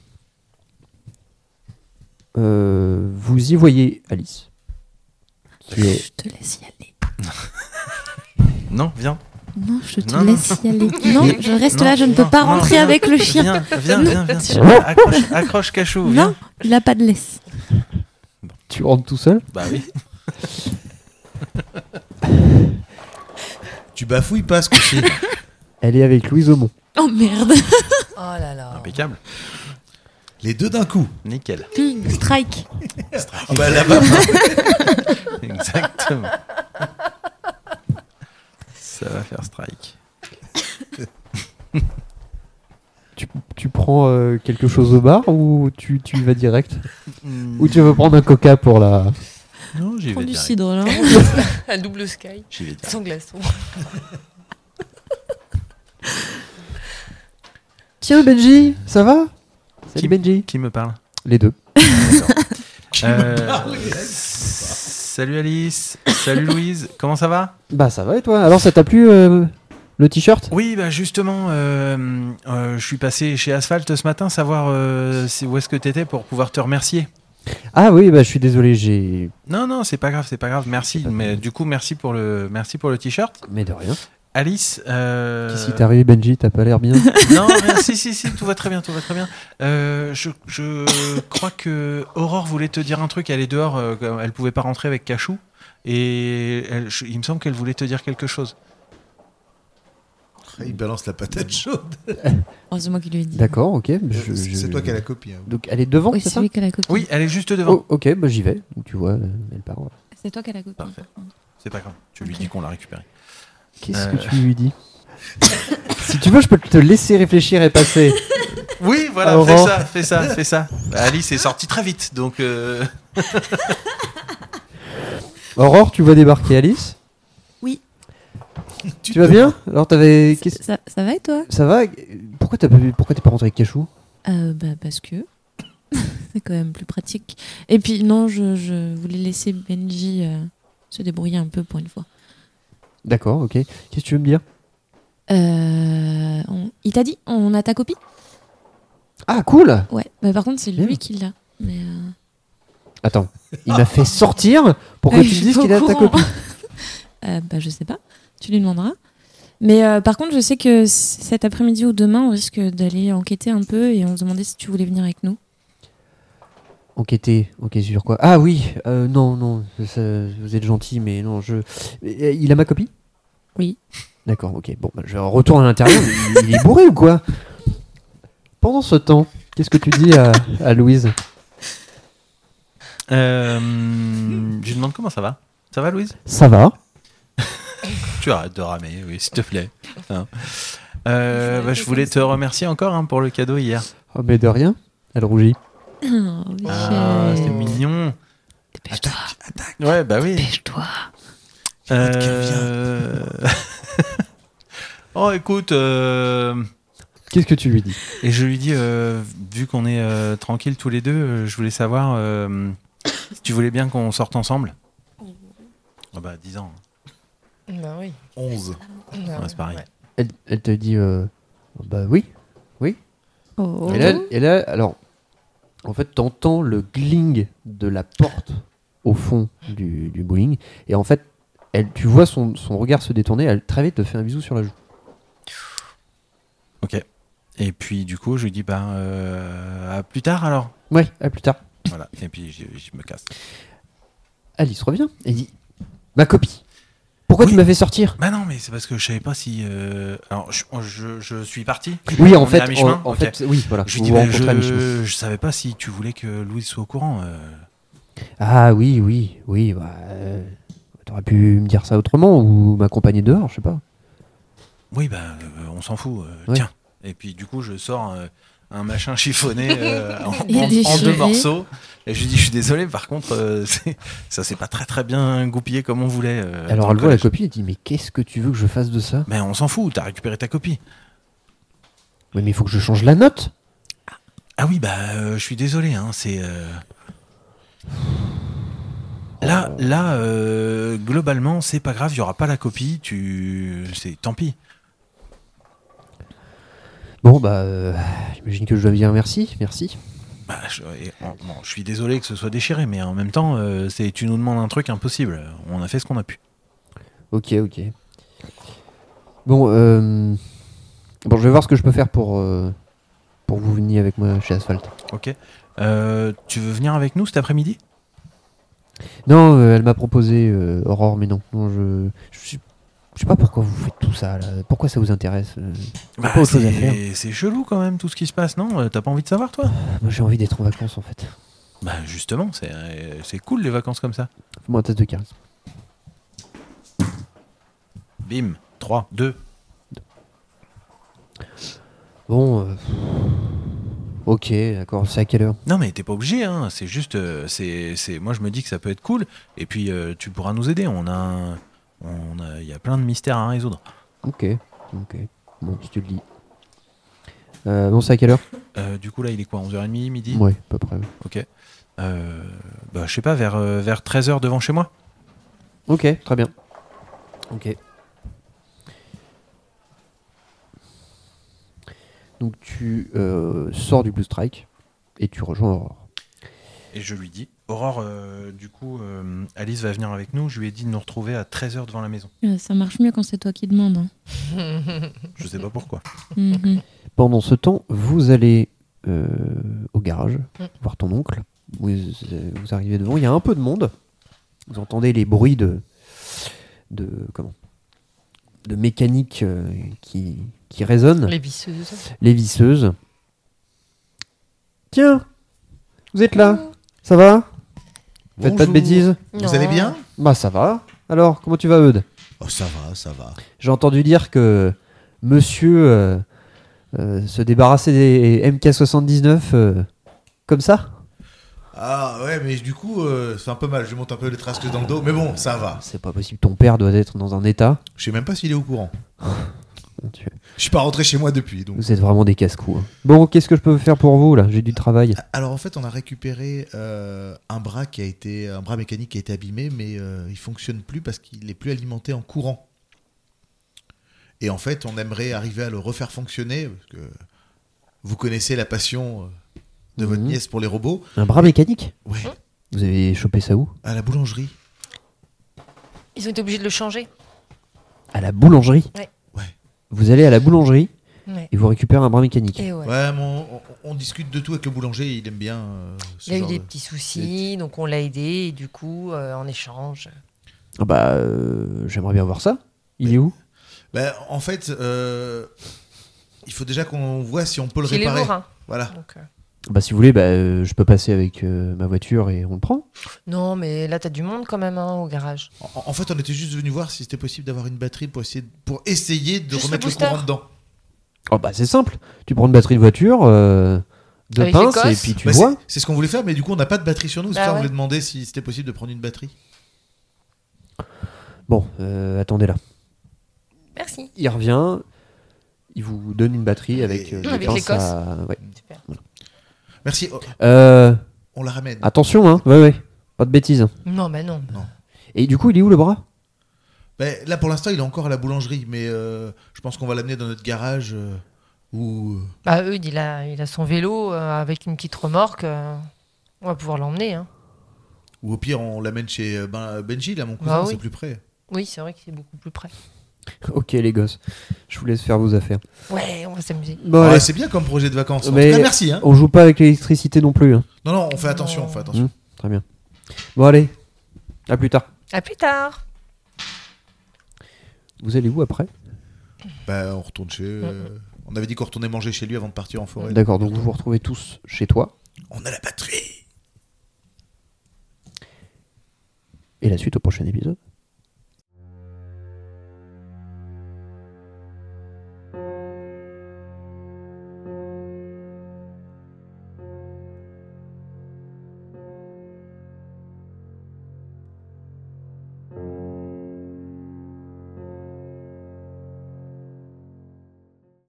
S1: Euh, vous y voyez Alice, qui est
S6: Je te laisse y aller.
S4: Non, viens.
S6: Non, je te
S4: Non, non.
S6: laisse y aller. Non, je reste
S4: Non,
S6: là, je ne
S4: non,
S6: peux pas
S4: non,
S6: rentrer
S4: non.
S6: avec le chien.
S4: Viens, viens,
S6: Non,
S4: viens, viens.
S6: je-
S4: Accroche, accroche Cachou. viens.
S6: Non, il a pas de laisse.
S1: tu rentres tout seul.
S4: Bah oui.
S2: Tu bafouilles pas ce coup-ci.
S1: Elle est avec Louise Aumont.
S6: Oh merde.
S5: Oh là là.
S4: Impeccable.
S2: Les deux d'un coup.
S4: Nickel.
S6: Ping, strike.
S2: Ah bah, là-bas.
S4: Exactement. Ça va faire strike.
S1: Tu, tu prends euh, quelque chose au bar ou tu, tu y vas direct Ou tu veux prendre un coca pour la.
S4: Non, j'y
S6: Prends
S4: vais
S6: du
S4: direct.
S6: cidre là.
S5: Un double sky
S4: J'y vais direct.
S5: sans glaçon.
S1: Tiens Benji, ça va Salut
S4: Qui-
S1: Benji.
S4: Qui me parle
S1: Les deux.
S4: Euh,
S2: parle,
S4: s- Salut Alice, salut Louise, comment ça va
S1: Bah ça va et toi Alors ça t'a plu euh, le t-shirt
S4: Oui, bah justement, euh, euh, je suis passé chez Asphalt ce matin, savoir euh, si- où est-ce que t'étais pour pouvoir te remercier.
S1: Ah oui, bah je suis désolé, j'ai...
S4: Non, non, c'est pas grave, c'est pas grave, merci.
S1: pas
S4: Mais
S1: grave.
S4: du coup, merci pour le, merci pour le t-shirt.
S1: Mais de rien.
S4: Alice, euh,
S1: Qu'est-ce qui t'est arrivé Benji T'as pas l'air bien
S4: non, rien, si, si, si, tout va très bien, tout va très bien. Euh, je, je crois que Aurore voulait te dire un truc. Elle est dehors, euh, elle pouvait pas rentrer avec Cachou, et elle- je- il me semble qu'elle voulait te dire quelque chose.
S2: Il balance la patate chaude.
S6: Oh, c'est moi qui lui ai dit.
S1: D'accord, ok. je-
S2: C'est
S1: je-
S2: toi qui as la copie. hein.
S1: Donc elle est devant,
S6: Oui,
S1: c'est
S6: c'est
S1: ça
S6: lui qui a la copie.
S4: Oui, elle est juste devant.
S1: Oh, ok, bah j'y vais. Donc, tu vois, euh, elle part.
S6: C'est toi qui a la copie.
S4: Parfait. C'est pas grave. Tu lui
S6: Ok.
S4: dis qu'on l'a récupérée.
S1: Qu'est-ce
S4: Euh.
S1: que tu lui dis Si tu veux, je peux te laisser réfléchir et passer.
S4: Oui, voilà,
S1: Aurore.
S4: fais ça, fais ça, fais ça. Bah, Alice est sortie très vite, donc euh,
S1: Aurore, tu vois débarquer Alice
S3: Oui.
S1: Tu vas bien Alors t'avais... qu'est-ce-
S6: Ça, ça va et toi
S1: Ça va Pourquoi t'as pas vu- Pourquoi t'es pas rentré avec Cachou
S6: Euh, bah, Parce que c'est quand même plus pratique. Et puis non, je, je voulais laisser Benji euh, se débrouiller un peu pour une fois.
S1: D'accord, ok. Qu'est-ce que tu veux me dire
S6: Euh, on- Il t'a dit On a ta copie
S1: Ah, cool
S6: Ouais. Bah, par contre, c'est
S1: Bien.
S6: lui qui l'a. Mais, euh,
S1: Attends, il m'a fait sortir pour que
S6: euh,
S1: tu me
S6: je suis
S1: dises
S6: pas au
S1: qu'il a ta
S6: courant.
S1: copie.
S6: Euh, bah, je sais pas. Tu lui demanderas. Mais euh, par contre, je sais que c- cet après-midi ou demain, on risque d'aller enquêter un peu et on se demandait si tu voulais venir avec nous.
S1: Enquêter, ok, sur quoi Ah oui, euh, non, non, ça- vous êtes gentil, mais non, je. Euh, Il a ma copie
S6: Oui.
S1: D'accord, ok. Bon, bah, je retourne à l'intérieur. il, il est bourré ou quoi Pendant ce temps, qu'est-ce que tu dis à, à Louise
S4: euh, je lui demande comment ça va. Ça va, Louise
S1: Ça va
S4: Tu arrêtes de ramer, oui, s'il te plaît. Hein. Euh,
S6: Je
S4: bah, je voulais te remercier encore hein, pour le cadeau hier.
S1: Oh, mais de rien. Elle rougit.
S6: Oh,
S4: Ah,
S6: Michel.
S4: c'est mignon.
S5: Dépêche-toi,
S4: Ouais, bah oui.
S5: dépêche-toi.
S4: Euh, oh, écoute, euh,
S1: Qu'est-ce que tu lui dis
S4: et je lui dis, euh, vu qu'on est euh, tranquilles tous les deux, euh, je voulais savoir euh, si tu voulais bien qu'on sorte ensemble. Ah bah, 10 ans,
S5: Bah oui.
S2: 11.
S5: Bah
S4: Ouais, c'est pareil.
S5: ouais.
S1: elle, elle te dit euh, Bah oui.
S6: Oh.
S4: Mhm.
S1: Et là, et là, alors, en fait, t'entends le gling de la porte au fond du, du bowling. Et en fait, elle, tu vois son, son regard se détourner. Elle très vite te fait un bisou sur la joue.
S4: Et puis, du coup, je lui dis, bah, euh, à plus tard alors.
S1: Ouais, à plus tard.
S4: Voilà. Et puis, je, je me casse.
S1: Alice revient et dit Ma copie, pourquoi
S4: Oui.
S1: tu m'as fait sortir
S4: Bah non, mais c'est parce que je savais pas si. euh, Alors, je, je- je suis parti.
S1: Oui,
S4: On
S1: en
S4: est à
S1: fait,
S4: mi-chemin
S1: en, en
S4: Ok.
S1: fait, oui, voilà. Ah,
S4: Je
S1: vous
S4: lui dis,
S1: vous
S4: bah,
S1: rencontrez à mi-chemin.
S4: je, je savais pas si tu voulais que Louise soit au courant. euh.
S1: Ah oui, oui, oui. Bah, euh, T'aurais pu me dire ça autrement ou m'accompagner dehors, je sais pas.
S4: Oui, bah, euh, on s'en fout. euh,
S1: Ouais.
S4: Tiens. Et puis, du coup, je sors euh, un machin chiffonné euh, en,
S6: Et
S4: en- en deux
S6: déchiré.
S4: morceaux. Et je lui dis, je suis désolé, par contre, euh, c'est- ça s'est pas très très bien goupillé comme on voulait. euh,
S1: Alors
S4: dans
S1: elle
S4: le
S1: voit la
S4: collège.
S1: copie et dit Mais qu'est-ce que tu veux que je fasse de ça
S4: Mais on s'en fout, t'as récupéré ta copie.
S1: Oui, mais il faut que je change la note.
S4: Ah oui, bah, euh, je suis désolé, hein, c'est. euh, Là, là, euh, globalement, c'est pas grave, il y aura pas la copie, tu, c'est tant pis.
S1: Bon, bah, euh, j'imagine que je dois me dire merci, merci.
S4: Bah, je, et en- bon, je suis désolé que ce soit déchiré, mais en même temps, euh, c'est tu nous demandes un truc impossible. On a fait ce qu'on a pu.
S1: Ok, ok. Bon, euh, bon, je vais voir ce que je peux faire pour, euh, pour que vous veniez avec moi chez Asphalt.
S4: Ok. Euh, tu veux venir avec nous cet après-midi
S1: Non, euh, elle m'a proposé euh, Aurore, mais non. non je, je, sais- je sais pas pourquoi vous faites tout ça, là. Pourquoi ça vous intéresse euh.
S4: Bah,
S1: pas autre chose à
S4: c'est-
S1: faire.
S4: C'est chelou quand même tout ce qui se passe, non Euh, T'as pas envie de savoir toi
S1: Bah, Moi, j'ai envie d'être en vacances, en fait.
S4: Bah justement, c'est euh, c'est cool les vacances comme ça.
S1: Fais-moi un test de charisme.
S4: Bim, 3, 2.
S1: Bon, euh, ok, d'accord. C'est à quelle heure
S4: Non mais t'es pas obligé, hein. c'est juste, euh, c'est, c'est- moi je me dis que ça peut être cool, et puis euh, tu pourras nous aider, on a un- on a- il y a plein de mystères à résoudre.
S1: Ok, ok. Bon, si tu le dis. Euh, bon, c'est à quelle heure
S4: Euh, du coup là il est quoi, 11h30, midi
S1: Ouais, à peu près.
S4: Ok. Euh, bah, je sais pas, vers, euh, vers 13h devant chez moi
S1: Ok, très bien. Ok. Donc tu euh, sors du Blue Strike et tu rejoins Aurore.
S4: Et je lui dis, Aurore, euh, du coup, euh, Alice va venir avec nous. Je lui ai dit de nous retrouver à 13h devant la maison.
S6: Euh, Ça marche mieux quand c'est toi qui demande. hein.
S4: Je sais pas pourquoi.
S6: Mhm.
S1: Pendant ce temps, vous allez euh, au garage
S5: Mm.
S1: voir ton oncle. Vous, euh, vous arrivez devant, il y a un peu de monde. Vous entendez les bruits de de comment de mécanique euh, qui qui résonnent.
S5: Les visseuses.
S1: les visseuses. Tiens, vous êtes là, ça va Faites pas de
S2: Bonjour.
S1: bêtises
S2: Vous allez bien
S1: Bah ça va. Alors, comment tu vas, Eudes
S2: Oh, ça va, ça va.
S1: J'ai entendu dire que monsieur euh, euh, se débarrassait des MK79 euh, comme ça
S2: Ah ouais, mais du coup, euh, c'est un peu mal. Je monte un peu les trasques dans le dos, mais bon, ça va.
S1: Ah, C'est pas possible, ton père doit être dans un état.
S2: Je sais même pas s'il est au courant.
S1: Oh, Mon Dieu.
S2: Je suis pas rentré chez moi depuis. Donc.
S1: Vous êtes vraiment des casse-cou. hein. Bon, qu'est-ce que je peux faire pour vous là J'ai du travail.
S2: Bah, Alors en fait, on a récupéré euh, un bras qui a été un bras mécanique qui a été abîmé, mais euh, il fonctionne plus parce qu'il est plus alimenté en courant. Et en fait, on aimerait arriver à le refaire fonctionner parce que vous connaissez la passion euh, de votre
S1: Mhm.
S2: nièce pour les robots.
S1: Un bras mécanique
S2: Ouais,
S5: Mhm.
S1: Vous avez chopé ça où
S2: à la boulangerie.
S5: Ils ont été obligés de le changer.
S1: À la boulangerie.
S5: Ouais.
S2: Ouais.
S1: Vous allez à la boulangerie
S5: Ouais.
S1: et vous récupérez un bras mécanique.
S5: Et ouais.
S2: Ouais, mais on, on- on discute de tout avec le boulanger. Il aime bien. euh, ce
S5: Il a eu
S2: genre
S5: des
S2: de-
S5: petits soucis, donc on l'a aidé, et du coup, euh, en échange.
S1: Ah bah, euh, j'aimerais bien voir ça. Il est où
S2: Ben, en fait, euh, il faut déjà qu'on voit si on peut le
S5: Il est hein.
S2: réparer.
S5: bourrin.
S2: Voilà.
S5: donc, euh,
S1: Bah, si vous voulez, bah, euh, je peux passer avec euh, ma voiture et on le prend.
S5: Non, mais là, t'as du monde quand même hein, au garage.
S2: En, en fait, on était juste venu voir si c'était possible d'avoir une batterie pour essayer, pour essayer de
S5: Juste
S2: remettre
S5: le
S2: le,
S5: booster.
S2: courant dedans.
S1: Oh bah, c'est simple. Tu prends une batterie de voiture, euh, deux
S5: Avec
S1: pinces, et
S5: l'Écosse
S1: puis tu
S2: Bah,
S1: vois.
S2: c'est- C'est ce qu'on voulait faire, mais du coup, on n'a pas de batterie sur nous. C'est
S5: Bah
S2: pour ça qu'on
S5: ouais.
S2: voulait demander si c'était possible de prendre une batterie.
S1: Bon, euh, attendez là.
S5: Merci.
S1: Il revient, il vous donne une batterie avec, euh,
S2: Avec
S1: des pinces à- ouais.
S5: Super.
S2: Merci. Oh,
S1: Euh,
S2: on la ramène.
S1: attention, hein. Ouais, ouais. Pas de bêtises. hein.
S5: Non, mais non.
S1: Et du coup, il est où le bras
S2: Ben, là, pour l'instant, il est encore à la boulangerie, mais euh, je pense qu'on va l'amener dans notre garage euh, où. euh,
S5: Bah, Eudes, il a, il a son vélo euh, avec une petite remorque. euh, on va pouvoir l'emmener. hein.
S2: Ou au pire, on l'amène chez euh, Ben- Benji, là, mon cousin,
S5: Bah oui.
S2: c'est plus près.
S5: Oui, c'est vrai que c'est beaucoup plus près.
S1: Ok, les gosses. Je vous laisse faire vos affaires.
S5: Ouais, on va s'amuser.
S1: Bon,
S2: Ouais,
S1: allez.
S2: c'est bien comme projet de vacances. En
S1: Mais-
S2: tout cas, merci. hein.
S1: On joue pas avec l'électricité non plus. hein.
S2: Non, non, on fait attention, on fait attention.
S1: Très bien. Bon, allez. À plus tard.
S5: À plus tard.
S1: Vous allez où après
S2: Bah, on retourne chez. euh,
S5: Hmm.
S2: On avait dit qu'on retournait manger chez lui avant de partir en forêt.
S1: D'accord, donc vous vous retrouvez tous chez toi.
S2: On a la batterie.
S1: Et la suite au prochain épisode.